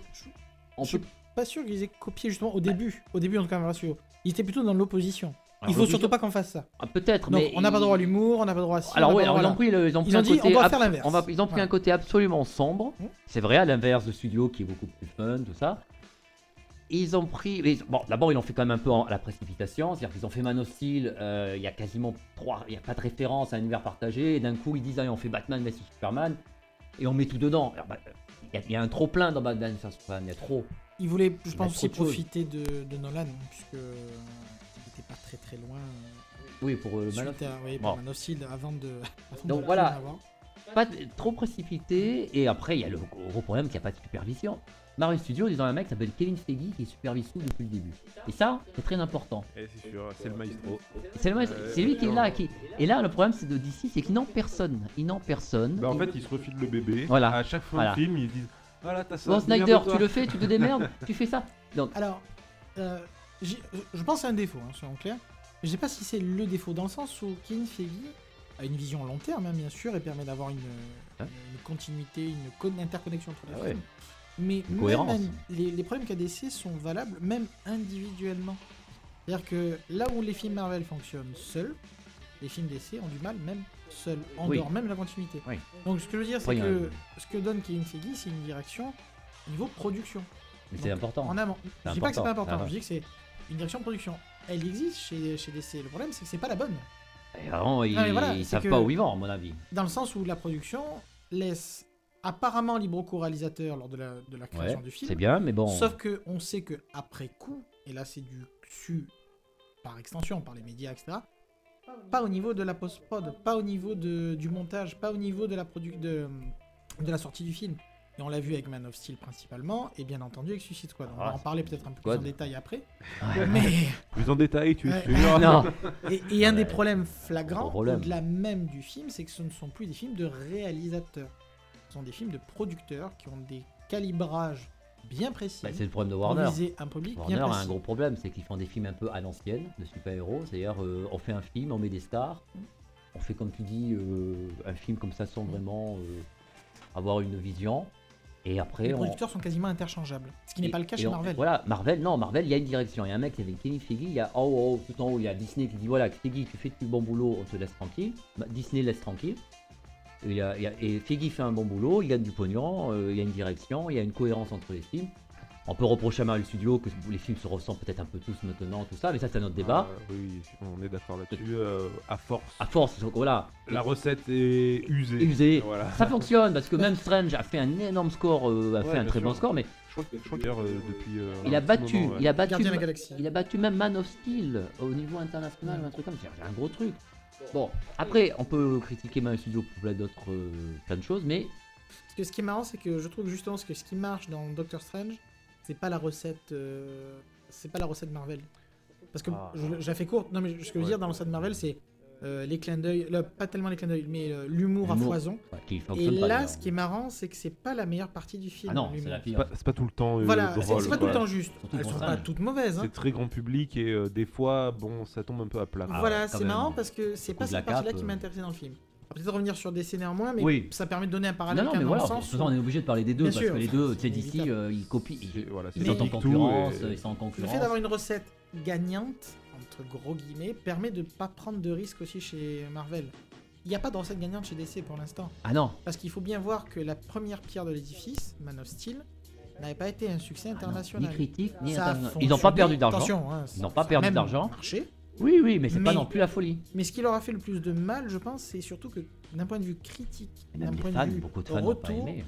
Speaker 2: on
Speaker 3: Je suis
Speaker 2: peut.
Speaker 3: Pas sûr qu'ils aient copié justement au début. Au début, en tout cas, Marvel Studios. Ils étaient plutôt dans l'opposition. Il
Speaker 2: Alors,
Speaker 3: faut surtout pas qu'on fasse ça.
Speaker 2: Ah, Peut-être,
Speaker 3: Donc,
Speaker 2: mais.
Speaker 3: on n'a pas
Speaker 2: ils-
Speaker 3: droit à l'humour, on n'a pas droit à ci,
Speaker 2: Alors
Speaker 3: on
Speaker 2: oui,
Speaker 3: n'a
Speaker 2: alors,
Speaker 3: pas
Speaker 2: ils
Speaker 3: droit
Speaker 2: ont
Speaker 3: à
Speaker 2: pris, le- ils ont
Speaker 3: Ils
Speaker 2: pris
Speaker 3: ont
Speaker 2: un
Speaker 3: dit,
Speaker 2: côté
Speaker 3: on doit
Speaker 2: abs-
Speaker 3: faire l'inverse.
Speaker 2: on va- ils ont pris
Speaker 3: Voilà.
Speaker 2: un côté absolument sombre.
Speaker 3: Mm.
Speaker 2: C'est vrai, à l'inverse de studio qui est beaucoup plus fun, tout ça. Ils ont pris. mais ils- bon, d'abord, ils l'ont fait quand même un peu en- à la précipitation. C'est-à-dire qu'ils ont fait Man of Steel, euh, il y a quasiment trois. Il n'y a pas de référence à un univers partagé. Et d'un coup, ils disent, allez, on fait Batman vs Superman. Et on met tout dedans. Alors, bah, Il y, a- il y a un trop plein dans Batman vs Superman. Il y a trop.
Speaker 3: Ils voulaient, je
Speaker 2: Il y
Speaker 3: pense,
Speaker 2: a
Speaker 3: aussi
Speaker 2: trop de choses.
Speaker 3: profiter de, de Nolan, puisque euh, il n'était pas très très loin. euh,
Speaker 2: Oui, pour euh, Man of
Speaker 3: suite à, oui,
Speaker 2: Bon.
Speaker 3: pour Man of Steel, avant de. [laughs] avant de
Speaker 2: Donc
Speaker 3: le
Speaker 2: voilà.
Speaker 3: l'avoir.
Speaker 2: pas de- trop précipité. Et après, il y a le gros problème qu'il n'y a pas de supervision. Marvel Studios, ils ont un mec qui s'appelle Kevin Feige qui supervise tout depuis le début. Et ça, c'est très important.
Speaker 1: Eh, c'est sûr, c'est le maestro.
Speaker 2: C'est le mec-
Speaker 1: Euh,
Speaker 2: c'est lui qui est là. Qui... Et là, le problème, c'est de DC, c'est qu'il n'en personne. Il n'en personne.
Speaker 1: Bah, en fait, ils se refilent le bébé.
Speaker 2: Voilà.
Speaker 1: À chaque fin
Speaker 2: Voilà.
Speaker 1: de film, ils disent Voilà, t'as ça.
Speaker 2: bon, Snyder,
Speaker 1: démerde-toi.
Speaker 2: tu le fais, tu
Speaker 1: [laughs]
Speaker 2: te démerdes, tu fais ça. Donc,
Speaker 3: Alors, euh, j'ai- je pense à un défaut, hein, soyons clairs. Je sais pas si c'est le défaut dans le sens où Kevin Feige a une vision long terme, hein, bien sûr, et permet d'avoir une,
Speaker 2: Hein
Speaker 3: une continuité, une, co- une interconnexion entre les
Speaker 2: Ah
Speaker 3: films. Mais
Speaker 2: Une
Speaker 3: même
Speaker 2: cohérence.
Speaker 3: indi- les, les problèmes qu'ADC sont valables même individuellement. C'est-à-dire que là où les films Marvel fonctionnent seuls, les films DC ont du mal même seuls, en
Speaker 2: Oui.
Speaker 3: dehors même de la continuité.
Speaker 2: Oui.
Speaker 3: Donc ce que je veux dire, c'est
Speaker 2: Après, il y a
Speaker 3: que ce que donne Kevin Feige, c'est une direction niveau production.
Speaker 2: mais c'est
Speaker 3: Donc,
Speaker 2: important.
Speaker 3: En amont. Je
Speaker 2: C'est
Speaker 3: dis pas que c'est pas
Speaker 2: important, Ah, ça
Speaker 3: important,
Speaker 2: va.
Speaker 3: je dis que c'est une direction de production. Elle existe chez, chez DC. Le problème, c'est que c'est pas la bonne.
Speaker 2: Et Vraiment, ils,
Speaker 3: Ah, mais voilà,
Speaker 2: ils
Speaker 3: c'est
Speaker 2: savent
Speaker 3: que-
Speaker 2: pas où ils vont, à mon avis.
Speaker 3: Dans le sens où la production laisse apparemment libre cours au réalisateur lors de la, de la création
Speaker 2: Ouais,
Speaker 3: du film.
Speaker 2: c'est bien, mais bon.
Speaker 3: Sauf que on sait que après coup, et là c'est du su par extension, par les médias, etc. Pas au niveau de la post-prod, pas au niveau de, du montage, pas au niveau de la, produ- de, de la sortie du film. Et on l'a vu avec Man of Steel principalement, et bien entendu avec Suicide Squad. On
Speaker 2: Ah,
Speaker 3: va en parler peut-être un peu plus
Speaker 2: Squad.
Speaker 3: en détail après.
Speaker 2: Ouais.
Speaker 3: Mais
Speaker 1: Plus en détail, tu es
Speaker 3: Ouais.
Speaker 1: sûr Euh,
Speaker 2: [laughs] Non,
Speaker 3: Et, et un
Speaker 2: Ouais.
Speaker 3: des problèmes
Speaker 2: Gros
Speaker 3: flagrants,
Speaker 2: problème.
Speaker 3: au-delà même du film, c'est que ce ne sont plus des films de réalisateurs. Ce sont des films de producteurs qui ont des calibrages bien précis
Speaker 2: Bah, c'est le problème de
Speaker 3: pour
Speaker 2: Warner.
Speaker 3: viser un public
Speaker 2: Warner
Speaker 3: bien
Speaker 2: a un
Speaker 3: précis.
Speaker 2: gros problème, c'est qu'ils font des films un peu à l'ancienne, de super-héros. C'est-à-dire, euh, on fait un film, on met des stars, on fait comme tu dis, euh, un film comme ça sans vraiment euh, avoir une vision. Et après,
Speaker 3: Les
Speaker 2: on.
Speaker 3: producteurs sont quasiment interchangeables, ce qui
Speaker 2: hein.
Speaker 3: n'est
Speaker 2: et-
Speaker 3: pas le cas
Speaker 2: et
Speaker 3: chez
Speaker 2: on-
Speaker 3: Marvel.
Speaker 2: Voilà, Marvel, non, Marvel, il y a une direction. Il y a un mec qui avec Kevin Feige, il y a en haut, en haut, tout en haut, il y a Disney qui dit voilà, Feige, tu fais du bon boulot, on te laisse tranquille. Bah, Disney laisse tranquille. Et, il y a- il y a- et Feige fait un bon boulot, il gagne du pognon, euh, il y a une direction, il y a une cohérence entre les films. On peut reprocher à Marvel Studios que les films se ressemblent peut-être un peu tous maintenant, tout ça, mais ça c'est un autre débat.
Speaker 1: Ah, oui, on est d'accord là-dessus. euh, à force,
Speaker 2: À force, donc voilà,
Speaker 1: la recette est usée.
Speaker 2: Usée.
Speaker 1: Voilà.
Speaker 2: ça fonctionne parce que même Strange a fait un énorme score, euh, a
Speaker 1: Ouais,
Speaker 2: fait un
Speaker 1: bien
Speaker 2: très bon
Speaker 1: sûr.
Speaker 2: score, mais
Speaker 1: Je crois que je crois que d'ailleurs, euh, depuis. euh,
Speaker 2: il
Speaker 1: un
Speaker 2: a
Speaker 1: petit
Speaker 2: battu,
Speaker 1: moment, ouais.
Speaker 2: il a battu.
Speaker 3: Gardien de la Galaxie.
Speaker 2: Il a battu même Man of Steel euh, au niveau international ou un truc comme ça. C'est un gros truc. Bon, après, on peut critiquer Man of Studio pour plein d'autres euh, plein de choses, mais
Speaker 3: Parce que ce qui est marrant, c'est que je trouve justement ce que ce qui marche dans Doctor Strange, c'est pas la recette, euh, c'est pas la recette Marvel. Parce que
Speaker 1: Ah.
Speaker 3: je, je la fais courte. Non mais ce que je veux
Speaker 1: Ouais.
Speaker 3: dire dans la recette Marvel, c'est euh, les clins d'œil, là, pas tellement les clins d'œil, mais euh, l'humour à
Speaker 2: L'humour.
Speaker 3: foison.
Speaker 2: Ouais, qui
Speaker 3: Et
Speaker 2: fonctionne pas,
Speaker 3: là,
Speaker 2: d'ailleurs.
Speaker 3: ce qui est marrant, c'est que c'est pas la meilleure partie du film.
Speaker 2: Ah non, c'est
Speaker 3: l'humour.
Speaker 2: la
Speaker 1: C'est
Speaker 2: pire.
Speaker 1: pas, c'est pas tout le temps. euh,
Speaker 3: Voilà,
Speaker 1: drôle,
Speaker 3: c'est c'est pas tout le
Speaker 1: quoi.
Speaker 3: temps juste.
Speaker 2: Surtout
Speaker 3: Elles
Speaker 2: pour
Speaker 3: sont
Speaker 2: ça.
Speaker 3: pas toutes mauvaises. hein.
Speaker 1: C'est très grand public et euh, des fois, bon, ça tombe un peu à plat.
Speaker 2: Ah,
Speaker 3: voilà,
Speaker 2: ouais, quand
Speaker 3: c'est
Speaker 2: même.
Speaker 3: marrant parce que c'est
Speaker 2: Coup
Speaker 3: pas
Speaker 2: de la
Speaker 3: cette partie-là
Speaker 2: cape,
Speaker 3: qui
Speaker 2: euh.
Speaker 3: m'intéressait dans le film. On va Peut-être revenir sur des scénarios moins, mais
Speaker 2: Oui.
Speaker 3: ça permet de donner un
Speaker 2: Non,
Speaker 3: parallèle
Speaker 2: non,
Speaker 3: quand
Speaker 2: mais
Speaker 3: même
Speaker 2: voilà,
Speaker 3: dans
Speaker 2: de
Speaker 3: le
Speaker 2: toute
Speaker 3: sens. où-
Speaker 2: façon, on est obligé de parler des deux,
Speaker 3: Bien
Speaker 2: parce
Speaker 3: sûr,
Speaker 2: que les deux, tu sais,
Speaker 3: c'est
Speaker 2: d'ici,
Speaker 3: inévitable.
Speaker 2: euh, ils copient, ils,
Speaker 1: Voilà,
Speaker 2: ils
Speaker 3: Mais- euh,
Speaker 2: sont en
Speaker 1: Tick-Too et-
Speaker 2: concurrence, ils sont en
Speaker 3: Le
Speaker 2: concurrence.
Speaker 3: fait d'avoir une recette gagnante, entre gros guillemets, permet de pas prendre de risques aussi chez Marvel. Il n'y a pas de recette gagnante chez DC pour l'instant.
Speaker 2: Ah non,
Speaker 3: Parce qu'il faut bien voir que la première pierre de l'édifice, Man of Steel, n'avait pas été un succès
Speaker 2: ah non, ni
Speaker 3: international.
Speaker 2: critique, ni
Speaker 3: Ça a
Speaker 2: international. Ils n'ont pas
Speaker 3: fonctionné.
Speaker 2: perdu d'argent.
Speaker 3: Attention, hein,
Speaker 2: Ils
Speaker 3: ça-
Speaker 2: n'ont pas
Speaker 3: ça a
Speaker 2: perdu
Speaker 3: même
Speaker 2: d'argent.
Speaker 3: marché.
Speaker 2: Oui, oui, mais c'est pas
Speaker 3: Mais-
Speaker 2: non plus la folie.
Speaker 3: Mais ce qui leur a fait le plus de mal, je pense, c'est surtout que d'un point de vue critique,
Speaker 2: Et Même
Speaker 3: d'un
Speaker 2: les
Speaker 3: point
Speaker 2: fans,
Speaker 3: de vue
Speaker 2: beaucoup de fans n'ont pas
Speaker 3: retour,
Speaker 2: aimé.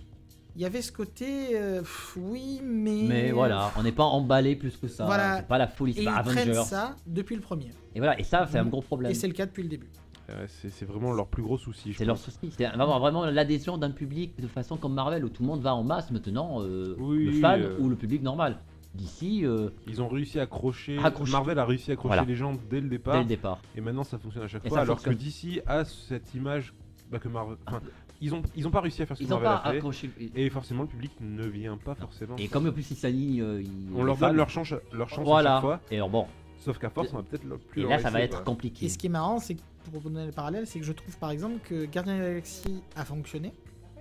Speaker 3: il y avait ce côté, euh, pff, oui, mais.
Speaker 2: Mais voilà, on n'est pas emballé plus que ça.
Speaker 3: Voilà.
Speaker 2: C'est pas la folie,
Speaker 3: Et
Speaker 2: c'est
Speaker 3: ils
Speaker 2: pas
Speaker 3: prennent
Speaker 2: Avengers.
Speaker 3: ça depuis le premier.
Speaker 2: Et voilà, et ça, c'est un
Speaker 3: Mm.
Speaker 2: gros problème.
Speaker 3: Et c'est le cas depuis le début.
Speaker 1: Ouais, c'est c'est vraiment leur plus gros souci. je
Speaker 2: euh, C'est leur
Speaker 1: pense.
Speaker 2: souci. C'est avoir vraiment l'adhésion d'un public de façon comme Marvel où tout le monde va en masse maintenant, euh,
Speaker 1: Oui,
Speaker 2: le fan
Speaker 1: euh.
Speaker 2: ou le public normal. D'ici, euh,
Speaker 1: Ils ont réussi à accrocher.
Speaker 2: Accrocher.
Speaker 1: Marvel a réussi à accrocher
Speaker 2: Voilà.
Speaker 1: les gens dès le départ.
Speaker 2: dès le départ.
Speaker 1: Et maintenant, ça fonctionne à chaque
Speaker 2: Et
Speaker 1: fois.
Speaker 2: ça
Speaker 1: Alors que
Speaker 2: fonctionne.
Speaker 1: DC a cette image bah, que Marvel. enfin, ils ont, ils ont pas réussi à faire ce que
Speaker 2: Ils n'ont
Speaker 1: Marvel
Speaker 2: pas
Speaker 1: a fait.
Speaker 2: accroché.
Speaker 1: Et forcément, le public ne vient pas forcément.
Speaker 2: Et comme en plus Issani, euh, il-
Speaker 1: On leur
Speaker 2: les fans-
Speaker 1: donne leur chance, leur chance à
Speaker 2: voilà.
Speaker 1: chaque fois.
Speaker 2: Et alors bon,
Speaker 1: Sauf qu'à force, on va peut-être le- plus.
Speaker 2: et
Speaker 1: leur
Speaker 2: là ça va
Speaker 1: laisser,
Speaker 2: être
Speaker 1: quoi.
Speaker 2: compliqué.
Speaker 3: Et ce qui est marrant, c'est que pour vous donner le parallèle, c'est que je trouve par exemple que Gardien de la Galaxie a fonctionné,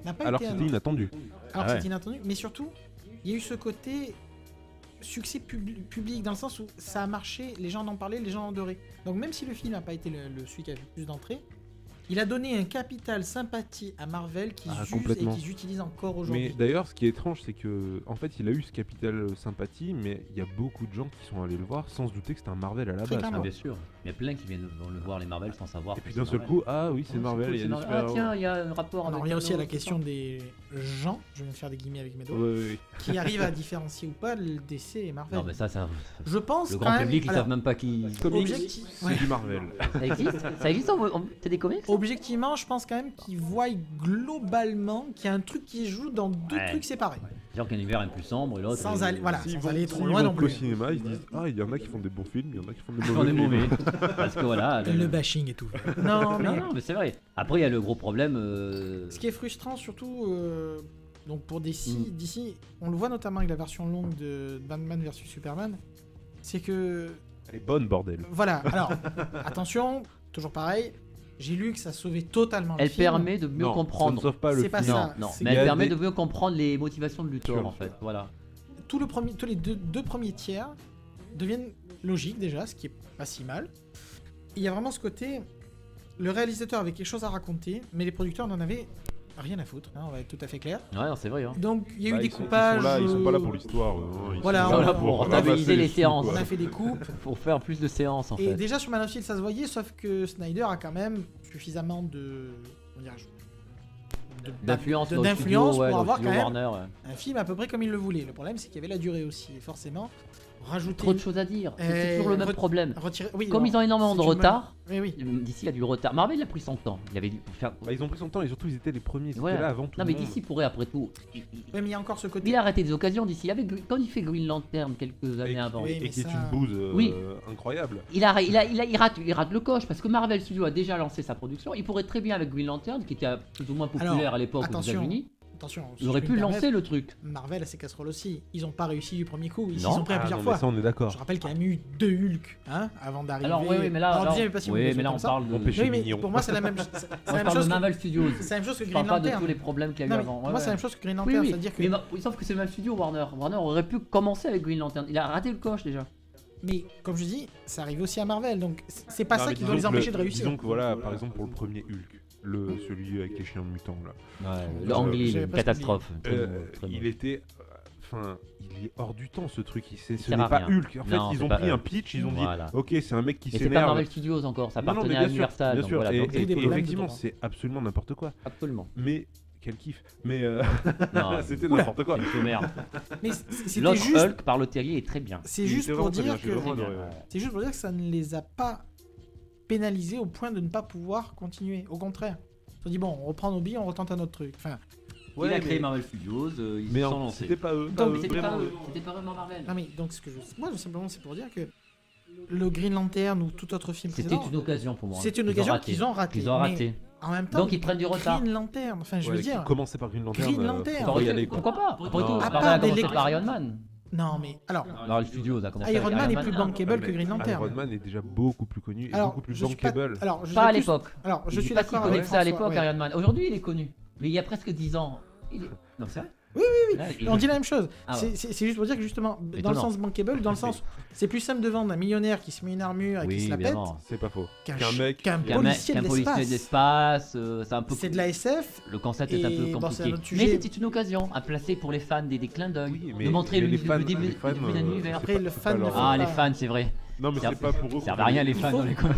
Speaker 3: n'a pas
Speaker 1: Alors que
Speaker 3: été
Speaker 1: c'était
Speaker 3: un-
Speaker 1: inattendu.
Speaker 3: alors
Speaker 2: Ah
Speaker 3: que
Speaker 2: ouais.
Speaker 3: c'était inattendu, mais surtout, il y a eu ce côté succès pub- public dans le sens où ça a marché, les gens en ont parlé, les gens en doré. Donc même si le film n'a pas été le, le- celui qui a eu le plus d'entrées, il a donné un capital sympathie à Marvel qu'ils
Speaker 1: Ah,
Speaker 3: usent et
Speaker 1: complètement.
Speaker 3: qu'ils utilisent encore
Speaker 1: Mais
Speaker 3: aujourd'hui.
Speaker 1: d'ailleurs, ce qui est étrange, c'est que en fait, il a eu ce capital euh, sympathie, mais il y a beaucoup de gens qui sont allés le voir sans se douter que c'était un Marvel à la
Speaker 3: Très
Speaker 1: base.
Speaker 3: clairement.
Speaker 1: quoi.
Speaker 2: Ah, bien sûr. Il y a plein qui viennent vont le voir les Marvel sans savoir.
Speaker 1: Et puis
Speaker 2: que
Speaker 1: d'un
Speaker 2: c'est
Speaker 1: seul
Speaker 2: Marvel.
Speaker 1: coup, ah oui, c'est
Speaker 2: Oh,
Speaker 1: Marvel,
Speaker 2: cool,
Speaker 1: il y a
Speaker 2: c'est
Speaker 1: des
Speaker 2: Marvel.
Speaker 1: super
Speaker 2: Ah tiens, il y a un rapport.
Speaker 3: On en
Speaker 2: avec
Speaker 3: revient aussi à la
Speaker 2: Thanos,
Speaker 3: question des gens, je vais me faire des guillemets avec mes
Speaker 1: Ouais,
Speaker 3: doigts,
Speaker 1: ouais,
Speaker 3: qui arrivent à différencier ou pas le DC et Marvel.
Speaker 2: Non mais ça c'est un...
Speaker 3: Je pense
Speaker 2: le
Speaker 3: quand
Speaker 2: grand
Speaker 3: même-
Speaker 2: public ils
Speaker 3: alors,
Speaker 2: savent même pas qui.
Speaker 1: ouais.
Speaker 3: Objectif.
Speaker 1: C'est
Speaker 3: Ouais.
Speaker 1: du Marvel.
Speaker 2: Ça existe Ça existe en... en- C'est des comics
Speaker 3: Objectivement, je pense quand même qu'ils voient globalement qu'il y a un truc qui se joue dans deux
Speaker 2: Ouais.
Speaker 3: trucs séparés.
Speaker 2: Genre qu'un univers est plus sombre et l'autre. euh,
Speaker 3: Sans
Speaker 2: est-
Speaker 3: aller- voilà.
Speaker 1: S'ils
Speaker 3: sans
Speaker 1: vont-
Speaker 3: aller
Speaker 1: s'ils
Speaker 3: Ah, trop loin
Speaker 1: vont
Speaker 3: non
Speaker 1: au
Speaker 3: plus.
Speaker 1: cinéma, ils se disent Ah, il y en a qui font des bons films, il y en a qui font des
Speaker 2: J'en
Speaker 1: mauvais
Speaker 2: ai
Speaker 1: films.
Speaker 3: [laughs]
Speaker 2: mauvais. Parce que voilà. là,
Speaker 3: Le bashing
Speaker 2: [laughs]
Speaker 3: et tout. Non, mais
Speaker 2: Non, non, mais c'est vrai. Après, il y a le gros problème. euh,
Speaker 3: ce qui est frustrant surtout euh, donc pour DC,
Speaker 2: Mm.
Speaker 3: DC, on le voit notamment avec la version longue de Batman vs Superman, c'est que
Speaker 1: Elle est bonne, bordel.
Speaker 3: voilà. Alors [laughs] attention, toujours pareil. J'ai lu que ça sauvait totalement le
Speaker 2: Elle
Speaker 3: film.
Speaker 2: permet de mieux
Speaker 1: Non,
Speaker 2: comprendre.
Speaker 1: Ça ne sauve pas le
Speaker 3: C'est pas
Speaker 1: film.
Speaker 3: ça.
Speaker 2: Non, non,
Speaker 3: C'est-
Speaker 2: mais
Speaker 1: Il y
Speaker 2: elle
Speaker 1: a
Speaker 2: permet
Speaker 1: des-
Speaker 2: de mieux comprendre les motivations de
Speaker 1: Sûr.
Speaker 2: Luthor en fait. Voilà.
Speaker 3: tout le premier, tous les deux, deux premiers tiers deviennent logiques déjà, ce qui est pas si mal. Il y a vraiment ce côté, le réalisateur avait quelque chose à raconter, mais les producteurs n'en avaient rien à foutre, hein, on va être tout à fait clair.
Speaker 2: Ouais, non, c'est vrai. Hein.
Speaker 3: Donc il y a
Speaker 1: Bah,
Speaker 3: eu des
Speaker 1: ils sont-
Speaker 3: coupages.
Speaker 1: Ils sont, là, ils sont pas là pour
Speaker 3: euh,
Speaker 1: l'histoire. euh, ils
Speaker 3: Voilà,
Speaker 1: sont
Speaker 3: on-
Speaker 1: là
Speaker 3: on
Speaker 1: pour
Speaker 3: rentabiliser
Speaker 1: ramasser
Speaker 2: les
Speaker 1: sous,
Speaker 2: séances.
Speaker 1: quoi.
Speaker 3: On a fait des coupes.
Speaker 1: [laughs]
Speaker 2: Pour faire plus de séances en
Speaker 3: Et
Speaker 2: fait.
Speaker 3: déjà sur Man of Steel, ça se voyait, sauf que Snyder a quand même suffisamment de. comment dirais-je, de-
Speaker 2: D'influence
Speaker 3: de-
Speaker 2: dans le studio,
Speaker 3: d'influence
Speaker 2: ouais,
Speaker 3: pour
Speaker 2: dans le
Speaker 3: avoir quand
Speaker 2: studio
Speaker 3: même
Speaker 2: Warner. ouais.
Speaker 3: un film à peu près comme il le voulait. Le problème, c'est qu'il y avait la durée aussi. Et forcément, rajouter.
Speaker 2: Trop de choses à dire. C'est-
Speaker 3: Euh,
Speaker 2: C'est toujours le même
Speaker 3: re-
Speaker 2: problème.
Speaker 3: retirer- oui,
Speaker 2: Comme
Speaker 3: alors,
Speaker 2: ils ont énormément
Speaker 3: c'est
Speaker 2: de
Speaker 3: une bonne-
Speaker 2: retard, euh,
Speaker 3: Mais oui.
Speaker 2: d'ici il y a du retard. Marvel il a pris son temps. Il avait dû faire.
Speaker 1: Bah, ils ont pris son temps et surtout, ils étaient les premiers. Ils
Speaker 2: Voilà.
Speaker 1: étaient là avant tout
Speaker 2: Non
Speaker 1: le
Speaker 2: mais
Speaker 1: monde.
Speaker 2: d'ici pourrait après tout. Il, il-
Speaker 3: Ouais, mais il y a encore ce côté.
Speaker 2: il a arrêté des occasions d'ici. Avec quand il fait Green Lantern quelques
Speaker 1: Et
Speaker 2: années
Speaker 1: qui-
Speaker 2: avant.
Speaker 3: Oui, mais
Speaker 1: Et qui est
Speaker 3: ça-
Speaker 1: une bouse euh,
Speaker 2: Oui.
Speaker 1: incroyable.
Speaker 2: Il, a, il, a- il a- il rate, il rate le coche parce que Marvel Studio a déjà lancé sa production. Il pourrait très bien avec Green Lantern, qui était plus ou moins populaire
Speaker 3: Alors,
Speaker 2: à l'époque aux
Speaker 3: attention,
Speaker 2: États-Unis,
Speaker 3: Attention, si
Speaker 2: il aurait
Speaker 3: je puis
Speaker 2: pu
Speaker 3: me
Speaker 2: lancer
Speaker 3: permettre,
Speaker 2: le truc.
Speaker 3: Marvel a ses casseroles aussi. Ils n'ont pas réussi du premier coup. Ils s'y
Speaker 2: Non.
Speaker 3: sont pris à
Speaker 1: Ah,
Speaker 3: plusieurs
Speaker 1: non, mais
Speaker 3: fois.
Speaker 1: ça, on est
Speaker 3: Je
Speaker 1: d'accord.
Speaker 3: rappelle qu'il y a même eu deux Hulk hein, avant d'arriver.
Speaker 2: Alors oui, oui, mais là,
Speaker 3: Alors,
Speaker 2: là,
Speaker 3: deuxième
Speaker 2: on-
Speaker 3: est pas si
Speaker 2: oui,
Speaker 3: mauvais,
Speaker 2: mais là on
Speaker 3: comme ça.
Speaker 2: parle de.
Speaker 1: On pêche.
Speaker 3: Oui, mais
Speaker 1: Mignon.
Speaker 3: pour moi, c'est la même, c'est la
Speaker 2: Moi, je
Speaker 3: même
Speaker 2: parle
Speaker 3: chose.
Speaker 2: de
Speaker 3: que-
Speaker 2: Marvel Studios.
Speaker 3: C'est la même chose que
Speaker 2: Je
Speaker 3: Green
Speaker 2: parle pas de
Speaker 3: Lantern.
Speaker 2: tous les problèmes qu'il y a eu
Speaker 3: Non, mais
Speaker 2: avant.
Speaker 3: pour
Speaker 2: Ouais,
Speaker 3: moi, c'est la
Speaker 2: ouais.
Speaker 3: même chose que Green
Speaker 2: Oui,
Speaker 3: Lantern.
Speaker 2: oui.
Speaker 3: C'est-à-dire que.
Speaker 2: Mais ma- oui, sauf que c'est le même studio Warner. Warner aurait pu commencer avec Green Lantern. Il a raté le coche déjà.
Speaker 3: Mais comme je dis, ça arrive aussi à Marvel. Donc c'est- c'est pas
Speaker 1: Non,
Speaker 3: ça
Speaker 1: mais
Speaker 3: qui doit les
Speaker 1: disons que
Speaker 3: empêcher
Speaker 1: le-
Speaker 3: de réussir.
Speaker 1: Disons que voilà, par exemple, pour le premier Hulk, le, celui avec les chiens mutants, là,
Speaker 2: Ouais,
Speaker 1: le-
Speaker 2: Angli,
Speaker 3: j'avais
Speaker 2: une
Speaker 3: presque
Speaker 2: catastrophe. Très
Speaker 1: euh,
Speaker 2: bon, très bon.
Speaker 1: il était. euh, Enfin, il est hors du temps ce truc. Il, c'est, ce
Speaker 2: sert
Speaker 1: n'est
Speaker 2: à
Speaker 1: pas
Speaker 2: rien.
Speaker 1: Hulk. En fait,
Speaker 2: Non,
Speaker 1: ils
Speaker 2: c'est
Speaker 1: ont
Speaker 2: pas
Speaker 1: pris un
Speaker 2: Hulk.
Speaker 1: pitch, ils ont
Speaker 2: Voilà.
Speaker 1: dit Ok, c'est un mec qui
Speaker 2: Mais c'est pas
Speaker 1: s'énerve.
Speaker 2: Marvel Studios encore, ça
Speaker 1: Non, non, mais
Speaker 2: appartenait
Speaker 1: bien
Speaker 2: à
Speaker 1: sûr,
Speaker 2: Universal.
Speaker 1: bien
Speaker 2: donc
Speaker 1: sûr.
Speaker 2: voilà,
Speaker 1: Et-
Speaker 2: donc c'est
Speaker 1: et
Speaker 3: tous les
Speaker 2: tout le-
Speaker 3: blagues.
Speaker 1: effectivement,
Speaker 3: dedans.
Speaker 1: c'est absolument n'importe quoi.
Speaker 2: Absolument.
Speaker 1: Mais quel kiff. Mais euh, [laughs]
Speaker 2: Non,
Speaker 1: c'était n'importe quoi.
Speaker 2: c'est une merde.
Speaker 3: Mais c- c'était
Speaker 2: L'autre
Speaker 3: juste.
Speaker 2: Hulk par le Terrier est très bien.
Speaker 3: C'est
Speaker 1: Il
Speaker 3: juste
Speaker 1: était vraiment
Speaker 3: pour
Speaker 1: très bien,
Speaker 3: dire
Speaker 1: j'ai
Speaker 3: que.
Speaker 1: vraiment
Speaker 2: Très bien,
Speaker 1: adoré, ouais.
Speaker 2: ouais.
Speaker 3: C'est juste pour dire que ça ne les a pas pénalisés au point de ne pas pouvoir continuer. Au contraire. Ils se sont dit, bon, on reprend nos billes, on retente un autre truc. Enfin,
Speaker 2: il a
Speaker 1: Ouais,
Speaker 2: créé
Speaker 1: mais-
Speaker 2: Marvel Studios, euh, ils
Speaker 1: Mais
Speaker 2: se sont
Speaker 1: en-
Speaker 2: lancés.
Speaker 1: c'était pas eux.
Speaker 3: Donc,
Speaker 1: eux,
Speaker 2: C'était pas,
Speaker 1: vraiment
Speaker 2: eux, c'était pas vraiment Marvel.
Speaker 3: non mais donc ce que je. Moi, simplement, c'est pour dire que le Green Lantern ou tout autre film
Speaker 2: C'était
Speaker 3: précédent,
Speaker 2: une occasion pour moi.
Speaker 3: c'est une
Speaker 2: Ils ont
Speaker 3: occasion
Speaker 2: raté.
Speaker 3: qu'ils ont raté,
Speaker 2: Ils ont
Speaker 3: mais-
Speaker 2: raté.
Speaker 3: en même temps,
Speaker 2: Donc, ils prennent du retard.
Speaker 3: Green Lantern, enfin je veux
Speaker 1: Ouais,
Speaker 3: dire.
Speaker 1: Commencer par Green Lantern.
Speaker 3: Green
Speaker 1: euh,
Speaker 3: Lantern.
Speaker 1: faut pas y aller, quoi.
Speaker 2: Pourquoi pas Après
Speaker 1: Non.
Speaker 2: tout,
Speaker 1: À
Speaker 2: Marvel
Speaker 3: part
Speaker 2: a
Speaker 3: des
Speaker 2: commencé
Speaker 3: lec-
Speaker 2: par Iron Man.
Speaker 3: Non mais alors,
Speaker 2: Alors le studio a commencé
Speaker 3: Iron
Speaker 2: avec
Speaker 3: Man
Speaker 2: Iron
Speaker 3: est plus bankable que
Speaker 1: Ah, Mais
Speaker 3: Green Lantern.
Speaker 1: Iron Man est déjà beaucoup plus connu et
Speaker 3: alors,
Speaker 1: beaucoup plus
Speaker 3: je suis pas-
Speaker 1: bankable.
Speaker 3: alors, je
Speaker 2: Pas à
Speaker 3: dirais plus-
Speaker 2: l'époque.
Speaker 3: Alors, je
Speaker 2: Il
Speaker 3: suis
Speaker 2: est pas si
Speaker 3: d'accord
Speaker 2: connu
Speaker 3: avec
Speaker 2: que ça à
Speaker 3: François,
Speaker 2: l'époque,
Speaker 3: ouais.
Speaker 2: Iron Man. Aujourd'hui, il est connu. Mais il y a presque 10 ans. il est- Non, c'est vrai Oui, oui, oui.
Speaker 3: On dit la même chose.
Speaker 2: Ah ouais.
Speaker 3: C'est- c'est c'est juste pour dire que justement, dans le
Speaker 2: Étonnant.
Speaker 3: sens
Speaker 2: [laughs]
Speaker 3: bankable, dans le sens, c'est plus simple de vendre un millionnaire qui se met une armure et qui se la pète
Speaker 1: C'est pas faux.
Speaker 3: qu'un
Speaker 1: Qu'un
Speaker 3: ch-
Speaker 1: mec-
Speaker 3: qu'un
Speaker 1: qu'un
Speaker 2: Qu'un mec-
Speaker 3: policier de
Speaker 2: qu'un policier de
Speaker 3: l'espace.
Speaker 2: l'espace, euh, c'est un peu.
Speaker 3: C'est de la SF.
Speaker 2: Le concept est un
Speaker 3: Et
Speaker 2: peu
Speaker 3: bon, c'est un
Speaker 2: compliqué.
Speaker 3: autre
Speaker 2: mais
Speaker 3: sujet.
Speaker 2: c'était une occasion à placer pour les fans des, des clins d'œil,
Speaker 1: Oui,
Speaker 2: de
Speaker 1: mais-
Speaker 2: montrer
Speaker 1: mais
Speaker 2: le,
Speaker 1: les
Speaker 2: le
Speaker 1: fans-
Speaker 2: début,
Speaker 1: les fans,
Speaker 2: le début d'un
Speaker 1: euh,
Speaker 2: univers.
Speaker 1: c'est
Speaker 3: Après,
Speaker 1: pas-
Speaker 3: le
Speaker 1: c'est
Speaker 3: fan
Speaker 1: pas
Speaker 3: ne
Speaker 1: leur-
Speaker 3: fait
Speaker 2: Ah,
Speaker 3: pas-
Speaker 2: les fans, c'est vrai.
Speaker 1: Non, mais
Speaker 2: Ça
Speaker 1: c'est pas pour eux.
Speaker 2: Ça
Speaker 1: qu'on
Speaker 2: sert à rien les
Speaker 3: Il
Speaker 2: fans
Speaker 3: faut- [laughs]
Speaker 2: dans les comics.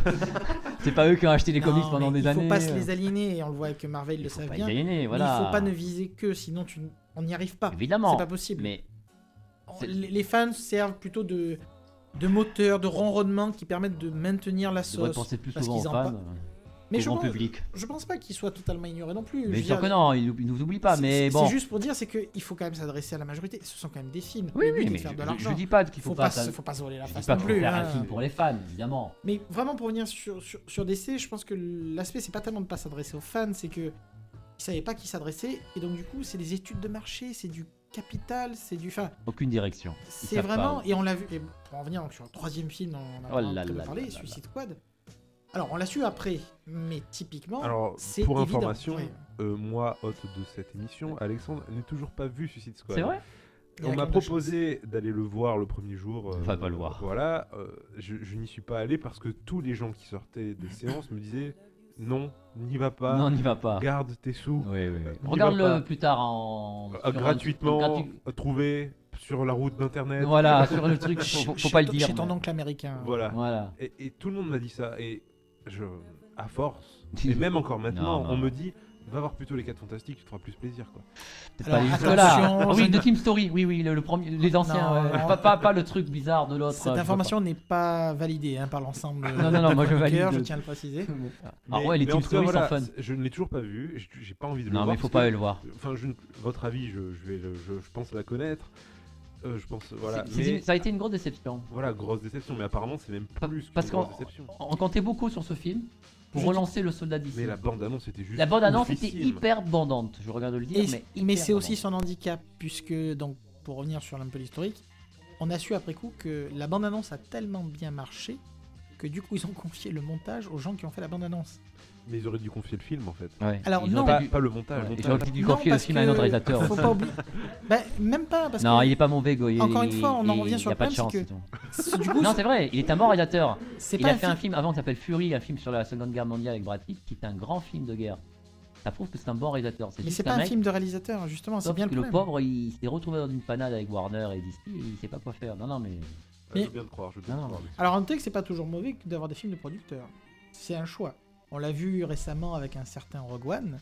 Speaker 2: c'est pas eux qui ont acheté les
Speaker 3: Non,
Speaker 2: comics pendant
Speaker 3: mais
Speaker 2: des années. euh.
Speaker 3: Il faut pas se les aligner et on le voit avec Marvel,
Speaker 2: Il
Speaker 3: le
Speaker 2: faut
Speaker 3: savent
Speaker 2: pas
Speaker 3: bien.
Speaker 2: les aligner,
Speaker 3: Mais
Speaker 2: voilà.
Speaker 3: Il faut pas ne viser que, sinon tu... n- on n'y arrive pas.
Speaker 2: Évidemment.
Speaker 3: C'est pas possible.
Speaker 2: Mais
Speaker 3: On-
Speaker 2: c'est-
Speaker 3: Les les fans servent plutôt de de moteur, de ronronnement qui permettent de maintenir la
Speaker 2: je devrais
Speaker 3: sauce.
Speaker 2: penser plus
Speaker 3: parce
Speaker 2: souvent aux
Speaker 3: qu'ils en
Speaker 2: fans,
Speaker 3: parlent.
Speaker 2: euh,
Speaker 3: Mais
Speaker 2: qu'au
Speaker 3: je
Speaker 2: grand
Speaker 3: pense,
Speaker 2: public.
Speaker 3: je pense pas qu'ils soient totalement ignorés non plus. Je veux
Speaker 2: Mais bien
Speaker 3: dire,
Speaker 2: sûr que non, ils ils nous oublient pas.
Speaker 3: c'est-
Speaker 2: Mais
Speaker 3: c'est-
Speaker 2: bon.
Speaker 3: C'est juste pour dire, c'est qu'il faut quand même s'adresser à la majorité. Ce sont quand même des films.
Speaker 2: Oui,
Speaker 3: Le but
Speaker 2: oui,
Speaker 3: est de
Speaker 2: mais
Speaker 3: faire de
Speaker 2: je- je,
Speaker 3: l'argent.
Speaker 2: je dis pas qu'il
Speaker 3: Faut,
Speaker 2: faut
Speaker 3: pas,
Speaker 2: pas.
Speaker 3: se-
Speaker 2: ça-
Speaker 3: faut pas se voler la
Speaker 2: Je dis
Speaker 3: face
Speaker 2: pas
Speaker 3: non
Speaker 2: qu'il faut
Speaker 3: plus.
Speaker 2: faire
Speaker 3: hein.
Speaker 2: un film pour les fans, évidemment.
Speaker 3: Mais vraiment pour revenir sur, sur, sur DC, je pense que l'aspect c'est pas tellement de pas s'adresser aux fans, c'est que ils savaient pas qui s'adresser et donc du coup c'est des études de marché, c'est du capital, c'est du enfin
Speaker 2: Aucune direction. Ils
Speaker 3: c'est
Speaker 2: savent pas
Speaker 3: vraiment
Speaker 2: où.
Speaker 3: et on l'a vu et pour en venir donc sur le troisième film dont on a
Speaker 2: Oh
Speaker 3: vraiment
Speaker 2: là
Speaker 3: très peu
Speaker 2: là
Speaker 3: parlé,
Speaker 2: là là
Speaker 3: Suicide Squad. Alors on l'a su après, mais typiquement
Speaker 1: Alors,
Speaker 3: c'est
Speaker 1: pour
Speaker 3: évident.
Speaker 1: information,
Speaker 3: Ouais.
Speaker 1: euh, moi, hôte de cette émission, Alexandre n'ai toujours pas vu Suicide Squad.
Speaker 2: C'est vrai
Speaker 3: Il y a
Speaker 1: On m'a
Speaker 3: quelque chose.
Speaker 1: proposé d'aller le voir le premier jour. euh,
Speaker 2: On va pas le voir.
Speaker 1: Voilà, euh, je, je n'y suis pas allé parce que tous les gens qui sortaient des séances me disaient non, n'y va pas,
Speaker 2: Non, on n'y va pas.
Speaker 1: garde tes sous, Euh,
Speaker 2: Oui, oui, oui.
Speaker 1: n'y va pas.
Speaker 2: Regarde-le plus tard en.
Speaker 1: euh,
Speaker 2: sur un-
Speaker 1: gratuitement,
Speaker 2: gratu-
Speaker 1: euh, trouvé sur la route d'internet.
Speaker 2: Voilà, sur le truc, faut, faut
Speaker 3: Chez
Speaker 2: pas le
Speaker 3: ton-
Speaker 2: dire.
Speaker 3: Chez ton
Speaker 2: mais-
Speaker 3: oncle américain.
Speaker 1: Voilà.
Speaker 2: Voilà.
Speaker 1: Et, et tout le monde m'a dit ça. Et je, à
Speaker 2: [laughs]
Speaker 1: force, et même encore maintenant,
Speaker 2: Non, non,
Speaker 1: on
Speaker 2: non.
Speaker 1: me dit va voir plutôt les 4 fantastiques, tu te feras plus plaisir. Quoi.
Speaker 2: Peut-être
Speaker 3: Alors,
Speaker 2: pas jusque là.
Speaker 3: attention,
Speaker 2: Ah oui,
Speaker 3: je-
Speaker 2: de Team Story, oui, oui, le, le premier, les anciens.
Speaker 3: Non,
Speaker 2: ouais.
Speaker 3: non.
Speaker 2: Pas, pas, pas le truc bizarre de l'autre. euh,
Speaker 3: Cette
Speaker 2: je vois
Speaker 3: information n'est pas validée hein, par l'ensemble.
Speaker 2: Non, non, non,
Speaker 3: des
Speaker 2: moi, je
Speaker 3: chroniqueurs,
Speaker 2: valide.
Speaker 3: Je tiens à le préciser.
Speaker 2: pas. Ah ouais, les
Speaker 1: mais en
Speaker 2: Team
Speaker 1: tout cas,
Speaker 2: Story
Speaker 1: voilà,
Speaker 2: sont fun.
Speaker 1: c'est- Je ne l'ai toujours pas vu, et je- j'ai pas envie de le
Speaker 2: Non,
Speaker 1: voir.
Speaker 2: mais faut
Speaker 1: parce
Speaker 2: pas
Speaker 1: que-
Speaker 2: aller le voir.
Speaker 1: Enfin, je ne- votre avis, je, je, vais, le- je, je pense la connaître. Euh, je pense, voilà.
Speaker 2: C'est- c'est-
Speaker 1: Mais,
Speaker 2: Ça a été une grosse déception.
Speaker 1: voilà, grosse déception, mais apparemment, c'est même
Speaker 2: Pa-
Speaker 1: plus
Speaker 2: parce
Speaker 1: qu'une grosse
Speaker 2: qu'en-
Speaker 1: déception.
Speaker 2: On comptait beaucoup sur ce film pour
Speaker 3: Je
Speaker 2: relancer le soldat
Speaker 1: Mais
Speaker 2: d'ici.
Speaker 1: la bande-annonce était juste.
Speaker 2: La bande-annonce était
Speaker 1: oufissime.
Speaker 2: hyper bandante, je regarde le dire.
Speaker 3: Et-
Speaker 2: mais
Speaker 3: mais
Speaker 2: hyper
Speaker 3: c'est aussi
Speaker 2: bandante.
Speaker 3: son handicap, puisque, donc, pour revenir sur un peu l'historique, on a su après coup que la bande-annonce a tellement bien marché que du coup, ils ont [laughs] confié le montage aux gens qui ont fait la bande-annonce.
Speaker 1: Mais ils auraient dû confier le film en fait.
Speaker 2: Ouais.
Speaker 3: Alors,
Speaker 2: Ils
Speaker 3: non.
Speaker 2: auraient
Speaker 1: Pas,
Speaker 2: dû-
Speaker 1: pas le montage.
Speaker 2: ouais,
Speaker 1: Bah, euh, le
Speaker 2: Ils auraient
Speaker 1: montage.
Speaker 2: dû confier le
Speaker 3: parce
Speaker 2: film à un autre
Speaker 3: que-
Speaker 2: réalisateur.
Speaker 3: Faut pas
Speaker 2: [laughs]
Speaker 3: oublier. Ben, même pas, parce
Speaker 2: Non,
Speaker 3: que
Speaker 2: il est pas mauvais, Goy.
Speaker 3: Encore une fois, on en
Speaker 2: il-
Speaker 3: revient sur
Speaker 2: il
Speaker 3: le
Speaker 2: a pas de
Speaker 3: problème,
Speaker 2: chance.
Speaker 3: c'est
Speaker 2: c'est tout.
Speaker 3: c'est- du coup,
Speaker 2: Non, c'est vrai, il est un bon réalisateur.
Speaker 3: c'est
Speaker 2: Il
Speaker 3: pas
Speaker 2: a
Speaker 3: un
Speaker 2: fait un
Speaker 3: film.
Speaker 2: film avant qui s'appelle Fury, un film sur la Seconde Guerre mondiale avec Brad Pitt, qui est un grand film de guerre. Ça prouve que c'est un bon réalisateur. C'est
Speaker 3: Mais
Speaker 2: juste
Speaker 3: c'est pas un
Speaker 2: mec,
Speaker 3: film de réalisateur, justement, c'est
Speaker 2: sauf
Speaker 3: bien le
Speaker 2: que le,
Speaker 3: problème.
Speaker 2: pauvre, il s'est retrouvé dans une panade avec Warner et DC, et il sait pas quoi faire. Non, non, mais
Speaker 1: Ah, Je
Speaker 3: Mais-
Speaker 1: veux bien le croire. Je veux bien
Speaker 2: Non,
Speaker 1: le
Speaker 2: non.
Speaker 1: croire.
Speaker 3: Alors, en que c'est pas toujours mauvais que d'avoir des films de producteurs. C'est un choix. On l'a vu récemment avec un certain Rogue One,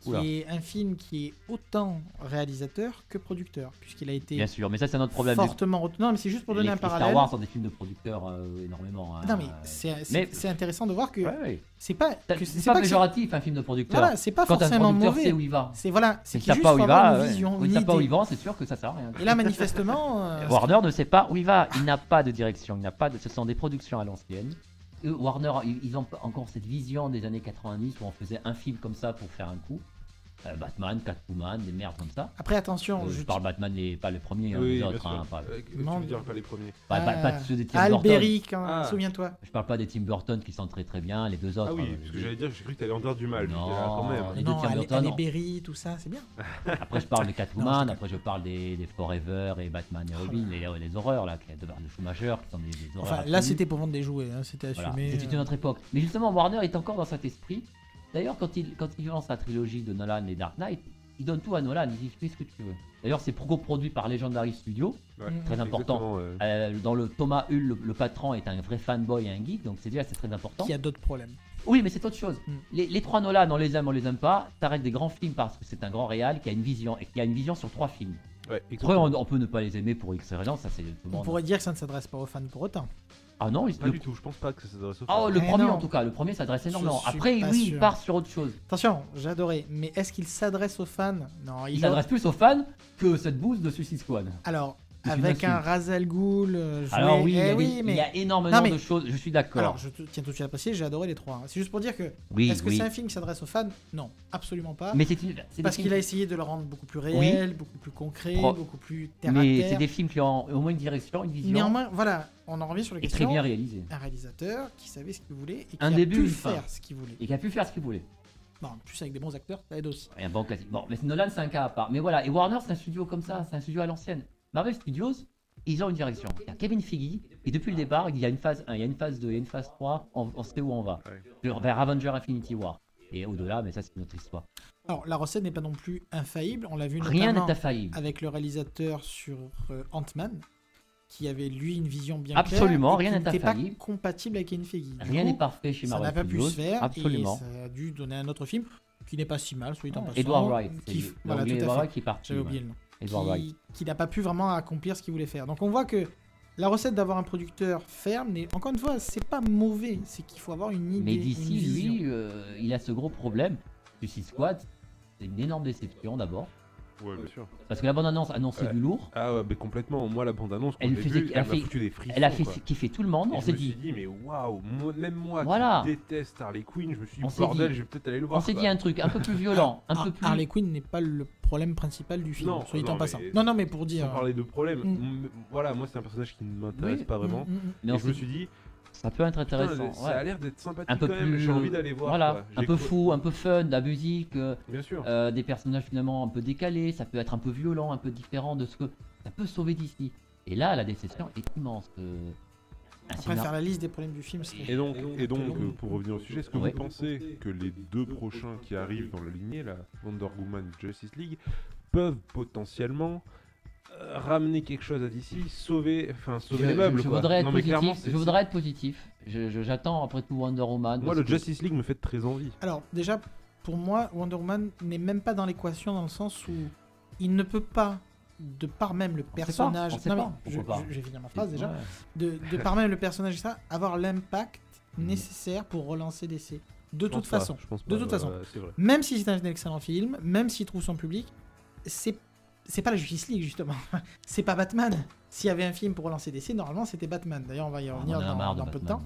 Speaker 3: qui
Speaker 2: Oula.
Speaker 3: est un film qui est autant réalisateur que producteur, puisqu'il a été
Speaker 2: bien sûr. Mais ça, c'est un autre problème.
Speaker 3: fortement retenu. Non, mais c'est juste pour
Speaker 2: les,
Speaker 3: donner un
Speaker 2: les
Speaker 3: parallèle.
Speaker 2: Star Wars sont des films de producteurs euh, énormément. hein.
Speaker 3: Non, mais c'est- c'est
Speaker 2: Mais-
Speaker 3: c'est intéressant de voir que
Speaker 2: Ouais, ouais.
Speaker 3: c'est pas. que
Speaker 2: C'est-
Speaker 3: C'est
Speaker 2: C'est
Speaker 3: pas,
Speaker 2: pas,
Speaker 3: que c'est-
Speaker 2: péjoratif un film de producteur.
Speaker 3: Voilà, c'est pas
Speaker 2: Quand un
Speaker 3: forcément
Speaker 2: producteur sait
Speaker 3: mauvais.
Speaker 2: où il va.
Speaker 3: C'est voilà, c'est
Speaker 2: S'il
Speaker 3: qu'il
Speaker 2: sait
Speaker 3: juste
Speaker 2: pas où
Speaker 3: faut
Speaker 2: il
Speaker 3: avoir
Speaker 2: va,
Speaker 3: une
Speaker 2: ouais.
Speaker 3: vision,
Speaker 2: S'il
Speaker 3: une
Speaker 2: sait pas où
Speaker 3: idée.
Speaker 2: il va, c'est sûr que ça sert à rien.
Speaker 3: Et là, manifestement,
Speaker 2: [laughs]
Speaker 3: euh,
Speaker 2: Warner ne sait pas où il va, il n'a pas de direction, il n'a pas de... ce sont des productions à l'ancienne. Eux, Warner, ils ils ont encore cette vision des années 90 où on faisait un film comme ça pour faire un coup. Euh, Batman, Catwoman, des merdes comme ça.
Speaker 3: après attention,
Speaker 2: Euh,
Speaker 3: je
Speaker 2: je parle Batman, les... pas le premier, hein,
Speaker 1: Oui,
Speaker 2: les
Speaker 1: bien
Speaker 2: autres.
Speaker 1: sûr.
Speaker 2: hein, pas...
Speaker 1: Euh, Tu
Speaker 3: Non.
Speaker 1: veux dire pas les premiers.
Speaker 2: pas- pas-
Speaker 3: Ah,
Speaker 2: pas ceux des Tim Burton.
Speaker 3: Alberic, quand-
Speaker 1: Ah.
Speaker 3: hein, souviens-toi.
Speaker 2: Je parle pas des Tim Burton qui sont très très bien, les deux autres.
Speaker 1: Ah oui,
Speaker 2: hein,
Speaker 1: parce que
Speaker 2: les-
Speaker 1: j'allais dire, j'ai cru que t'allais en dire du mal. J'étais là, quand
Speaker 2: Non.
Speaker 1: même.
Speaker 2: Les deux
Speaker 3: Non,
Speaker 2: Tim
Speaker 3: Halle-
Speaker 2: Burton,
Speaker 3: Halle
Speaker 2: non.
Speaker 3: Berry, tout ça, c'est bien.
Speaker 2: Après, je parle de
Speaker 3: Non, je
Speaker 2: Catwoman,
Speaker 3: déconne.
Speaker 2: après, je parle des, des Forever et Batman et
Speaker 3: Oh là
Speaker 2: Robin, les,
Speaker 1: Ah.
Speaker 2: les horreurs là, qui- de, de Schumacher, qui sont des, des horreurs.
Speaker 3: Enfin, là,
Speaker 2: absolues.
Speaker 3: c'était pour vendre des jouets, hein, c'était
Speaker 2: Voilà,
Speaker 3: assumé.
Speaker 2: C'était une
Speaker 3: euh.
Speaker 2: autre époque. Mais justement, Warner est encore dans cet esprit. D'ailleurs, quand il, quand il lance la trilogie de Nolan et Dark Knight, il donne tout à Nolan. Il dit fais ce que tu veux. D'ailleurs, c'est produit par Legendary Studio.
Speaker 1: Ouais,
Speaker 2: Très
Speaker 1: exactement,
Speaker 2: important.
Speaker 1: ouais.
Speaker 2: Euh, dans le Thomas Hull, le, le patron est un vrai fanboy et un geek, donc c'est déjà c'est très important.
Speaker 3: Qui a d'autres problèmes.
Speaker 2: Oui, mais c'est autre chose.
Speaker 3: Mm.
Speaker 2: Les, les trois Nolan, on les aime, on les aime pas. T'arrêtes des grands films parce que c'est un grand réal qui a une vision et qui a une vision sur trois films.
Speaker 1: Ouais,
Speaker 2: Après,
Speaker 1: exactement.
Speaker 2: on, on peut ne pas les aimer pour X raisons, ça c'est. tout le
Speaker 3: On
Speaker 2: monde.
Speaker 3: pourrait dire que ça ne s'adresse pas aux fans pour autant.
Speaker 2: Ah non, il-
Speaker 1: Pas
Speaker 2: le-
Speaker 1: du tout, je pense pas que ça s'adresse aux
Speaker 2: Ah,
Speaker 1: femmes.
Speaker 2: le
Speaker 3: Mais
Speaker 2: premier
Speaker 3: non.
Speaker 2: en tout cas, le premier s'adresse énormément.
Speaker 3: suis
Speaker 2: Après,
Speaker 3: pas
Speaker 2: oui,
Speaker 3: sûr.
Speaker 2: il part sur autre chose.
Speaker 3: Attention, j'adorais, mais est-ce qu'il s'adresse aux fans Non,
Speaker 2: Il
Speaker 3: il
Speaker 2: s'adresse plus aux fans que cette bouse de Suicide Squad.
Speaker 3: Alors, avec un Razal Ghoul. euh,
Speaker 2: Alors
Speaker 3: joué-
Speaker 2: oui, il y,
Speaker 3: Eh
Speaker 2: avait-
Speaker 3: oui,
Speaker 2: il
Speaker 3: mais.
Speaker 2: y a énormément
Speaker 3: Non, mais-
Speaker 2: de choses, je suis
Speaker 3: Alors,
Speaker 2: d'accord.
Speaker 3: je te- tiens tout de suite à préciser, j'ai adoré les trois. hein. C'est juste pour dire que.
Speaker 2: Oui,
Speaker 3: Est-ce que
Speaker 2: oui.
Speaker 3: c'est un film qui s'adresse aux fans Non, absolument pas.
Speaker 2: Mais c'est une- c'est des
Speaker 3: parce
Speaker 2: films-
Speaker 3: qu'il a essayé de le rendre beaucoup plus réel, beaucoup plus concret,
Speaker 2: Pro-
Speaker 3: beaucoup plus terre
Speaker 2: Mais
Speaker 3: à
Speaker 2: c'est
Speaker 3: terre.
Speaker 2: des films qui ont au moins une direction, une vision,
Speaker 3: Néanmoins, voilà, on en revient sur la
Speaker 2: et très
Speaker 3: question.
Speaker 2: bien réalisé.
Speaker 3: Un réalisateur qui savait ce qu'il voulait et qui
Speaker 2: Un
Speaker 3: a
Speaker 2: début,
Speaker 3: pu
Speaker 2: une fin.
Speaker 3: faire ce qu'il voulait.
Speaker 2: Et qui a pu faire ce qu'il voulait.
Speaker 3: Non, en plus avec des bons acteurs, ça aide aussi.
Speaker 2: Et un bon classique. Bon, mais Nolan, c'est un cas à part. Mais voilà, et Warner, c'est un studio comme ça, c'est un studio à l'ancienne. Marvel Studios, ils ont une direction. Il y a Kevin Feige, et depuis le départ, il y a une phase 1, il y a une phase 2, il y a une phase 3, on, on sait où on va. Vers Avenger Infinity War. Et au-delà, mais ça, c'est une autre histoire.
Speaker 3: Alors, la recette n'est pas non plus infaillible. On l'a vu
Speaker 2: Rien
Speaker 3: notamment
Speaker 2: n'est infaillible.
Speaker 3: avec le réalisateur sur euh, Ant-Man, qui avait lui une vision bien
Speaker 2: Absolument,
Speaker 3: claire.
Speaker 2: rien
Speaker 3: et qui
Speaker 2: n'est
Speaker 3: n'était
Speaker 2: infaillible.
Speaker 3: pas compatible avec Kevin Feige. Du
Speaker 2: Rien
Speaker 3: coup,
Speaker 2: n'est parfait chez
Speaker 3: Ça n'a
Speaker 2: Marvel
Speaker 3: pas pu
Speaker 2: Studios.
Speaker 3: se faire
Speaker 2: Absolument.
Speaker 3: et ça a dû donner un autre film qui n'est pas si mal, soit dit en passant.
Speaker 2: Edward Wright, c'est
Speaker 3: qui-
Speaker 2: l'anglais
Speaker 3: voilà, tout à
Speaker 2: Edward
Speaker 3: fait.
Speaker 2: Wright qui est parti.
Speaker 3: J'avais
Speaker 2: ouais.
Speaker 3: oublié le nom.
Speaker 2: Edward
Speaker 3: qui-
Speaker 2: Wright.
Speaker 3: qui n'a pas pu vraiment accomplir ce qu'il voulait faire. Donc on voit que la recette d'avoir un producteur ferme, n'est- encore une fois, c'est pas mauvais, c'est qu'il faut avoir une idée,
Speaker 2: Mais
Speaker 3: une
Speaker 2: d'ici,
Speaker 3: vision.
Speaker 2: lui, euh, il a ce gros problème. Suicide Squad, c'est une énorme déception d'abord.
Speaker 1: Ouais, bien sûr.
Speaker 2: Parce que la bande-annonce annonçait
Speaker 1: Ouais.
Speaker 2: du lourd.
Speaker 1: Ah ouais, mais complètement. Moi, la bande-annonce, quand
Speaker 2: Elle
Speaker 1: je l'ai
Speaker 2: faisait-
Speaker 1: vue,
Speaker 2: elle
Speaker 1: elle m'a
Speaker 2: fait-
Speaker 1: foutu des frissons.
Speaker 2: Elle a fait
Speaker 1: quoi.
Speaker 2: kiffer tout le monde.
Speaker 1: Et
Speaker 2: on
Speaker 1: je
Speaker 2: s'est
Speaker 1: me
Speaker 2: dit,
Speaker 1: suis dit, mais waouh, moi- même moi
Speaker 2: Voilà.
Speaker 1: qui déteste Harley Quinn, je me suis dit,
Speaker 2: On s'est
Speaker 1: bordel,
Speaker 2: dit-
Speaker 1: je vais peut-être aller le voir.
Speaker 2: on s'est
Speaker 1: quoi.
Speaker 2: dit un truc un peu plus violent, un
Speaker 3: Har-
Speaker 2: peu plus.
Speaker 3: Ah, Harley Quinn n'est pas le problème principal du film,
Speaker 1: Non,
Speaker 3: soit dit
Speaker 1: non,
Speaker 3: en passant.
Speaker 1: mais-
Speaker 3: Non, non, mais pour dire...
Speaker 1: Sans parler de problèmes,
Speaker 3: Mm.
Speaker 1: m- voilà, moi c'est un personnage qui ne m'intéresse
Speaker 2: Oui.
Speaker 1: pas vraiment.
Speaker 3: Mm, mm, mm.
Speaker 2: Mais on
Speaker 1: et je me
Speaker 2: s'est-
Speaker 1: suis dit,
Speaker 2: ça peut être
Speaker 1: putain,
Speaker 2: intéressant.
Speaker 1: ça
Speaker 2: ouais.
Speaker 1: a l'air d'être sympathique
Speaker 2: Un peu
Speaker 1: quand même,
Speaker 2: plus.
Speaker 1: j'ai envie d'aller voir.
Speaker 2: voilà,
Speaker 1: quoi.
Speaker 2: un
Speaker 1: J'ai
Speaker 2: peu
Speaker 1: cru-
Speaker 2: fou, un peu fun, de la musique, euh,
Speaker 1: Bien sûr.
Speaker 2: euh, des personnages finalement un peu décalés. Ça peut être un peu violent, un peu différent de ce que ça peut sauver d'ici. Et là, la déception est immense. euh, un
Speaker 3: Après,
Speaker 2: scénar-
Speaker 3: faire la liste des problèmes du film serait...
Speaker 1: Et donc, et donc euh, pour revenir au sujet, est-ce que
Speaker 2: Ouais.
Speaker 1: vous pensez que les deux prochains qui arrivent dans la lignée, la Wonder Woman Justice League, peuvent potentiellement euh, ramener quelque chose à DC, sauver, enfin sauver
Speaker 2: je,
Speaker 1: les
Speaker 2: je-
Speaker 1: meubles
Speaker 2: je
Speaker 1: quoi.
Speaker 2: voudrais être
Speaker 1: Non, mais clairement,
Speaker 2: positif.
Speaker 1: c'est-
Speaker 2: Je voudrais être positif. Je- je- J'attends après tout Wonder Woman.
Speaker 1: Moi,
Speaker 2: parce
Speaker 1: le
Speaker 2: que-
Speaker 1: Justice League me fait très envie.
Speaker 3: Alors, déjà, pour moi, Wonder Woman n'est même pas dans l'équation dans le sens où il ne peut pas, de par même le
Speaker 2: pas, on
Speaker 3: personnage...
Speaker 2: sait
Speaker 3: non,
Speaker 2: pas,
Speaker 3: mais je,
Speaker 2: pourquoi pas.
Speaker 3: je- je vais finir ma phrase, déjà.
Speaker 2: Ouais.
Speaker 3: de, de par même le personnage et ça, avoir l'impact
Speaker 2: [laughs] Mm.
Speaker 3: nécessaire pour relancer DC. De
Speaker 1: Je pense
Speaker 3: toute
Speaker 1: pas,
Speaker 3: façon,
Speaker 1: je pense
Speaker 3: de
Speaker 1: pas,
Speaker 3: toute
Speaker 1: euh,
Speaker 3: façon.
Speaker 1: c'est vrai.
Speaker 3: même si c'est un excellent film, même s'il trouve son public, c'est c'est pas la Justice League justement, [laughs] c'est pas Batman. S'il y avait un film pour relancer DC, normalement c'était Batman. D'ailleurs, on va y
Speaker 2: On en
Speaker 3: revenir
Speaker 2: a
Speaker 3: dans,
Speaker 2: marre
Speaker 3: dans
Speaker 2: de
Speaker 3: peu de temps.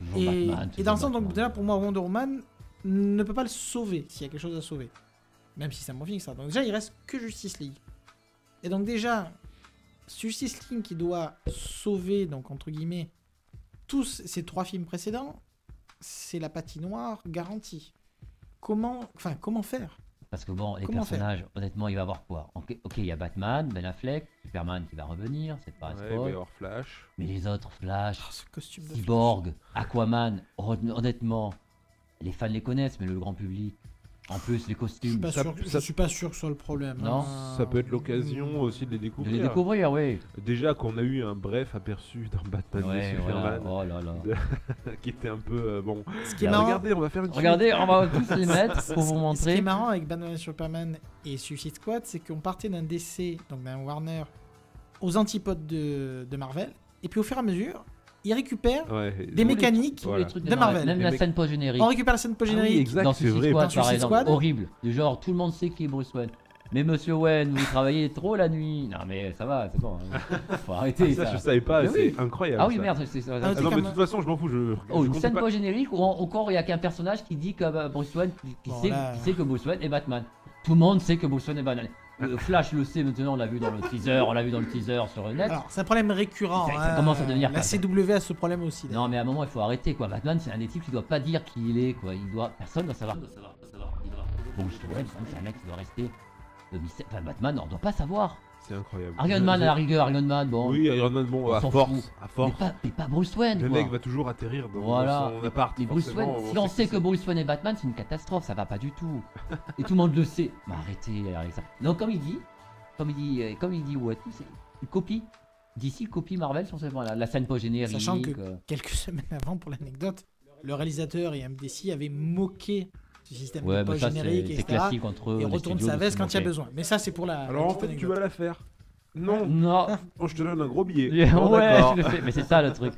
Speaker 2: Batman. Toujours
Speaker 3: Et,
Speaker 2: Batman,
Speaker 3: et
Speaker 2: toujours
Speaker 3: dans le sens, donc
Speaker 2: Batman.
Speaker 3: déjà pour moi, Wonder Woman ne peut pas le sauver s'il y a quelque chose à sauver. Même si c'est un bon film, ça. Donc déjà, il reste que Justice League. Et donc déjà, Justice League qui doit sauver, donc entre guillemets, tous ces trois films précédents, c'est la patinoire garantie. Comment, enfin, comment faire
Speaker 2: Parce que bon, les
Speaker 3: Comment
Speaker 2: personnages, honnêtement, il va y avoir quoi Ok, ok, il y a Batman, Ben Affleck, Superman qui va revenir, Ah, c'est pas
Speaker 1: Ouais,
Speaker 2: un spoil.
Speaker 1: il va y avoir Flash.
Speaker 2: Mais les autres, Flash,
Speaker 3: Oh, ce costume de
Speaker 2: Cyborg, Aquaman, hon- honnêtement, les fans les connaissent, mais le grand public, en plus les
Speaker 3: Je suis
Speaker 2: costumes,
Speaker 3: pas
Speaker 1: Ça-
Speaker 3: sûr, je
Speaker 1: ça-
Speaker 3: suis pas sûr que ce soit le problème.
Speaker 2: Non.
Speaker 3: hein.
Speaker 1: Ça peut être l'occasion aussi de les
Speaker 2: Ah. de
Speaker 1: découvrir.
Speaker 2: les découvrir, oui.
Speaker 1: Déjà qu'on a eu un bref aperçu d'un Batman de
Speaker 2: Ouais, voilà.
Speaker 1: Superman
Speaker 2: Oh là
Speaker 3: Bah,
Speaker 2: là.
Speaker 1: qui était un peu euh, bon.
Speaker 3: Ce qui est
Speaker 1: Tiens,
Speaker 3: marrant,
Speaker 1: regardez, on va faire une
Speaker 2: Regardez, on va tous
Speaker 3: [laughs]
Speaker 2: les mettre pour vous
Speaker 3: Ce qui est
Speaker 2: montrer.
Speaker 3: marrant avec Batman et Superman et Suicide Squad, c'est qu'on partait d'un DC, donc d'un Warner, aux antipodes de, de Marvel, et puis au fur et à mesure, ils récupèrent,
Speaker 2: Euh,
Speaker 1: suite. Ouais,
Speaker 3: Des
Speaker 1: oui,
Speaker 3: mecs- mécaniques
Speaker 2: Tous les trucs
Speaker 3: de
Speaker 2: des
Speaker 3: Marvel.
Speaker 2: Même
Speaker 1: Les
Speaker 2: la
Speaker 1: mecs-
Speaker 2: scène post-générique.
Speaker 3: on récupère la
Speaker 2: Ah
Speaker 3: scène post-générique.
Speaker 1: exact,
Speaker 2: dans
Speaker 1: c'est
Speaker 2: Suicide
Speaker 1: vrai.
Speaker 2: Squad,
Speaker 3: Dans
Speaker 2: par
Speaker 3: Suicide
Speaker 2: exemple,
Speaker 3: Squad
Speaker 2: horrible. Du genre, tout le monde sait qui est Bruce Wayne. Mais Monsieur Wayne, vous travaillez trop la nuit. Non mais ça va, c'est bon. hein.
Speaker 1: [laughs]
Speaker 2: Faut arrêter
Speaker 1: Ah, ça,
Speaker 2: ça.
Speaker 1: je savais pas,
Speaker 2: Mais
Speaker 1: c'est
Speaker 2: oui.
Speaker 1: incroyable.
Speaker 2: Ah oui
Speaker 1: ça.
Speaker 2: merde, c'est ça.
Speaker 3: Ah,
Speaker 1: Ah non, mais de
Speaker 3: comme-
Speaker 1: toute façon, je m'en fous. Je, je
Speaker 2: Oh, une
Speaker 1: compte
Speaker 2: scène
Speaker 1: pas.
Speaker 2: post générique où en- encore il y a qu'un personnage qui dit que bah, Bruce Wayne, qui, qui
Speaker 3: Bon,
Speaker 2: sait,
Speaker 3: là-
Speaker 2: qui sait que Bruce Wayne est Batman. Tout le monde sait que Bruce Wayne est Batman. Euh, Flash le sait maintenant, on l'a vu dans le teaser, on l'a vu dans le teaser sur le net.
Speaker 3: Alors, c'est un problème récurrent.
Speaker 2: Ça- ça
Speaker 3: hein.
Speaker 2: commence à devenir
Speaker 3: La
Speaker 2: pas-
Speaker 3: CW a ce problème aussi. d'ailleurs.
Speaker 2: Non mais à un moment il faut arrêter quoi. Batman c'est un des types qui doit pas dire qui il est quoi. Il doit personne doit savoir. Bon je trouve c'est un mec qui doit rester. le mystère. Enfin Batman on doit pas savoir.
Speaker 1: C'est incroyable.
Speaker 2: Iron Man à la rigueur, Iron Man bon.
Speaker 1: Oui, Iron Man, bon,
Speaker 2: On
Speaker 1: à
Speaker 2: s'en
Speaker 1: force.
Speaker 2: fout.
Speaker 1: À
Speaker 2: mais
Speaker 1: force.
Speaker 2: pas, mais pas Bruce Wayne
Speaker 1: Le
Speaker 2: quoi.
Speaker 1: mec va toujours atterrir dans, dans
Speaker 2: Voilà.
Speaker 1: son appart.
Speaker 2: Mais Bruce Wayne,
Speaker 1: forcément,
Speaker 2: si on sait
Speaker 1: qui
Speaker 2: que Bruce Wayne et Batman c'est une catastrophe, ça va pas du tout.
Speaker 1: [laughs]
Speaker 2: Et tout le monde le sait. Mais arrêtez avec ça. Non comme il dit, comme il dit, euh, comme il dit What If, c'est une copie. D'ici copie Marvel sur ce point-là. La scène post générique.
Speaker 3: Sachant que-
Speaker 2: euh,
Speaker 3: Quelques [laughs] semaines avant, pour l'anecdote, le réalisateur et MDC avaient moqué ce système
Speaker 2: Ouais,
Speaker 3: de
Speaker 2: bah ça c'est
Speaker 3: post-générique,
Speaker 2: c'est
Speaker 3: etc.
Speaker 2: classique entre eux. les
Speaker 3: Et retourne
Speaker 2: studios
Speaker 3: sa
Speaker 2: de
Speaker 3: veste
Speaker 2: se
Speaker 3: quand il y a
Speaker 2: moquer.
Speaker 3: besoin. Mais ça, c'est pour la.
Speaker 1: Alors en fait, tu vas la faire. Non,
Speaker 2: Non,
Speaker 1: Oh, je te donne un gros billet.
Speaker 2: [laughs] Ouais,
Speaker 1: Bon, d'accord.
Speaker 2: je le fais, mais c'est ça le truc.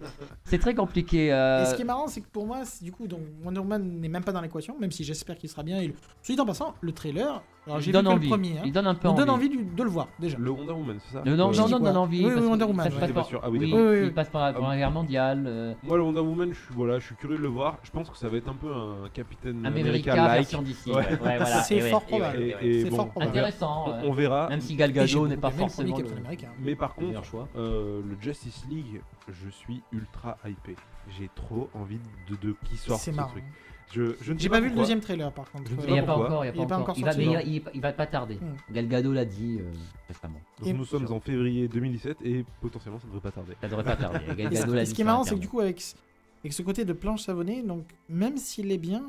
Speaker 2: C'est très compliqué. euh,
Speaker 3: Et ce qui est marrant, c'est que pour moi, c'est- du coup, donc Wonder Woman n'est même pas dans l'équation, même si j'espère qu'il sera bien. Et le... Soit dit en passant, le trailer,
Speaker 2: il
Speaker 3: Alors, j'ai vu
Speaker 2: donne
Speaker 3: que
Speaker 2: envie.
Speaker 3: le premier. hein.
Speaker 2: Il donne un peu
Speaker 3: Il
Speaker 2: envie.
Speaker 3: donne envie du- de le voir, déjà.
Speaker 1: Le Wonder Woman, c'est ça
Speaker 2: Le- non,
Speaker 1: Euh,
Speaker 3: J'ai
Speaker 2: non,
Speaker 3: dit
Speaker 2: non,
Speaker 3: quoi
Speaker 2: donne envie.
Speaker 3: Oui, oui,
Speaker 2: parce que
Speaker 3: Wonder
Speaker 2: il
Speaker 3: Woman,
Speaker 2: passe
Speaker 3: ouais.
Speaker 2: par-
Speaker 1: J'étais pas sûr. Ah oui,
Speaker 2: oui,
Speaker 3: d'accord. Oui, oui,
Speaker 2: il passe par la Première Guerre mondiale. euh,
Speaker 1: Moi, le Wonder Woman, je suis, voilà, je suis curieux de le voir. Je pense que ça va être un peu un Capitaine
Speaker 2: America,
Speaker 1: America-like.
Speaker 2: version d'ici.
Speaker 1: Ouais.
Speaker 2: voilà.
Speaker 3: C'est
Speaker 2: et ouais,
Speaker 3: fort
Speaker 2: et ouais,
Speaker 3: probable.
Speaker 2: et
Speaker 1: Et,
Speaker 2: ouais.
Speaker 1: et
Speaker 3: C'est
Speaker 1: bon,
Speaker 3: fort
Speaker 1: on
Speaker 3: probable.
Speaker 1: verra.
Speaker 2: Intéressant.
Speaker 1: On-
Speaker 2: euh,
Speaker 1: on verra.
Speaker 2: Même si Gal
Speaker 3: Et j'ai
Speaker 2: Gadot
Speaker 3: beaucoup
Speaker 2: n'est pas
Speaker 3: aimé le premier
Speaker 2: forcément le
Speaker 3: Captain America.
Speaker 1: Mais par
Speaker 2: le
Speaker 1: contre,
Speaker 2: meilleur choix.
Speaker 1: euh, le Justice League, je suis ultra hypé. J'ai trop envie de, de qu'il sorte
Speaker 3: C'est
Speaker 1: ce
Speaker 3: marrant.
Speaker 1: truc. Je, je ne sais
Speaker 3: J'ai pas vu le
Speaker 1: pourquoi.
Speaker 3: deuxième trailer par contre.
Speaker 1: Je ne
Speaker 2: Mais
Speaker 1: sais
Speaker 2: Il n'y a
Speaker 1: pas
Speaker 2: pas
Speaker 1: pourquoi.
Speaker 2: encore, il n'y a pas encore. Il va,
Speaker 3: sorti,
Speaker 2: mais
Speaker 3: non.
Speaker 2: il, il va- il va pas tarder.
Speaker 3: Hmm.
Speaker 2: Gal Gadot l'a dit euh, récemment.
Speaker 1: Donc
Speaker 3: Et-
Speaker 1: nous sommes en février 2017 et potentiellement ça ne devrait pas tarder.
Speaker 2: Ça devrait pas
Speaker 3: [laughs]
Speaker 2: tarder. Gal
Speaker 3: Et
Speaker 2: Gadot l'a
Speaker 3: ce-
Speaker 2: dit
Speaker 3: ce qui
Speaker 2: sur
Speaker 3: est marrant, c'est que
Speaker 2: Internet.
Speaker 3: du coup, avec, ce- avec ce côté de planche savonnée, donc même s'il est bien,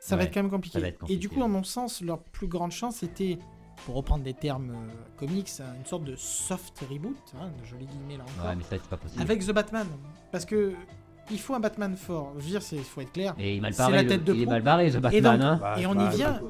Speaker 3: ça va
Speaker 2: Ouais,
Speaker 3: être quand même compliqué.
Speaker 2: ça va être
Speaker 3: Et
Speaker 2: compliqué,
Speaker 3: du coup, à
Speaker 2: ouais.
Speaker 3: mon sens, leur plus grande chance c'était, pour reprendre des termes euh, comics, hein, une sorte de soft reboot, hein, de jolis guillemets là encore,
Speaker 2: Ouais, mais ça, c'est pas possible.
Speaker 3: avec The Batman. Parce que il faut un Batman fort. Je veux dire, c'est- faut être clair.
Speaker 2: Et il est mal
Speaker 3: C'est
Speaker 2: barré,
Speaker 3: la
Speaker 2: le-
Speaker 3: tête de
Speaker 2: il est
Speaker 3: proue.
Speaker 2: mal barré, The
Speaker 3: Et
Speaker 2: Batman. hein.
Speaker 3: donc- Ah,
Speaker 1: Bah,
Speaker 3: Et on y vient.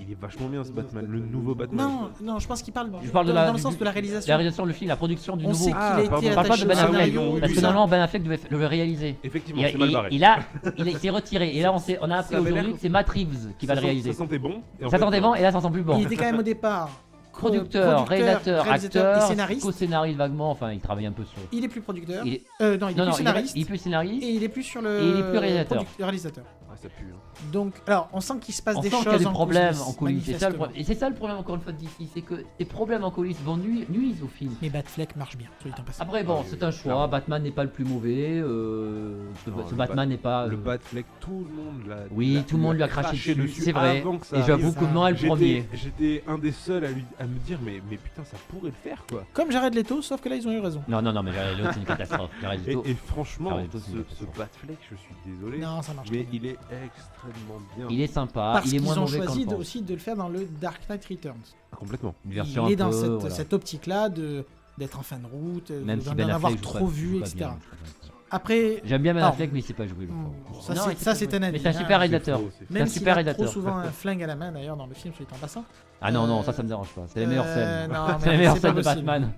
Speaker 1: Il est vachement bien ce Batman, le nouveau Batman.
Speaker 3: Non, non, je pense qu'il parle
Speaker 2: bah, Je parle de
Speaker 3: dans,
Speaker 2: la-
Speaker 3: dans le
Speaker 2: du-
Speaker 3: sens de la
Speaker 2: La
Speaker 3: réalisation.
Speaker 2: réalisation, le film, la production du
Speaker 3: On
Speaker 2: nouveau.
Speaker 3: sait qu'il
Speaker 1: Ah, pardon.
Speaker 3: a été
Speaker 1: On
Speaker 2: On parle pas
Speaker 3: attaché
Speaker 2: de
Speaker 3: au
Speaker 2: Ben
Speaker 1: Ah oui,
Speaker 2: Affleck.
Speaker 1: oui, oui,
Speaker 3: scénario.
Speaker 2: Parce
Speaker 1: oui,
Speaker 2: que
Speaker 1: ça.
Speaker 2: normalement, Ben Affleck devait le réaliser.
Speaker 1: Effectivement,
Speaker 2: Il, a-
Speaker 1: c'est mal
Speaker 2: il-
Speaker 1: barré.
Speaker 2: il a, il a- s'est retiré. Et là, on s'est, on a appris
Speaker 1: Ça avait
Speaker 2: aujourd'hui
Speaker 1: l'air-
Speaker 2: que c'est Matt Reeves qui va
Speaker 1: Ça
Speaker 2: le
Speaker 1: sent-
Speaker 2: réaliser.
Speaker 1: Ça sentait bon. et en
Speaker 2: Ça
Speaker 1: fait,
Speaker 2: tentait
Speaker 1: euh,
Speaker 2: bon, et là, ça sent plus bon.
Speaker 3: Il était quand même au départ co-
Speaker 2: Producteur, réalisateur,
Speaker 3: et
Speaker 2: acteur,
Speaker 3: scénariste.
Speaker 2: co-scénariste vaguement. Enfin, il travaille un peu sur.
Speaker 3: Il est plus producteur.
Speaker 2: Il est-
Speaker 3: Euh, non, il est
Speaker 2: non, non,
Speaker 3: plus
Speaker 2: il est-
Speaker 3: scénariste.
Speaker 2: il est plus scénariste.
Speaker 3: Et il est plus sur le.
Speaker 2: Et il est plus réalisateur.
Speaker 3: produc- réalisateur.
Speaker 1: ah, ça pue. hein.
Speaker 3: Donc, alors, on sent qu'il se passe
Speaker 2: On
Speaker 3: des
Speaker 2: sent
Speaker 3: choses.
Speaker 2: qu'il y a des
Speaker 3: en
Speaker 2: problèmes
Speaker 3: coulisses,
Speaker 2: en coulisses. C'est ça le
Speaker 3: manifestement.
Speaker 2: problème. Et c'est ça le problème encore une fois d'ici, c'est que ces problèmes en coulisses vont nu- nuisent au film.
Speaker 3: Mais Batfleck marche bien, soit dit en passant.
Speaker 2: Après bon,
Speaker 1: Ah, oui,
Speaker 2: c'est un choix.
Speaker 1: clairement.
Speaker 2: Batman n'est pas le plus mauvais. euh, ce
Speaker 1: Non,
Speaker 2: ce
Speaker 1: le
Speaker 2: Batman n'est pas.
Speaker 1: Le
Speaker 2: euh,
Speaker 1: Batfleck, tout le monde l'a.
Speaker 2: Oui,
Speaker 1: l'a-
Speaker 2: tout le monde lui a craché dessus, c'est vrai.
Speaker 1: avant que ça
Speaker 2: Et j'avoue
Speaker 1: arrive.
Speaker 2: que moi, le
Speaker 1: J'étais-
Speaker 2: premier.
Speaker 1: J'étais un des seuls à, lui, à me dire, mais, mais putain, ça pourrait le faire quoi.
Speaker 3: Comme Jared Leto, sauf que là, ils ont eu raison.
Speaker 2: Non, non, non, mais Jared Leto, c'est Ah, une catastrophe. Jared
Speaker 1: Et,
Speaker 2: Leto.
Speaker 1: et franchement,
Speaker 2: Jared Leto, c'est une
Speaker 1: ce, ce
Speaker 2: catastrophe.
Speaker 1: Batfleck, je suis désolé,
Speaker 3: Non, ça marche
Speaker 1: mais
Speaker 3: pas.
Speaker 1: il est extrêmement bien.
Speaker 2: Il est sympa,
Speaker 3: Parce
Speaker 2: Ah, il est
Speaker 3: qu'ils
Speaker 2: moins
Speaker 3: ont
Speaker 2: mauvais qu'en
Speaker 3: choisi de-
Speaker 2: pense.
Speaker 3: aussi de le faire dans le Dark Knight Returns.
Speaker 1: Ah, Complètement.
Speaker 2: Une
Speaker 3: Il
Speaker 2: version
Speaker 3: est
Speaker 2: un
Speaker 3: dans
Speaker 2: peu,
Speaker 3: cette,
Speaker 2: voilà.
Speaker 3: cette optique-là de d'être en fin de route, de-
Speaker 2: Même si
Speaker 3: d'en
Speaker 2: Ben
Speaker 3: avoir
Speaker 2: Affleck joue
Speaker 3: trop
Speaker 2: pas- joue
Speaker 3: vu,
Speaker 2: pas
Speaker 3: etc.
Speaker 2: bien, je trouve.
Speaker 3: Après,
Speaker 2: J'aime bien Ben
Speaker 3: Alors,
Speaker 2: Affleck, mais il sait pas jouer le pauvre.
Speaker 3: ça,
Speaker 2: Non,
Speaker 3: c'est-
Speaker 2: il sait
Speaker 3: ça,
Speaker 2: pas
Speaker 3: c'est
Speaker 2: jouer.
Speaker 3: un
Speaker 2: Mais c'est un
Speaker 3: avis, hein.
Speaker 2: super réalisateur.
Speaker 1: C'est faux, c'est faux.
Speaker 2: un
Speaker 3: même s'il
Speaker 2: super
Speaker 3: a trop
Speaker 2: réalisateur. [laughs]
Speaker 3: souvent un flingue à la main d'ailleurs dans le film, soit dit en passant.
Speaker 2: Ah non, non,
Speaker 3: Euh,
Speaker 2: ça, ça me dérange pas. C'est les meilleures
Speaker 3: euh,
Speaker 2: scènes.
Speaker 3: non, mais
Speaker 2: [laughs] C'est les meilleures
Speaker 3: c'est pas
Speaker 2: scènes de
Speaker 3: possible.
Speaker 2: Batman.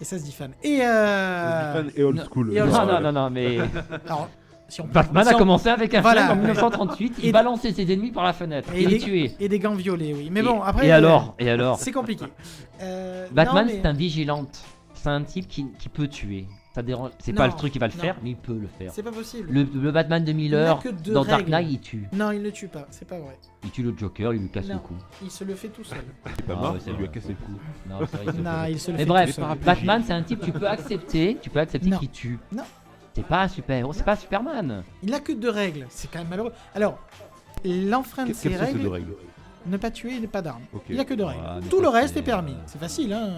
Speaker 3: Et ça se dit fan. Et euh,
Speaker 1: Fan et old
Speaker 2: non,
Speaker 1: school.
Speaker 3: et old
Speaker 2: Non,
Speaker 3: school. Ah,
Speaker 2: non, non, non, mais
Speaker 3: alors, si on
Speaker 2: Batman
Speaker 3: si
Speaker 2: a
Speaker 3: on-
Speaker 2: commencé avec un
Speaker 3: Voilà.
Speaker 2: flingue en 1938. Il
Speaker 3: Et-
Speaker 2: balançait ses ennemis par la fenêtre.
Speaker 3: Et
Speaker 2: Il les
Speaker 3: les-
Speaker 2: tuait.
Speaker 3: Et des gants violets, oui. Mais
Speaker 2: Et-
Speaker 3: bon, après.
Speaker 2: Et
Speaker 3: euh,
Speaker 2: alors Et alors
Speaker 3: C'est compliqué. Euh,
Speaker 2: Batman,
Speaker 3: non, mais-
Speaker 2: c'est un vigilante. C'est un type qui qui peut tuer. Ça dérange. C'est
Speaker 3: Non,
Speaker 2: pas le truc qui va le
Speaker 3: non.
Speaker 2: faire, mais il peut le faire.
Speaker 3: C'est pas possible.
Speaker 2: Le, le Batman de
Speaker 3: Il n'a
Speaker 2: Miller,
Speaker 3: que deux
Speaker 2: dans Dark
Speaker 3: règles.
Speaker 2: Knight, il tue.
Speaker 3: Non, il ne tue pas, c'est pas vrai.
Speaker 2: Il tue le Joker, il lui casse le
Speaker 3: Non.
Speaker 2: cou.
Speaker 3: Il se le fait tout
Speaker 2: [laughs]
Speaker 3: seul.
Speaker 1: Il est pas
Speaker 2: Ah,
Speaker 1: mort,
Speaker 2: ouais, c'est
Speaker 1: il lui a
Speaker 2: vrai.
Speaker 1: cassé le cou.
Speaker 2: Non, c'est vrai, il se
Speaker 3: non,
Speaker 2: fait-
Speaker 3: il se le
Speaker 2: Mais
Speaker 3: fait
Speaker 2: bref,
Speaker 3: tout seul.
Speaker 2: Batman, c'est un type tu peux accepter, tu peux accepter
Speaker 3: Non.
Speaker 2: qu'il tue.
Speaker 3: Non.
Speaker 2: C'est pas un super, c'est pas Superman.
Speaker 3: Il n'a que deux règles, c'est quand même malheureux. Alors, l'enfreinte de
Speaker 1: Quelles
Speaker 3: ses
Speaker 1: sont ces deux
Speaker 3: règles,
Speaker 1: règles
Speaker 3: ne pas tuer et ne pas d'armes.
Speaker 1: Ok. Ah,
Speaker 3: Il n'y a que deux règles.
Speaker 2: Voilà,
Speaker 3: tout
Speaker 2: donc
Speaker 3: le
Speaker 2: ça,
Speaker 3: reste
Speaker 2: c'est,
Speaker 3: est permis.
Speaker 2: euh,
Speaker 3: C'est facile, hein.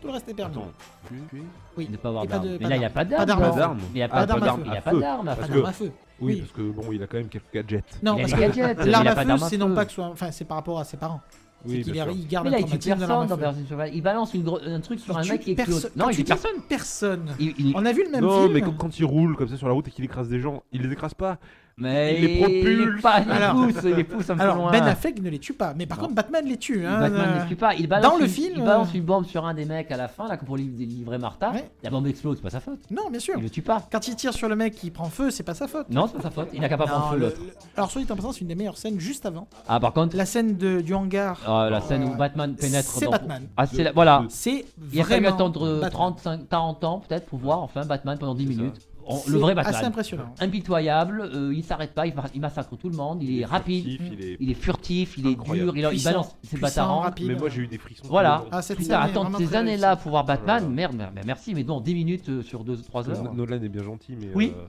Speaker 3: Tout le reste est permis.
Speaker 1: Attends. Puis-
Speaker 3: Oui.
Speaker 2: Ne pas avoir
Speaker 3: Et pas
Speaker 2: d'armes.
Speaker 3: de-
Speaker 2: Mais
Speaker 3: pas
Speaker 2: là, il n'y a
Speaker 3: d'armes.
Speaker 2: pas
Speaker 3: Pas
Speaker 2: d'armes.
Speaker 3: d'armes à
Speaker 1: feu.
Speaker 2: Il n'y a pas
Speaker 3: Pas d'armes à
Speaker 2: d'armes.
Speaker 3: feu.
Speaker 2: Il n'y a
Speaker 1: À
Speaker 2: pas
Speaker 1: feu.
Speaker 2: d'armes. à
Speaker 1: Parce
Speaker 3: Pas
Speaker 2: feu.
Speaker 1: que-
Speaker 3: d'armes à feu.
Speaker 1: Oui,
Speaker 3: Oui.
Speaker 1: parce que bon, il a quand même quelques gadgets.
Speaker 3: Non,
Speaker 2: Il a
Speaker 3: parce
Speaker 2: des
Speaker 3: que
Speaker 2: gadgets. il
Speaker 3: l'arme
Speaker 2: a
Speaker 3: à
Speaker 2: pas
Speaker 3: feu,
Speaker 2: d'arme à
Speaker 3: c'est
Speaker 2: feu.
Speaker 3: non pas que soit. Enfin, c'est par rapport à ses parents.
Speaker 1: Oui,
Speaker 3: c'est qu'il
Speaker 1: bien
Speaker 3: est-
Speaker 1: sûr.
Speaker 3: il garde
Speaker 2: Mais là,
Speaker 3: un
Speaker 2: il tue
Speaker 3: traumatisme de l'arme
Speaker 2: personne
Speaker 3: à
Speaker 2: dans
Speaker 3: feu.
Speaker 2: Versus Survival. Il balance une gro- un truc sur
Speaker 3: Il
Speaker 2: un
Speaker 3: tue
Speaker 2: mec qui est
Speaker 3: perso-
Speaker 2: Non,
Speaker 3: Quand
Speaker 2: il
Speaker 3: tu
Speaker 2: tue
Speaker 3: dis
Speaker 2: personne.
Speaker 3: Personne.
Speaker 2: Il- il-
Speaker 3: On a vu le même
Speaker 1: Non,
Speaker 3: film.
Speaker 1: mais quand, quand il roule comme ça sur la route et qu'il écrase des gens, il les écrase pas.
Speaker 2: Mais
Speaker 1: Il les propulse.
Speaker 2: Il pas- il
Speaker 3: Alors-
Speaker 2: pousse, il les pousse un peu
Speaker 3: Alors,
Speaker 2: loin.
Speaker 3: Ben Affleck ne les tue pas, mais par
Speaker 2: Non.
Speaker 3: contre, Batman les tue. Hein,
Speaker 2: Batman
Speaker 3: euh,
Speaker 2: ne tue pas. Il balance
Speaker 3: dans le
Speaker 2: une-
Speaker 3: film,
Speaker 2: il balance
Speaker 3: euh,
Speaker 2: une bombe sur un des mecs à la fin, là, pour lui délivrer Martha.
Speaker 3: Ouais.
Speaker 2: La bombe explose, c'est pas sa faute.
Speaker 3: Non, bien sûr.
Speaker 2: Il le tue pas.
Speaker 3: Quand il tire sur le mec qui prend feu, c'est pas sa faute.
Speaker 2: Non, c'est pas sa faute. Il n'a qu'à pas prendre
Speaker 3: Non,
Speaker 2: feu
Speaker 3: le-
Speaker 2: l'autre.
Speaker 3: le- Alors, soit dit en passant, c'est une des meilleures scènes juste avant.
Speaker 2: Ah, par contre,
Speaker 3: La scène de, du hangar,
Speaker 2: ah, la scène où
Speaker 3: Euh,
Speaker 2: Batman pénètre
Speaker 3: c'est
Speaker 2: dans.
Speaker 3: Batman.
Speaker 2: Ah, c'est la- voilà.
Speaker 3: c'est
Speaker 2: Il a fallu
Speaker 3: vraiment.
Speaker 2: attendre euh,
Speaker 3: Batman.
Speaker 2: 35, 40 ans peut-être pour voir enfin Batman pendant 10
Speaker 1: C'est ça.
Speaker 2: minutes. On-
Speaker 3: C'est
Speaker 2: le vrai
Speaker 3: Assez
Speaker 2: Batman.
Speaker 3: impressionnant.
Speaker 2: Impitoyable, euh, il s'arrête pas, il, mar- il massacre tout le monde, il, est, rapide,
Speaker 1: furtif, il est-
Speaker 2: il est furtif, il est
Speaker 1: Incroyable.
Speaker 2: dur, il, il
Speaker 3: Puissant,
Speaker 2: balance ses
Speaker 3: puissant,
Speaker 2: batarangs.
Speaker 3: rapide.
Speaker 1: Mais moi, j'ai eu des frissons.
Speaker 2: Voilà.
Speaker 1: tout le temps.
Speaker 3: Ah, cette
Speaker 2: Putain,
Speaker 3: scène est
Speaker 2: attendre
Speaker 3: vraiment
Speaker 2: ces
Speaker 3: très
Speaker 2: années-là
Speaker 3: réussie.
Speaker 2: pour voir Batman,
Speaker 1: Oh là là.
Speaker 2: merde, merde, merci, mais bon, 10 minutes euh, sur 2-3 heures.
Speaker 1: Nolan est bien gentil, mais.
Speaker 2: Oui.
Speaker 1: euh,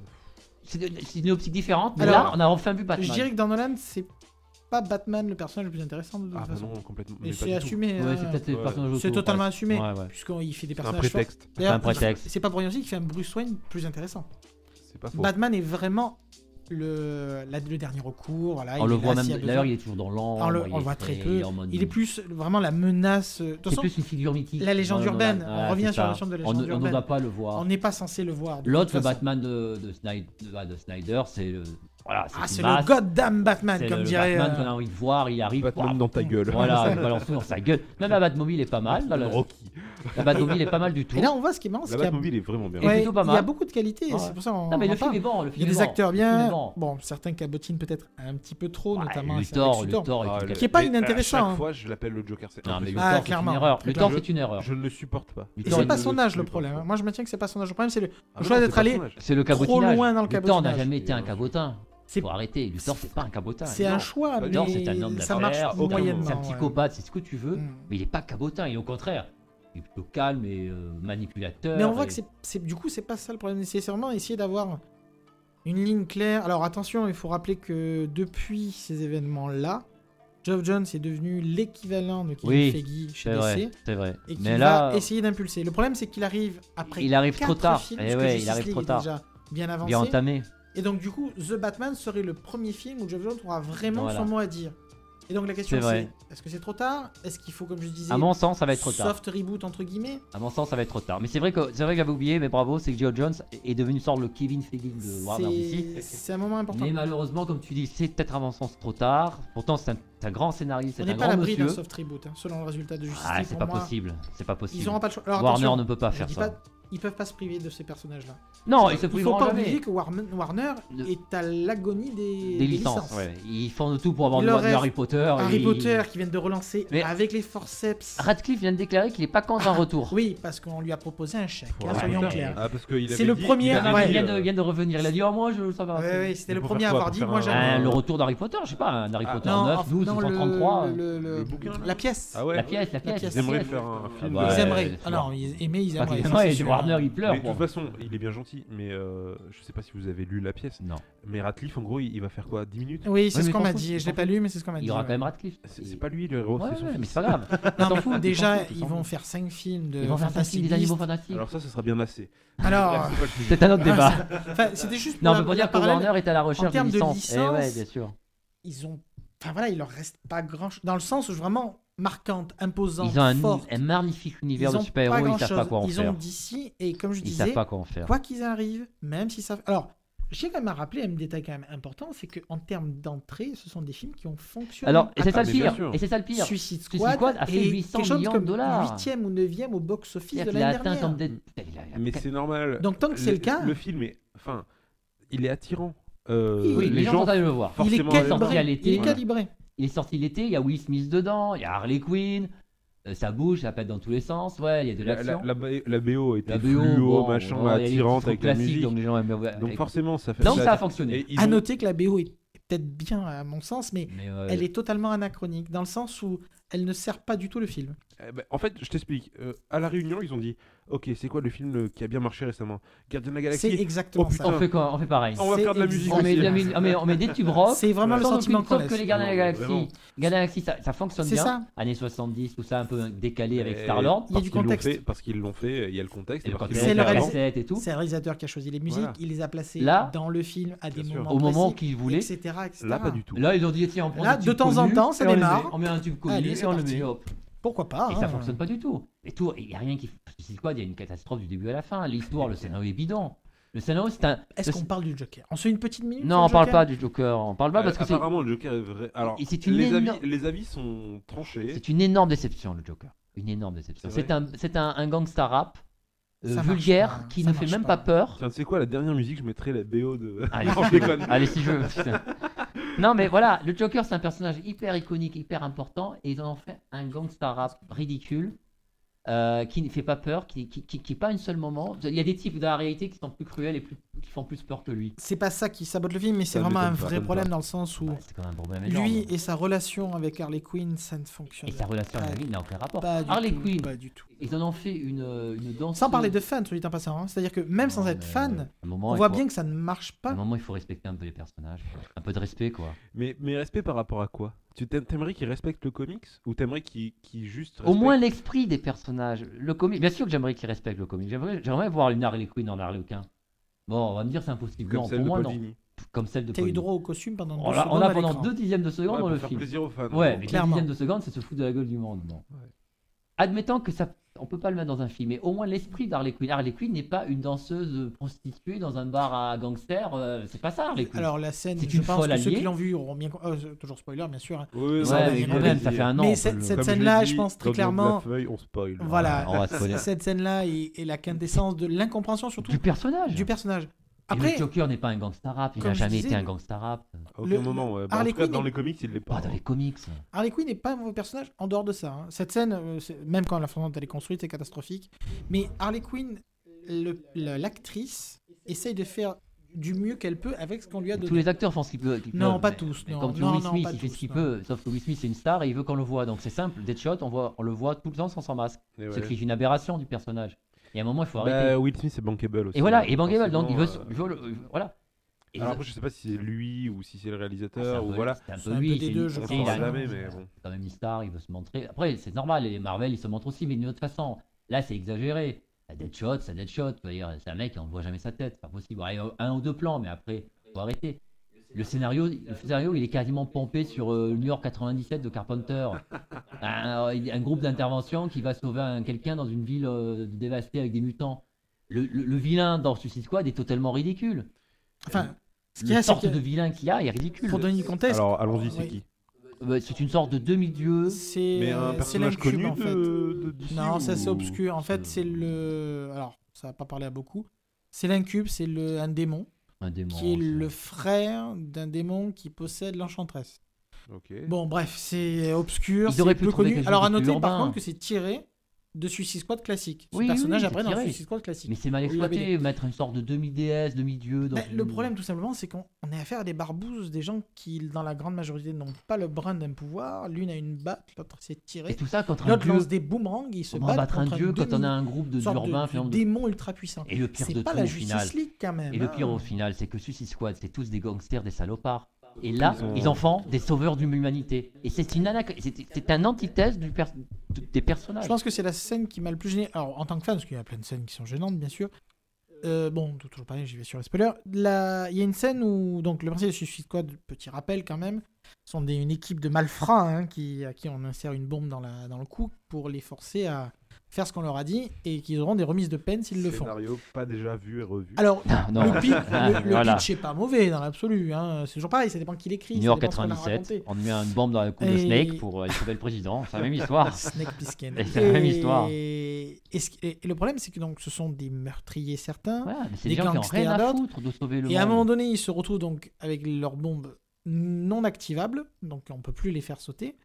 Speaker 2: C'est c'est une optique différente, mais
Speaker 3: Alors,
Speaker 2: là, on a enfin vu Batman.
Speaker 3: Je dirais que dans Nolan, c'est pas Batman le personnage le plus intéressant de toute
Speaker 1: Ah, bah
Speaker 3: façon.
Speaker 1: non, complètement.
Speaker 3: Et
Speaker 1: mais pas
Speaker 3: c'est
Speaker 1: du tout.
Speaker 2: Ouais,
Speaker 3: assumé. hein.
Speaker 2: c'est peut-être le
Speaker 1: Ouais.
Speaker 2: personnage
Speaker 3: C'est
Speaker 2: autour,
Speaker 3: totalement
Speaker 2: ouais.
Speaker 3: assumé.
Speaker 2: Ouais, ouais.
Speaker 3: Puisqu'il fait des
Speaker 1: C'est un
Speaker 3: personnages forts.
Speaker 1: prétexte.
Speaker 2: C'est un
Speaker 3: D'ailleurs,
Speaker 2: prétexte.
Speaker 3: C'est pas pour rien aussi qu'il fait un Bruce Wayne plus intéressant.
Speaker 1: C'est pas faux.
Speaker 3: Batman est vraiment le, la- le dernier recours. Voilà,
Speaker 2: On
Speaker 3: Ah, il
Speaker 2: le
Speaker 3: est
Speaker 2: voit
Speaker 3: là
Speaker 2: même.
Speaker 3: s'il y a besoin.
Speaker 2: D'ailleurs, il est toujours dans l'ombre.
Speaker 3: on le,
Speaker 2: il
Speaker 3: on le
Speaker 2: est
Speaker 3: voit très
Speaker 2: frais,
Speaker 3: peu.
Speaker 2: en mode-
Speaker 3: Il est plus vraiment la menace. euh, De toute
Speaker 2: C'est
Speaker 3: façon,
Speaker 2: plus une figure mythique.
Speaker 3: la légende
Speaker 2: Non, non, non,
Speaker 3: urbaine.
Speaker 2: non,
Speaker 3: On
Speaker 2: ouais,
Speaker 3: revient
Speaker 2: c'est
Speaker 3: sur la
Speaker 2: ça.
Speaker 3: légende de la
Speaker 2: On ne-
Speaker 3: légende
Speaker 2: On ne
Speaker 3: urbaine.
Speaker 2: doit pas le voir.
Speaker 3: on n'est pas censé le voir. de toute
Speaker 2: L'autre, le
Speaker 3: façon.
Speaker 2: Batman de, de Snyder, de Snyder, c'est le. Voilà,
Speaker 3: Ah,
Speaker 2: une
Speaker 3: c'est
Speaker 2: masse,
Speaker 3: le goddamn Batman,
Speaker 2: c'est
Speaker 3: comme
Speaker 2: le
Speaker 3: dirait.
Speaker 2: Batman
Speaker 3: euh,
Speaker 2: qu'on a envie de voir, il arrive.
Speaker 1: Batman
Speaker 2: pouah,
Speaker 1: dans ta gueule. [laughs]
Speaker 3: [laughs]
Speaker 2: Voilà, il balance tout dans sa gueule. Même la Batmobile est pas mal. là, le-
Speaker 1: Rocky.
Speaker 2: La Batmobile est pas mal du tout.
Speaker 3: Et là, on voit ce qui est marrant,
Speaker 1: La
Speaker 3: c'est qu'il y a-
Speaker 1: Batmobile est vraiment bien.
Speaker 2: Et-
Speaker 3: ouais,
Speaker 2: plutôt pas
Speaker 3: il y a
Speaker 2: mal.
Speaker 3: beaucoup de qualités,
Speaker 2: Ouais.
Speaker 3: c'est pour ça on
Speaker 2: non mais
Speaker 3: en
Speaker 2: le
Speaker 3: parle.
Speaker 2: film est bon, le film
Speaker 3: Il y a
Speaker 2: est
Speaker 3: des
Speaker 2: bon,
Speaker 3: acteurs
Speaker 2: le film est
Speaker 3: bien.
Speaker 2: bon.
Speaker 3: Bon, certains cabotinent peut-être un petit peu trop,
Speaker 2: Ouais,
Speaker 3: notamment.
Speaker 2: le
Speaker 3: c'est avec
Speaker 2: Thor, le
Speaker 3: Soudan.
Speaker 2: Thor est
Speaker 1: Ah,
Speaker 2: une
Speaker 1: le-
Speaker 3: Qui est pas
Speaker 1: mais à
Speaker 3: inintéressant,
Speaker 1: chaque
Speaker 3: hein.
Speaker 1: fois, je l'appelle le Joker. C'est
Speaker 2: Non, mais le
Speaker 1: impossible.
Speaker 2: Thor,
Speaker 3: Ah,
Speaker 2: c'est une
Speaker 3: clairement,
Speaker 2: erreur. Le
Speaker 3: clairement.
Speaker 2: Thor, c'est une erreur.
Speaker 1: Je ne le supporte pas. Je
Speaker 2: Le Thor,
Speaker 3: C'est
Speaker 1: ne
Speaker 2: il-
Speaker 3: pas
Speaker 1: le
Speaker 3: son âge le
Speaker 1: supporte
Speaker 3: problème.
Speaker 1: pas.
Speaker 3: hein. Moi, je maintiens que c'est pas son âge le problème, c'est le.
Speaker 1: Ah non,
Speaker 3: choix
Speaker 1: c'est
Speaker 3: d'être
Speaker 1: pas
Speaker 3: allé-
Speaker 1: son âge.
Speaker 2: C'est le
Speaker 3: Trop
Speaker 2: cabotinage.
Speaker 3: loin dans le
Speaker 2: Le Thor n'a
Speaker 3: cabotinage.
Speaker 2: jamais été un cabotin.
Speaker 3: C'est-
Speaker 2: Faut arrêter. Le Thor, c'est pas un cabotin.
Speaker 3: C'est un
Speaker 2: Non.
Speaker 3: choix,
Speaker 1: Le
Speaker 2: Thor,
Speaker 3: mais
Speaker 2: Ah, c'est un homme
Speaker 3: ça
Speaker 2: d'affaires.
Speaker 3: marche
Speaker 1: aucun moment.
Speaker 3: moyennement.
Speaker 2: C'est un
Speaker 3: ouais.
Speaker 2: psychopathe, c'est ce que tu veux.
Speaker 3: Mm.
Speaker 2: Mais il est pas cabotin, il est au contraire. Il est plutôt calme et euh, manipulateur.
Speaker 3: Mais on voit
Speaker 2: et-
Speaker 3: que c'est, c'est- du coup, c'est pas ça le problème nécessairement. Essayer d'avoir une ligne claire. Alors attention, il faut rappeler que depuis ces événements-là, Geoff Jones est devenu l'équivalent de Kevin
Speaker 2: Oui,
Speaker 3: Feige
Speaker 2: C'est
Speaker 3: chez DC.
Speaker 2: vrai, c'est vrai.
Speaker 3: Et qu'il
Speaker 2: Mais là,
Speaker 3: va essayer d'impulser. Le problème, c'est qu'il arrive après.
Speaker 2: il arrive trop
Speaker 3: quatre
Speaker 2: tard.
Speaker 3: films,
Speaker 2: Eh
Speaker 3: parce que
Speaker 2: ouais, il
Speaker 3: Justice
Speaker 2: arrive
Speaker 3: League
Speaker 2: trop
Speaker 3: est
Speaker 2: tard.
Speaker 3: déjà bien avancé.
Speaker 2: Bien entamé.
Speaker 3: Et donc, du coup, The Batman serait le premier film où Geoff Jones aura vraiment
Speaker 2: Voilà.
Speaker 3: son mot à dire. Et donc, la question,
Speaker 2: C'est
Speaker 3: c'est
Speaker 2: vrai.
Speaker 3: est-ce que c'est trop tard Est-ce qu'il faut, comme je disais,
Speaker 2: À mon sens, ça va être trop tard.
Speaker 3: soft reboot entre guillemets
Speaker 2: À mon sens, ça va être trop tard. Mais c'est vrai que c'est vrai que j'avais oublié. Mais bravo, c'est que Joe Jones est devenu sort le Kevin Feige de Warner DC.
Speaker 3: C'est- C'est un moment important.
Speaker 2: Mais malheureusement, comme tu dis, c'est peut-être à mon sens trop tard. Pourtant, c'est un, c'est un grand scénariste,
Speaker 3: On
Speaker 2: c'est
Speaker 3: n'est
Speaker 2: un
Speaker 3: pas à
Speaker 2: grand
Speaker 3: l'abri
Speaker 2: monsieur.
Speaker 3: d'un soft reboot, hein, selon le résultat de Justice
Speaker 2: Ah,
Speaker 3: League,
Speaker 2: c'est
Speaker 3: pour
Speaker 2: pas
Speaker 3: moi,
Speaker 2: possible. C'est pas possible.
Speaker 3: Ils n'auront pas le choix. Alors,
Speaker 2: Warner
Speaker 3: attention,
Speaker 2: ne peut pas
Speaker 3: je
Speaker 2: faire
Speaker 3: dis
Speaker 2: ça.
Speaker 3: pas- ils peuvent pas se priver de ces personnages-là.
Speaker 2: Non, ils se
Speaker 3: Il faut
Speaker 2: priveront
Speaker 3: pas
Speaker 2: jamais.
Speaker 3: oublier que Warner, Warner
Speaker 2: Le-
Speaker 3: est à l'agonie des,
Speaker 2: Des licences. ouais. Ils font de tout pour avoir
Speaker 3: Il
Speaker 2: du
Speaker 3: leur
Speaker 2: du Harry Potter. et
Speaker 3: Harry
Speaker 2: ils-
Speaker 3: Potter qui viennent de relancer
Speaker 2: Mais-
Speaker 3: avec les forceps.
Speaker 2: Radcliffe vient de déclarer qu'il est pas
Speaker 3: [laughs]
Speaker 2: content d'un retour.
Speaker 3: Oui, parce qu'on lui a proposé un chèque,
Speaker 1: Pour
Speaker 3: hein,
Speaker 1: Harry
Speaker 3: soyons
Speaker 1: Potter.
Speaker 3: clairs.
Speaker 1: Ah, parce qu'il
Speaker 3: C'est
Speaker 1: avait
Speaker 3: le
Speaker 1: dit-
Speaker 3: premier,
Speaker 1: il
Speaker 2: Il vient,
Speaker 1: avait
Speaker 2: de-
Speaker 3: ouais.
Speaker 1: dit,
Speaker 2: il vient de,
Speaker 1: euh,
Speaker 2: il vient de revenir. Il a dit Oh, moi, je ça va.
Speaker 3: Ouais, ouais, c'était
Speaker 1: Ah, Mais
Speaker 3: le
Speaker 1: pour faire
Speaker 3: premier à
Speaker 1: quoi
Speaker 3: avoir
Speaker 1: Pour
Speaker 3: dit
Speaker 1: faire
Speaker 3: moi
Speaker 1: un-
Speaker 3: j'avais.
Speaker 2: Hein,
Speaker 1: Euh,
Speaker 2: le retour d'Harry Potter, je sais pas, un Harry
Speaker 1: Ah,
Speaker 2: Potter
Speaker 3: Non,
Speaker 2: 9, 12,
Speaker 3: non, le-
Speaker 2: 133.
Speaker 3: le- le-
Speaker 1: Le bouquin, là
Speaker 3: la pièce.
Speaker 1: Ah ouais
Speaker 2: La pièce, la pièce.
Speaker 3: pièce.
Speaker 1: Ils aimeraient
Speaker 2: la pièce.
Speaker 3: hein.
Speaker 1: faire un film.
Speaker 2: bah,
Speaker 1: de-
Speaker 3: ils aimeraient.
Speaker 2: c'est
Speaker 3: Ah non, ils aimaient, ils
Speaker 2: Pas
Speaker 3: aimeraient.
Speaker 2: qu'ils
Speaker 3: ça, c'est
Speaker 2: aiment,
Speaker 3: sûr.
Speaker 2: Warner, il pleure.
Speaker 1: Mais de
Speaker 2: bon.
Speaker 1: toute façon, il est bien gentil, mais euh, je sais pas si vous avez lu la pièce.
Speaker 2: Non.
Speaker 1: Mais Ratcliffe, en gros, il, il va faire quoi 10 minutes
Speaker 3: Oui, c'est
Speaker 2: Ouais,
Speaker 3: ce
Speaker 2: mais
Speaker 3: qu'on
Speaker 2: t'en
Speaker 3: m'a
Speaker 2: fous,
Speaker 3: dit.
Speaker 2: tu
Speaker 3: Je l'ai
Speaker 2: t'en
Speaker 3: pas lu, mais c'est ce qu'on m'a
Speaker 2: Il
Speaker 3: dit.
Speaker 2: y aura
Speaker 3: ouais.
Speaker 2: quand même Radcliffe.
Speaker 1: C'est c'est pas lui le héros,
Speaker 2: Ouais,
Speaker 1: c'est son
Speaker 2: ouais, mais
Speaker 1: fils.
Speaker 2: c'est pas grave.
Speaker 3: Non,
Speaker 2: T'en
Speaker 3: mais
Speaker 2: fous, tu t'en [laughs]
Speaker 3: déjà,
Speaker 2: fous, tu
Speaker 3: ils
Speaker 2: t'en
Speaker 3: vont
Speaker 2: fous.
Speaker 3: faire 5 films de
Speaker 2: Ils vont faire un film
Speaker 3: Fantastic
Speaker 2: des animaux
Speaker 3: Beasts.
Speaker 2: fantastiques.
Speaker 1: Alors ça, ça sera bien assez.
Speaker 2: [laughs]
Speaker 3: Alors,
Speaker 1: C'est pas le sujet.
Speaker 2: C'est un
Speaker 3: [laughs]
Speaker 2: autre
Speaker 3: Ah,
Speaker 2: débat.
Speaker 3: enfin, c'était juste.
Speaker 2: Non,
Speaker 3: pour
Speaker 2: on peut pas
Speaker 3: la- la
Speaker 2: dire que
Speaker 3: parallèle.
Speaker 2: Warner est à la recherche
Speaker 3: termes
Speaker 2: d'une
Speaker 3: de
Speaker 2: licence. Eh ouais,
Speaker 3: licence,
Speaker 2: bien sûr.
Speaker 3: ils ont. Enfin voilà, il leur reste pas grand chose. Dans le sens où vraiment marquante, imposante,
Speaker 2: Ils ont un,
Speaker 3: forte.
Speaker 2: un magnifique univers
Speaker 3: ils
Speaker 2: de
Speaker 3: ont pas
Speaker 2: super-héros, ils
Speaker 3: grand
Speaker 2: savent
Speaker 3: chose.
Speaker 2: pas quoi en
Speaker 3: ils
Speaker 2: faire.
Speaker 3: ont d'ici, et comme je
Speaker 2: Ils
Speaker 3: disais,
Speaker 2: savent pas quoi en faire.
Speaker 3: quoi qu'ils arrivent, même si ça. Alors, j'ai quand même à rappeler un détail quand même important c'est qu'en termes d'entrée, ce sont des films qui ont fonctionné.
Speaker 2: Alors, et c'est
Speaker 1: Ah,
Speaker 2: ça le
Speaker 1: mais bien
Speaker 2: pire.
Speaker 1: sûr.
Speaker 2: Et c'est ça le pire.
Speaker 3: Suicide
Speaker 2: Suicide
Speaker 3: Squad,
Speaker 2: Squad a fait
Speaker 3: et
Speaker 2: 800
Speaker 3: quelque chose
Speaker 2: millions de
Speaker 3: comme
Speaker 2: dollars.
Speaker 3: 8e ou 9e au box-office
Speaker 2: Il
Speaker 3: de
Speaker 2: a
Speaker 3: l'année
Speaker 2: atteint
Speaker 3: dernière.
Speaker 2: comme des. Il a-
Speaker 3: [laughs]
Speaker 2: il a-
Speaker 1: Mais c'est normal.
Speaker 3: Donc, tant que c'est le cas,
Speaker 1: Le film est. Enfin, il est attirant. Euh,
Speaker 2: Oui, les gens sont allés le voir.
Speaker 1: forcément,
Speaker 3: il est
Speaker 1: les gens
Speaker 2: sortis à
Speaker 3: calibré.
Speaker 2: l'été.
Speaker 3: Il est
Speaker 1: Voilà.
Speaker 3: calibré.
Speaker 2: Il est sorti l'été, il y a Will Smith dedans, il y a Harley Quinn, euh, ça bouge, ça pète dans tous les sens, ouais, il y a de
Speaker 1: La, la,
Speaker 2: l'action.
Speaker 1: la, ba- la BO était
Speaker 2: BO,
Speaker 1: fluo,
Speaker 2: bon,
Speaker 1: machin,
Speaker 2: ouais, il y a des
Speaker 1: attirante
Speaker 2: trucs
Speaker 1: avec la
Speaker 2: classiques,
Speaker 1: musique.
Speaker 2: Donc,
Speaker 1: Donc,
Speaker 2: les gens aiment bien- avec-
Speaker 1: forcément, ça fait.
Speaker 2: Donc, ça a fonctionné.
Speaker 1: Et ils
Speaker 3: À
Speaker 1: ont-
Speaker 3: noter que la BO est peut-être bien à mon sens, mais
Speaker 2: Mais, euh,
Speaker 3: elle est totalement anachronique dans le sens où elle ne sert pas du tout le film.
Speaker 1: Eh ben, en fait, je t'explique. Euh, à la réunion, ils ont dit Ok, c'est quoi le film euh, qui a bien marché récemment Gardien de la
Speaker 3: C'est
Speaker 1: Galaxie.
Speaker 3: exactement
Speaker 1: oh,
Speaker 2: on
Speaker 1: putain.
Speaker 3: ça.
Speaker 2: fait quoi On fait pareil.
Speaker 1: On va
Speaker 3: c'est
Speaker 1: faire de la musique.
Speaker 2: On met,
Speaker 1: aussi.
Speaker 2: de la mu- on met- on met des tubes rock.
Speaker 3: C'est vraiment
Speaker 1: Ouais.
Speaker 3: le
Speaker 2: Sauf
Speaker 3: sentiment
Speaker 2: aucune-
Speaker 3: qu'on
Speaker 2: sauf
Speaker 3: laisse.
Speaker 2: que les Gardiens de la
Speaker 1: Non, vraiment.
Speaker 2: Galaxie, Gardiens de la Galaxie, ça, ça fonctionne
Speaker 3: C'est
Speaker 2: bien.
Speaker 3: ça.
Speaker 2: Années 70, tout ça un peu décalé avec
Speaker 1: Et-
Speaker 2: Star-Lord.
Speaker 3: Il y a
Speaker 1: Eh, parce
Speaker 3: du
Speaker 1: qu'ils l'ont
Speaker 3: contexte.
Speaker 1: fait- Parce qu'ils l'ont fait, il y a le contexte.
Speaker 2: Et
Speaker 1: et
Speaker 2: le
Speaker 1: parce
Speaker 2: côté
Speaker 1: qu'ils
Speaker 3: C'est
Speaker 1: l'ont
Speaker 2: la
Speaker 1: fait
Speaker 3: le
Speaker 1: avant.
Speaker 2: cassette et tout.
Speaker 3: C'est le réalisateur qui a choisi les musiques,
Speaker 1: Voilà.
Speaker 3: il les a placées
Speaker 2: Là,
Speaker 3: dans le film à des
Speaker 1: Bien sûr.
Speaker 3: moments
Speaker 2: Au moment
Speaker 3: précis,
Speaker 2: qu'ils voulaient.
Speaker 3: etc., etc.
Speaker 1: Là, pas du tout.
Speaker 2: Là, ils ont dit tiens, on prend
Speaker 3: Là,
Speaker 2: des
Speaker 3: de
Speaker 2: tubes
Speaker 3: temps en
Speaker 2: connus,
Speaker 3: temps, ça
Speaker 2: et on les
Speaker 3: démarre.
Speaker 2: met. On met un tube connu
Speaker 3: Allez,
Speaker 2: et
Speaker 3: c'est
Speaker 2: on le
Speaker 3: parti.
Speaker 2: met. Hop.
Speaker 3: Pourquoi pas
Speaker 2: Et ça
Speaker 3: hein.
Speaker 2: fonctionne pas du tout. Et tout, il y a rien qui. C'est quoi Il y a une catastrophe du début à la fin. L'histoire, le scénario est bidon. Le scénario, c'est un.
Speaker 3: Est-ce qu'on parle du Joker On se fait une petite minute
Speaker 2: Non, on
Speaker 3: sur le
Speaker 2: parle
Speaker 3: Joker
Speaker 2: pas du Joker. On parle pas parce que c'est-
Speaker 1: Euh, Apparemment, le Joker est vrai. Alors,
Speaker 2: Et c'est une
Speaker 1: les avis,
Speaker 2: énorme-
Speaker 1: les avis sont tranchés.
Speaker 2: c'est une énorme déception, le Joker. Une énorme déception.
Speaker 1: C'est
Speaker 2: C'est un, c'est un, un gangsta rap euh,
Speaker 3: Ça marche
Speaker 2: vulgaire
Speaker 3: pas,
Speaker 2: qui
Speaker 3: ça
Speaker 2: ne fait
Speaker 3: marche
Speaker 2: même
Speaker 3: pas.
Speaker 2: pas, peur.
Speaker 1: Tiens, tu sais quoi, la dernière musique, je mettrais la BO de. [laughs]
Speaker 2: Allez,
Speaker 1: Non,
Speaker 2: si
Speaker 1: je
Speaker 2: je veux.
Speaker 1: déconne.
Speaker 2: Allez, si je veux. putain. Non, mais voilà, le Joker, c'est un personnage hyper iconique, hyper important, et ils en ont fait un gangsta rap ridicule, euh, qui ne fait pas peur, qui, qui, qui, qui est pas un seul moment. Il y a des types dans la réalité qui sont plus cruels et plus, qui font plus peur que lui.
Speaker 3: C'est pas ça qui sabote le film, mais c'est
Speaker 1: Ça
Speaker 3: vraiment
Speaker 1: m'étonne
Speaker 3: un
Speaker 1: pas,
Speaker 3: vrai
Speaker 1: comme
Speaker 3: problème
Speaker 1: ça.
Speaker 3: dans le sens où
Speaker 2: Bah, c'est quand même un problème énorme.
Speaker 3: lui et sa relation avec Harley Quinn, ça ne
Speaker 2: et
Speaker 3: fonctionne
Speaker 2: sa relation avec
Speaker 3: pas
Speaker 2: la ville n'a aucun rapport.
Speaker 3: pas du
Speaker 2: Harley
Speaker 3: tout,
Speaker 2: Quinn,
Speaker 3: Pas du tout.
Speaker 2: ils en ont fait une, une danse. Euh,
Speaker 3: Sans parler de fan, soit dit en passant. hein. C'est-à-dire que même sans être fan, on voit bien que ça ne marche
Speaker 2: À un
Speaker 3: pas.
Speaker 2: moment, il faut respecter un peu les personnages. Un peu de respect, quoi.
Speaker 1: Mais, mais respect par rapport à quoi Tu t'aimes- t'aimerais qu'ils respectent le comics Ou t'aimerais qu'ils qu'ils juste.
Speaker 2: Au moins l'esprit des personnages. Le comique. Bien sûr que j'aimerais qu'ils respectent le comique. J'aimerais, j'aimerais voir une Harley Quinn en Harley Quinn. Bon, on va me dire c'est impossible.
Speaker 1: comme
Speaker 2: non,
Speaker 1: celle
Speaker 2: pour
Speaker 1: de
Speaker 2: moi,
Speaker 1: Paul
Speaker 2: non.
Speaker 1: Dini.
Speaker 2: Comme celle de
Speaker 3: T'as eu
Speaker 2: Pauline.
Speaker 3: droit au costume pendant deux
Speaker 2: On l'a- on
Speaker 3: secondes
Speaker 2: a
Speaker 3: à
Speaker 2: pendant
Speaker 3: l'écran.
Speaker 2: deux dixièmes de seconde
Speaker 1: Ouais,
Speaker 2: dans
Speaker 1: pour
Speaker 2: le
Speaker 1: faire
Speaker 2: film.
Speaker 1: plaisir aux fans.
Speaker 2: Ouais, mais deux
Speaker 3: Clairement.
Speaker 2: dixièmes de seconde, c'est se foutre de la gueule du monde. Bon.
Speaker 1: Ouais.
Speaker 2: admettant que ça, on peut pas le mettre dans un film, mais au moins l'esprit d'Harley Quinn. Harley Quinn n'est pas une danseuse prostituée dans un bar à gangsters. euh, c'est pas ça, Harley Quinn.
Speaker 3: Alors la scène,
Speaker 2: C'est
Speaker 3: je
Speaker 2: une
Speaker 3: pense
Speaker 2: folle
Speaker 3: que ceux
Speaker 2: alliée.
Speaker 3: qui l'ont vu auront bien com- euh, toujours spoiler bien sûr. hein.
Speaker 1: Ouais,
Speaker 3: Ils
Speaker 1: non,
Speaker 3: ont
Speaker 1: mais
Speaker 3: des
Speaker 1: il
Speaker 3: problèmes,
Speaker 1: avait
Speaker 2: ça
Speaker 1: dit-
Speaker 2: fait un an.
Speaker 3: mais
Speaker 2: on
Speaker 3: cette-
Speaker 2: peut
Speaker 1: comme
Speaker 2: le-
Speaker 3: cette
Speaker 1: l'ai
Speaker 3: scène-là,
Speaker 1: dit,
Speaker 3: je pense très
Speaker 1: dans le Jour de
Speaker 3: clairement,
Speaker 1: La feuille, on spoil. hein.
Speaker 3: Voilà.
Speaker 2: on va se spoiler.
Speaker 3: cette scène-là est, est la quintessence de l'incompréhension surtout
Speaker 2: Du personnage.
Speaker 3: du personnage.
Speaker 2: Et
Speaker 3: Après,
Speaker 2: le Joker n'est pas un gangster rap, il
Speaker 3: Comme
Speaker 2: n'a
Speaker 3: je
Speaker 2: jamais
Speaker 3: disais,
Speaker 2: été un
Speaker 3: le-
Speaker 2: gangster rap.
Speaker 1: À aucun
Speaker 3: Le-
Speaker 1: moment, ouais. Bah, en
Speaker 3: Harley
Speaker 1: tout cas,
Speaker 3: Quinn
Speaker 1: dans
Speaker 3: est-
Speaker 1: les comics, il l'est pas.
Speaker 2: Pas dans les comics.
Speaker 3: Harley Quinn n'est pas un mauvais personnage en dehors de ça. hein. Cette scène, euh, c'est- même quand la façon dont elle est construite, c'est catastrophique. Mais Harley Quinn, le- la- l'actrice, essaye de faire du mieux qu'elle peut avec ce qu'on lui a
Speaker 2: Tous
Speaker 3: donné.
Speaker 2: les acteurs font ce qu'ils peuvent. qu'ils
Speaker 3: Non,
Speaker 2: peuvent,
Speaker 3: pas
Speaker 2: mais-
Speaker 3: tous,
Speaker 2: mais
Speaker 3: non.
Speaker 2: Comme
Speaker 3: Non,
Speaker 2: Will
Speaker 3: non,
Speaker 2: Smith,
Speaker 3: pas
Speaker 2: il fait
Speaker 3: tous,
Speaker 2: ce qu'il
Speaker 3: non.
Speaker 2: peut. Sauf que Will Smith, c'est une star et il veut qu'on le voit. Donc c'est simple. Deadshot, on, voit, on le voit tout le temps sans son masque.
Speaker 1: Et
Speaker 2: C'est
Speaker 1: ouais.
Speaker 2: que C'est une aberration du personnage. Et à un moment, il faut
Speaker 1: Bah,
Speaker 2: arrêter.
Speaker 1: Will Smith, c'est bankable aussi.
Speaker 2: et voilà,
Speaker 1: hein,
Speaker 2: et Bangable, donc il veut.
Speaker 1: forcément, euh,
Speaker 2: veut le- Voilà. Et
Speaker 1: Alors
Speaker 2: le-
Speaker 1: après, je sais pas si c'est lui ou si c'est le
Speaker 2: Ah, c'est un
Speaker 1: réalisateur ou
Speaker 2: peu-
Speaker 1: voilà.
Speaker 2: C'est un
Speaker 3: C'est
Speaker 2: peu lui.
Speaker 3: des
Speaker 2: c'est-
Speaker 3: deux, je
Speaker 2: c'est-
Speaker 1: On
Speaker 3: pense.
Speaker 2: il
Speaker 1: saura
Speaker 2: a-
Speaker 1: jamais, mais bon.
Speaker 2: quand même une star, il veut se montrer. Après, c'est normal, et Marvel, il se montre aussi, mais d'une autre façon. Là, c'est exagéré. La Deadshot, c'est Deadshot. tu vas dire, C'est un mec, et on ne voit jamais sa tête. C'est pas possible. Allez, un ou deux plans, mais après, faut arrêter. Le scénario, le scénario, il est quasiment pompé sur euh, New York 97 de Carpenter. Un, euh, un groupe d'intervention qui va sauver un- quelqu'un dans une ville euh, dévastée avec des mutants. Le, le- le vilain dans Suicide Squad est totalement ridicule.
Speaker 3: Enfin, ce qu'il y
Speaker 2: La
Speaker 3: a, c'est
Speaker 2: sorte
Speaker 3: que
Speaker 2: de vilain qu'il y a est ridicule.
Speaker 3: pour donner du contexte,
Speaker 1: Alors allons-y, c'est
Speaker 3: Ouais.
Speaker 1: qui
Speaker 2: Euh, C'est une sorte de demi-dieu.
Speaker 3: c'est
Speaker 1: Mais un
Speaker 3: euh, c'est
Speaker 1: personnage
Speaker 3: l'incube,
Speaker 1: connu
Speaker 3: en fait.
Speaker 1: de, de DC
Speaker 3: Non, ça c'est
Speaker 1: ou-
Speaker 3: obscur. En fait, c'est le. Alors, ça va pas parler à beaucoup. C'est l'incube, c'est le... un démon
Speaker 2: Un démon.
Speaker 3: qui est
Speaker 2: c'est-
Speaker 3: le frère d'un démon qui possède l'enchantresse.
Speaker 1: Ok.
Speaker 3: Bon, bref, c'est obscur,
Speaker 2: Ils
Speaker 3: c'est
Speaker 2: auraient pu
Speaker 3: peu
Speaker 2: trouver
Speaker 3: connu.
Speaker 2: quelque
Speaker 3: Alors,
Speaker 2: chose
Speaker 3: à
Speaker 2: de plus
Speaker 3: noter par
Speaker 2: urbain.
Speaker 3: contre que c'est tiré de Suicide Squad classique. Ce
Speaker 2: Oui, oui,
Speaker 3: personnage
Speaker 2: oui,
Speaker 3: après
Speaker 2: c'est
Speaker 3: dans
Speaker 2: tiré.
Speaker 3: Suicide Squad classique.
Speaker 2: Mais c'est mal
Speaker 3: On l'a
Speaker 2: exploité, mettre une sorte de demi-déesse, demi-dieu. dans
Speaker 3: Ben, le
Speaker 2: une-
Speaker 3: problème, tout simplement, c'est qu'on on a affaire à des barbouzes, des gens qui, dans la grande majorité, n'ont pas le brin d'un pouvoir. L'une a une batte, l'autre s'est
Speaker 2: Et
Speaker 3: tirée.
Speaker 2: tout ça contre un
Speaker 3: L'autre
Speaker 2: dieu.
Speaker 3: lance des boomerangs, ils se
Speaker 2: Comment
Speaker 3: battent
Speaker 2: battre un
Speaker 3: contre
Speaker 2: dieu quand on a
Speaker 3: demi-
Speaker 2: un groupe de
Speaker 3: sorte
Speaker 2: urbains
Speaker 3: de,
Speaker 2: finalement, de-
Speaker 3: démon ultra puissant.
Speaker 2: Et le pire de
Speaker 3: C'est pas
Speaker 2: tout
Speaker 3: la
Speaker 2: au
Speaker 3: Justice
Speaker 2: final.
Speaker 3: League quand même.
Speaker 2: Et le
Speaker 3: hein.
Speaker 2: pire au final, c'est que Suicide Squad, c'est tous des gangsters, des salopards. Et là,
Speaker 1: Ils ont-
Speaker 2: ils en font des sauveurs de l'humanité. Et c'est une anach- c'est- c'est un antithèse du pers- de- des personnages.
Speaker 3: Je pense que c'est la scène qui m'a le plus gêné. Alors, en tant que fan, parce qu'il y a plein de scènes qui sont gênantes, bien sûr. Euh, bon, tout- toujours pareil, j'y vais sur les spoilers. La- Il y a une scène où donc, le principe de Suicide Squad, petit rappel quand même, sont des, une équipe de malfrats hein, qui, à qui on insère une bombe dans, la, dans le cou pour les forcer à faire ce qu'on leur a dit et qu'ils auront des remises de peine s'ils le font.
Speaker 1: Scénario pas déjà vu et revu.
Speaker 3: Alors,
Speaker 2: Non,
Speaker 3: le, pitch,
Speaker 2: Ah,
Speaker 3: le,
Speaker 2: [laughs]
Speaker 3: le
Speaker 2: voilà.
Speaker 3: pitch est pas mauvais dans l'absolu. hein. C'est toujours pareil, ça dépend qui l'écrit.
Speaker 2: New
Speaker 3: ça
Speaker 2: York
Speaker 3: dépend ce qu'on a
Speaker 2: 97,
Speaker 3: raconté.
Speaker 2: on met une bombe dans le cou de
Speaker 3: Et-
Speaker 2: Snake pour euh, sauver le président. C'est la même
Speaker 3: [laughs]
Speaker 2: histoire.
Speaker 3: Snake Plissken.
Speaker 2: Et c'est [laughs] la même histoire.
Speaker 3: Et, ce- et- et le problème, c'est que donc, ce sont des meurtriers certains.
Speaker 2: Voilà, mais c'est
Speaker 3: Des
Speaker 2: des gens qui n'ont rien à
Speaker 3: gangsters
Speaker 2: foutre de sauver le
Speaker 3: Et à un moment
Speaker 2: monde.
Speaker 3: donné, ils se retrouvent donc avec leurs bombes non activables, donc on peut plus les faire sauter.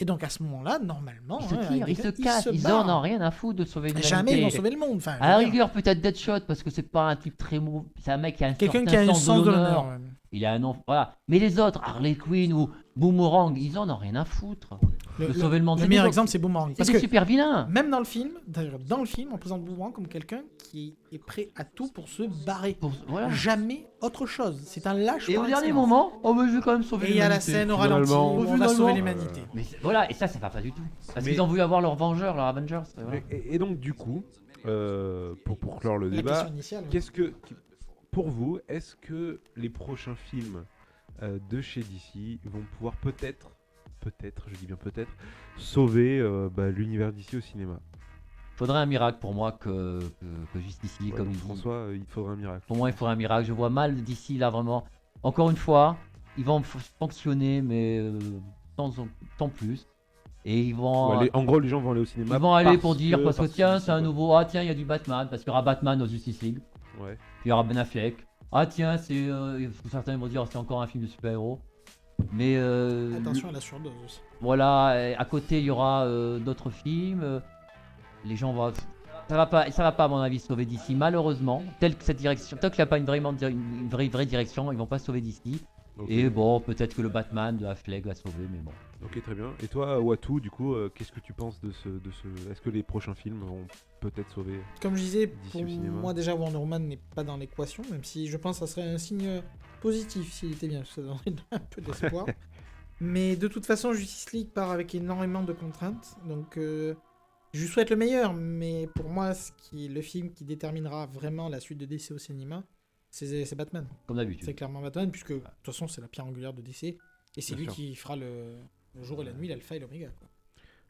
Speaker 3: Et donc à ce moment-là, normalement,
Speaker 2: Ils se
Speaker 3: hein,
Speaker 2: tirent, ils
Speaker 3: avec
Speaker 2: se
Speaker 3: des-
Speaker 2: cassent, ils Ah,
Speaker 3: barrent.
Speaker 2: en ont rien à foutre de sauver l'humanité.
Speaker 3: Jamais ils vont sauver le monde. Enfin,
Speaker 2: À la
Speaker 3: je veux dire,
Speaker 2: rigueur, peut-être Deadshot, parce que c'est pas un type très mauvais. C'est un mec qui a un
Speaker 3: quelqu'un
Speaker 2: certain
Speaker 3: qui a un
Speaker 2: sens,
Speaker 3: sens
Speaker 2: de
Speaker 3: l'honneur.
Speaker 2: l'honneur.
Speaker 3: ouais.
Speaker 2: Il a un nom. Voilà. Mais les autres, Harley Quinn ou Boomerang, ils en ont rien à foutre.
Speaker 3: Le,
Speaker 2: De
Speaker 3: le-
Speaker 2: sauver le monde.
Speaker 3: le
Speaker 2: C'est
Speaker 3: meilleur
Speaker 2: des-
Speaker 3: exemple, c'est Boomerang.
Speaker 2: C'est
Speaker 3: Parce
Speaker 2: des
Speaker 3: que
Speaker 2: super vilains.
Speaker 3: même dans le film, d'ailleurs, dans le film, on présente Boomerang comme quelqu'un qui est prêt à tout pour se barrer.
Speaker 2: Pour- Voilà.
Speaker 3: Jamais autre chose. C'est un lâche.
Speaker 2: Et
Speaker 3: par
Speaker 2: au dernier
Speaker 3: excellence.
Speaker 2: moment, oh, mais je vais quand même sauver
Speaker 3: Et il y a la
Speaker 2: l'humanité.
Speaker 3: scène au ralenti où
Speaker 1: Finalement,
Speaker 3: on va
Speaker 2: finalement,
Speaker 3: sauver l'humanité.
Speaker 2: Mais c'est- voilà, et ça, ça va pas du tout. Parce
Speaker 1: Mais-
Speaker 2: qu'ils ont voulu avoir leur Vengeur, leur Avengers. euh, voilà.
Speaker 1: Et, et- et donc du coup, euh, pour, pour clore le
Speaker 3: La
Speaker 1: débat,
Speaker 3: question initiale. hein. ouais.
Speaker 1: Qu'est-ce que, pour vous, est-ce que les prochains films euh, de chez DC vont pouvoir peut-être, peut-être, je dis bien peut-être, sauver euh, bah, l'univers DC au cinéma
Speaker 2: Faudrait un miracle pour moi que, que, que Justice League,
Speaker 1: Ouais,
Speaker 2: comme
Speaker 1: donc,
Speaker 2: il dit.
Speaker 1: François, euh, il faudrait un miracle.
Speaker 2: Pour moi, il faudrait un miracle. Je vois mal d'ici là vraiment. Encore une fois, ils vont f- fonctionner, mais euh, sans, sans plus. Et ils vont,
Speaker 1: Ou aller- en gros, les gens vont aller au cinéma.
Speaker 2: ils vont aller
Speaker 1: parce
Speaker 2: pour dire parce que tiens, c'est un
Speaker 1: quoi.
Speaker 2: nouveau. Ah tiens, il y a du Batman parce qu'il y aura Batman dans Justice League.
Speaker 1: Ouais.
Speaker 2: Puis il y aura Ben Affleck. Ah tiens, c'est euh, certains vont dire c'est encore un film de super-héros. Mais euh,
Speaker 3: Attention à la surdose aussi.
Speaker 2: voilà, et à côté il y aura euh, d'autres films. euh, Les gens vont. Ça va pas, ça va pas à mon avis sauver d'ici malheureusement. Telle que cette direction, tant qu'il n'y a pas une, vraiment, di- une vraie, vraie direction, ils vont pas sauver d'ici.
Speaker 1: Ok.
Speaker 2: Et bon, peut-être que le Batman de Affleck va sauver, mais bon.
Speaker 1: Ok, très bien. Et toi, Watu, du coup, euh, qu'est-ce que tu penses de ce, de ce... Est-ce que les prochains films vont peut-être sauver
Speaker 3: Comme je disais,
Speaker 1: D'ici
Speaker 3: pour
Speaker 1: au cinéma.
Speaker 3: moi déjà Wonder Woman n'est pas dans l'équation, même si je pense que ça serait un signe positif s'il était bien, parce que ça donnerait [laughs] un
Speaker 1: [laughs]
Speaker 3: peu d'espoir. Mais de toute façon, Justice League part avec énormément de contraintes, donc euh, je lui souhaite le meilleur, mais pour moi, ce qui est le film qui déterminera vraiment la suite de DC au cinéma, c'est c'est Batman.
Speaker 2: Comme
Speaker 3: C'est
Speaker 2: d'habitude.
Speaker 3: clairement Batman, puisque de toute façon, c'est la pierre angulaire de DC, et c'est
Speaker 1: Bien
Speaker 3: lui
Speaker 1: sûr.
Speaker 3: qui fera le, le jour et la nuit l'alpha et l'oméga. quoi.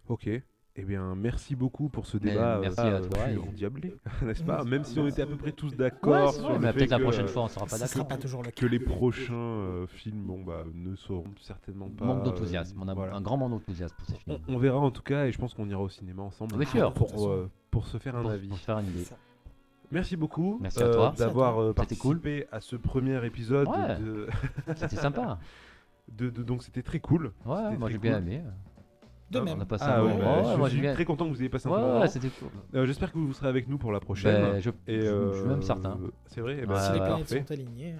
Speaker 1: Ok. Et Eh bien, merci beaucoup pour ce
Speaker 2: Mais
Speaker 1: débat
Speaker 2: merci
Speaker 1: euh,
Speaker 2: à toi
Speaker 1: plus
Speaker 2: et- [laughs]
Speaker 1: endiablé, [laughs] n'est-ce pas Même si on était à peu près tous
Speaker 2: Ouais,
Speaker 1: d'accord
Speaker 2: c'est
Speaker 1: sur
Speaker 2: vrai,
Speaker 1: le
Speaker 2: mais
Speaker 1: fait
Speaker 2: peut-être la
Speaker 1: que,
Speaker 2: prochaine
Speaker 1: euh,
Speaker 2: fois on sera pas
Speaker 3: Ça sera
Speaker 2: d'accord. hein.
Speaker 3: pas toujours le cas.
Speaker 1: que les prochains euh, films bon, bah, ne seront certainement pas.
Speaker 2: Manque
Speaker 1: euh,
Speaker 2: d'enthousiasme, on a
Speaker 1: voilà.
Speaker 2: un grand manque d'enthousiasme pour ces films.
Speaker 1: On, on verra en tout cas, et je pense qu'on ira au cinéma ensemble
Speaker 2: Bien sûr.
Speaker 3: De toute
Speaker 1: pour,
Speaker 3: façon.
Speaker 1: euh, pour se faire un
Speaker 2: Pour,
Speaker 1: avis.
Speaker 2: pour se
Speaker 1: [laughs]
Speaker 2: faire une idée.
Speaker 3: Ça.
Speaker 1: Merci beaucoup
Speaker 2: Merci à toi. Merci
Speaker 3: à
Speaker 1: d'avoir euh,
Speaker 2: C'était cool.
Speaker 1: participé à ce premier épisode.
Speaker 2: Ouais.
Speaker 1: De,
Speaker 2: C'était sympa.
Speaker 1: de- de- donc c'était très cool.
Speaker 2: Ouais,
Speaker 1: C'était
Speaker 2: moi
Speaker 1: très
Speaker 2: j'ai bien
Speaker 1: cool.
Speaker 2: aimé.
Speaker 3: De
Speaker 1: Ah,
Speaker 2: On a
Speaker 3: même.
Speaker 2: passé
Speaker 1: Ah
Speaker 2: un
Speaker 1: ouais,
Speaker 2: bon
Speaker 1: bah,
Speaker 2: moment.
Speaker 1: je
Speaker 2: Ouais, moi,
Speaker 1: suis
Speaker 2: j'ai bien-
Speaker 1: très content que vous ayez passé un bon
Speaker 2: Ouais,
Speaker 1: moment.
Speaker 2: ouais, c'était cool.
Speaker 1: Euh, J'espère que vous serez avec nous pour la prochaine.
Speaker 2: Ben, je,
Speaker 1: et,
Speaker 2: je suis
Speaker 1: euh,
Speaker 2: même certain.
Speaker 1: C'est vrai, eh ben,
Speaker 2: Ouais,
Speaker 3: Si
Speaker 1: c'est
Speaker 3: les
Speaker 2: ouais.
Speaker 3: planètes
Speaker 1: parfait.
Speaker 3: sont alignées.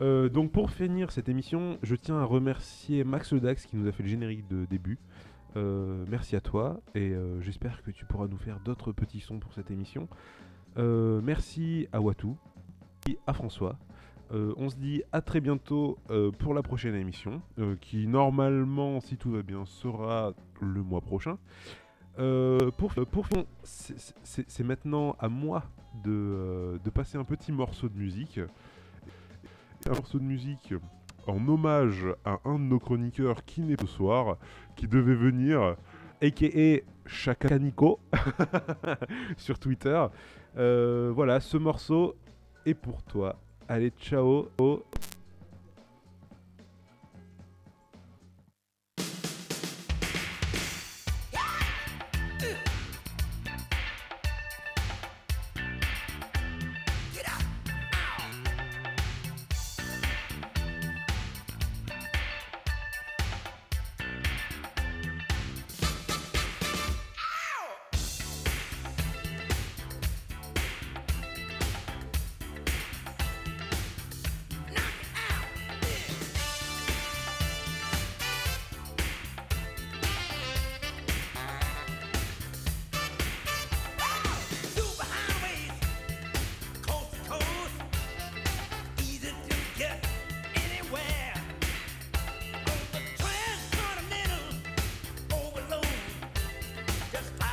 Speaker 1: Euh, donc pour finir cette émission, je tiens à remercier Max Ledax qui nous a fait le générique de début. Euh, merci à toi et euh, j'espère que tu pourras nous faire d'autres petits sons pour cette émission. Euh, merci à Watou, et à François. Euh, on se dit à très bientôt euh, pour la prochaine émission euh, qui normalement, si tout va bien, sera le mois prochain. Euh, pour pour finir, c'est- c'est c'est maintenant à moi de, euh, de passer un petit morceau de musique un morceau de musique en hommage à un de nos chroniqueurs qui n'est pas ce soir, qui devait venir, a.k.a. Chakaniko, [laughs] sur Twitter. Euh, voilà, ce morceau est pour toi. Allez, ciao au-
Speaker 4: Just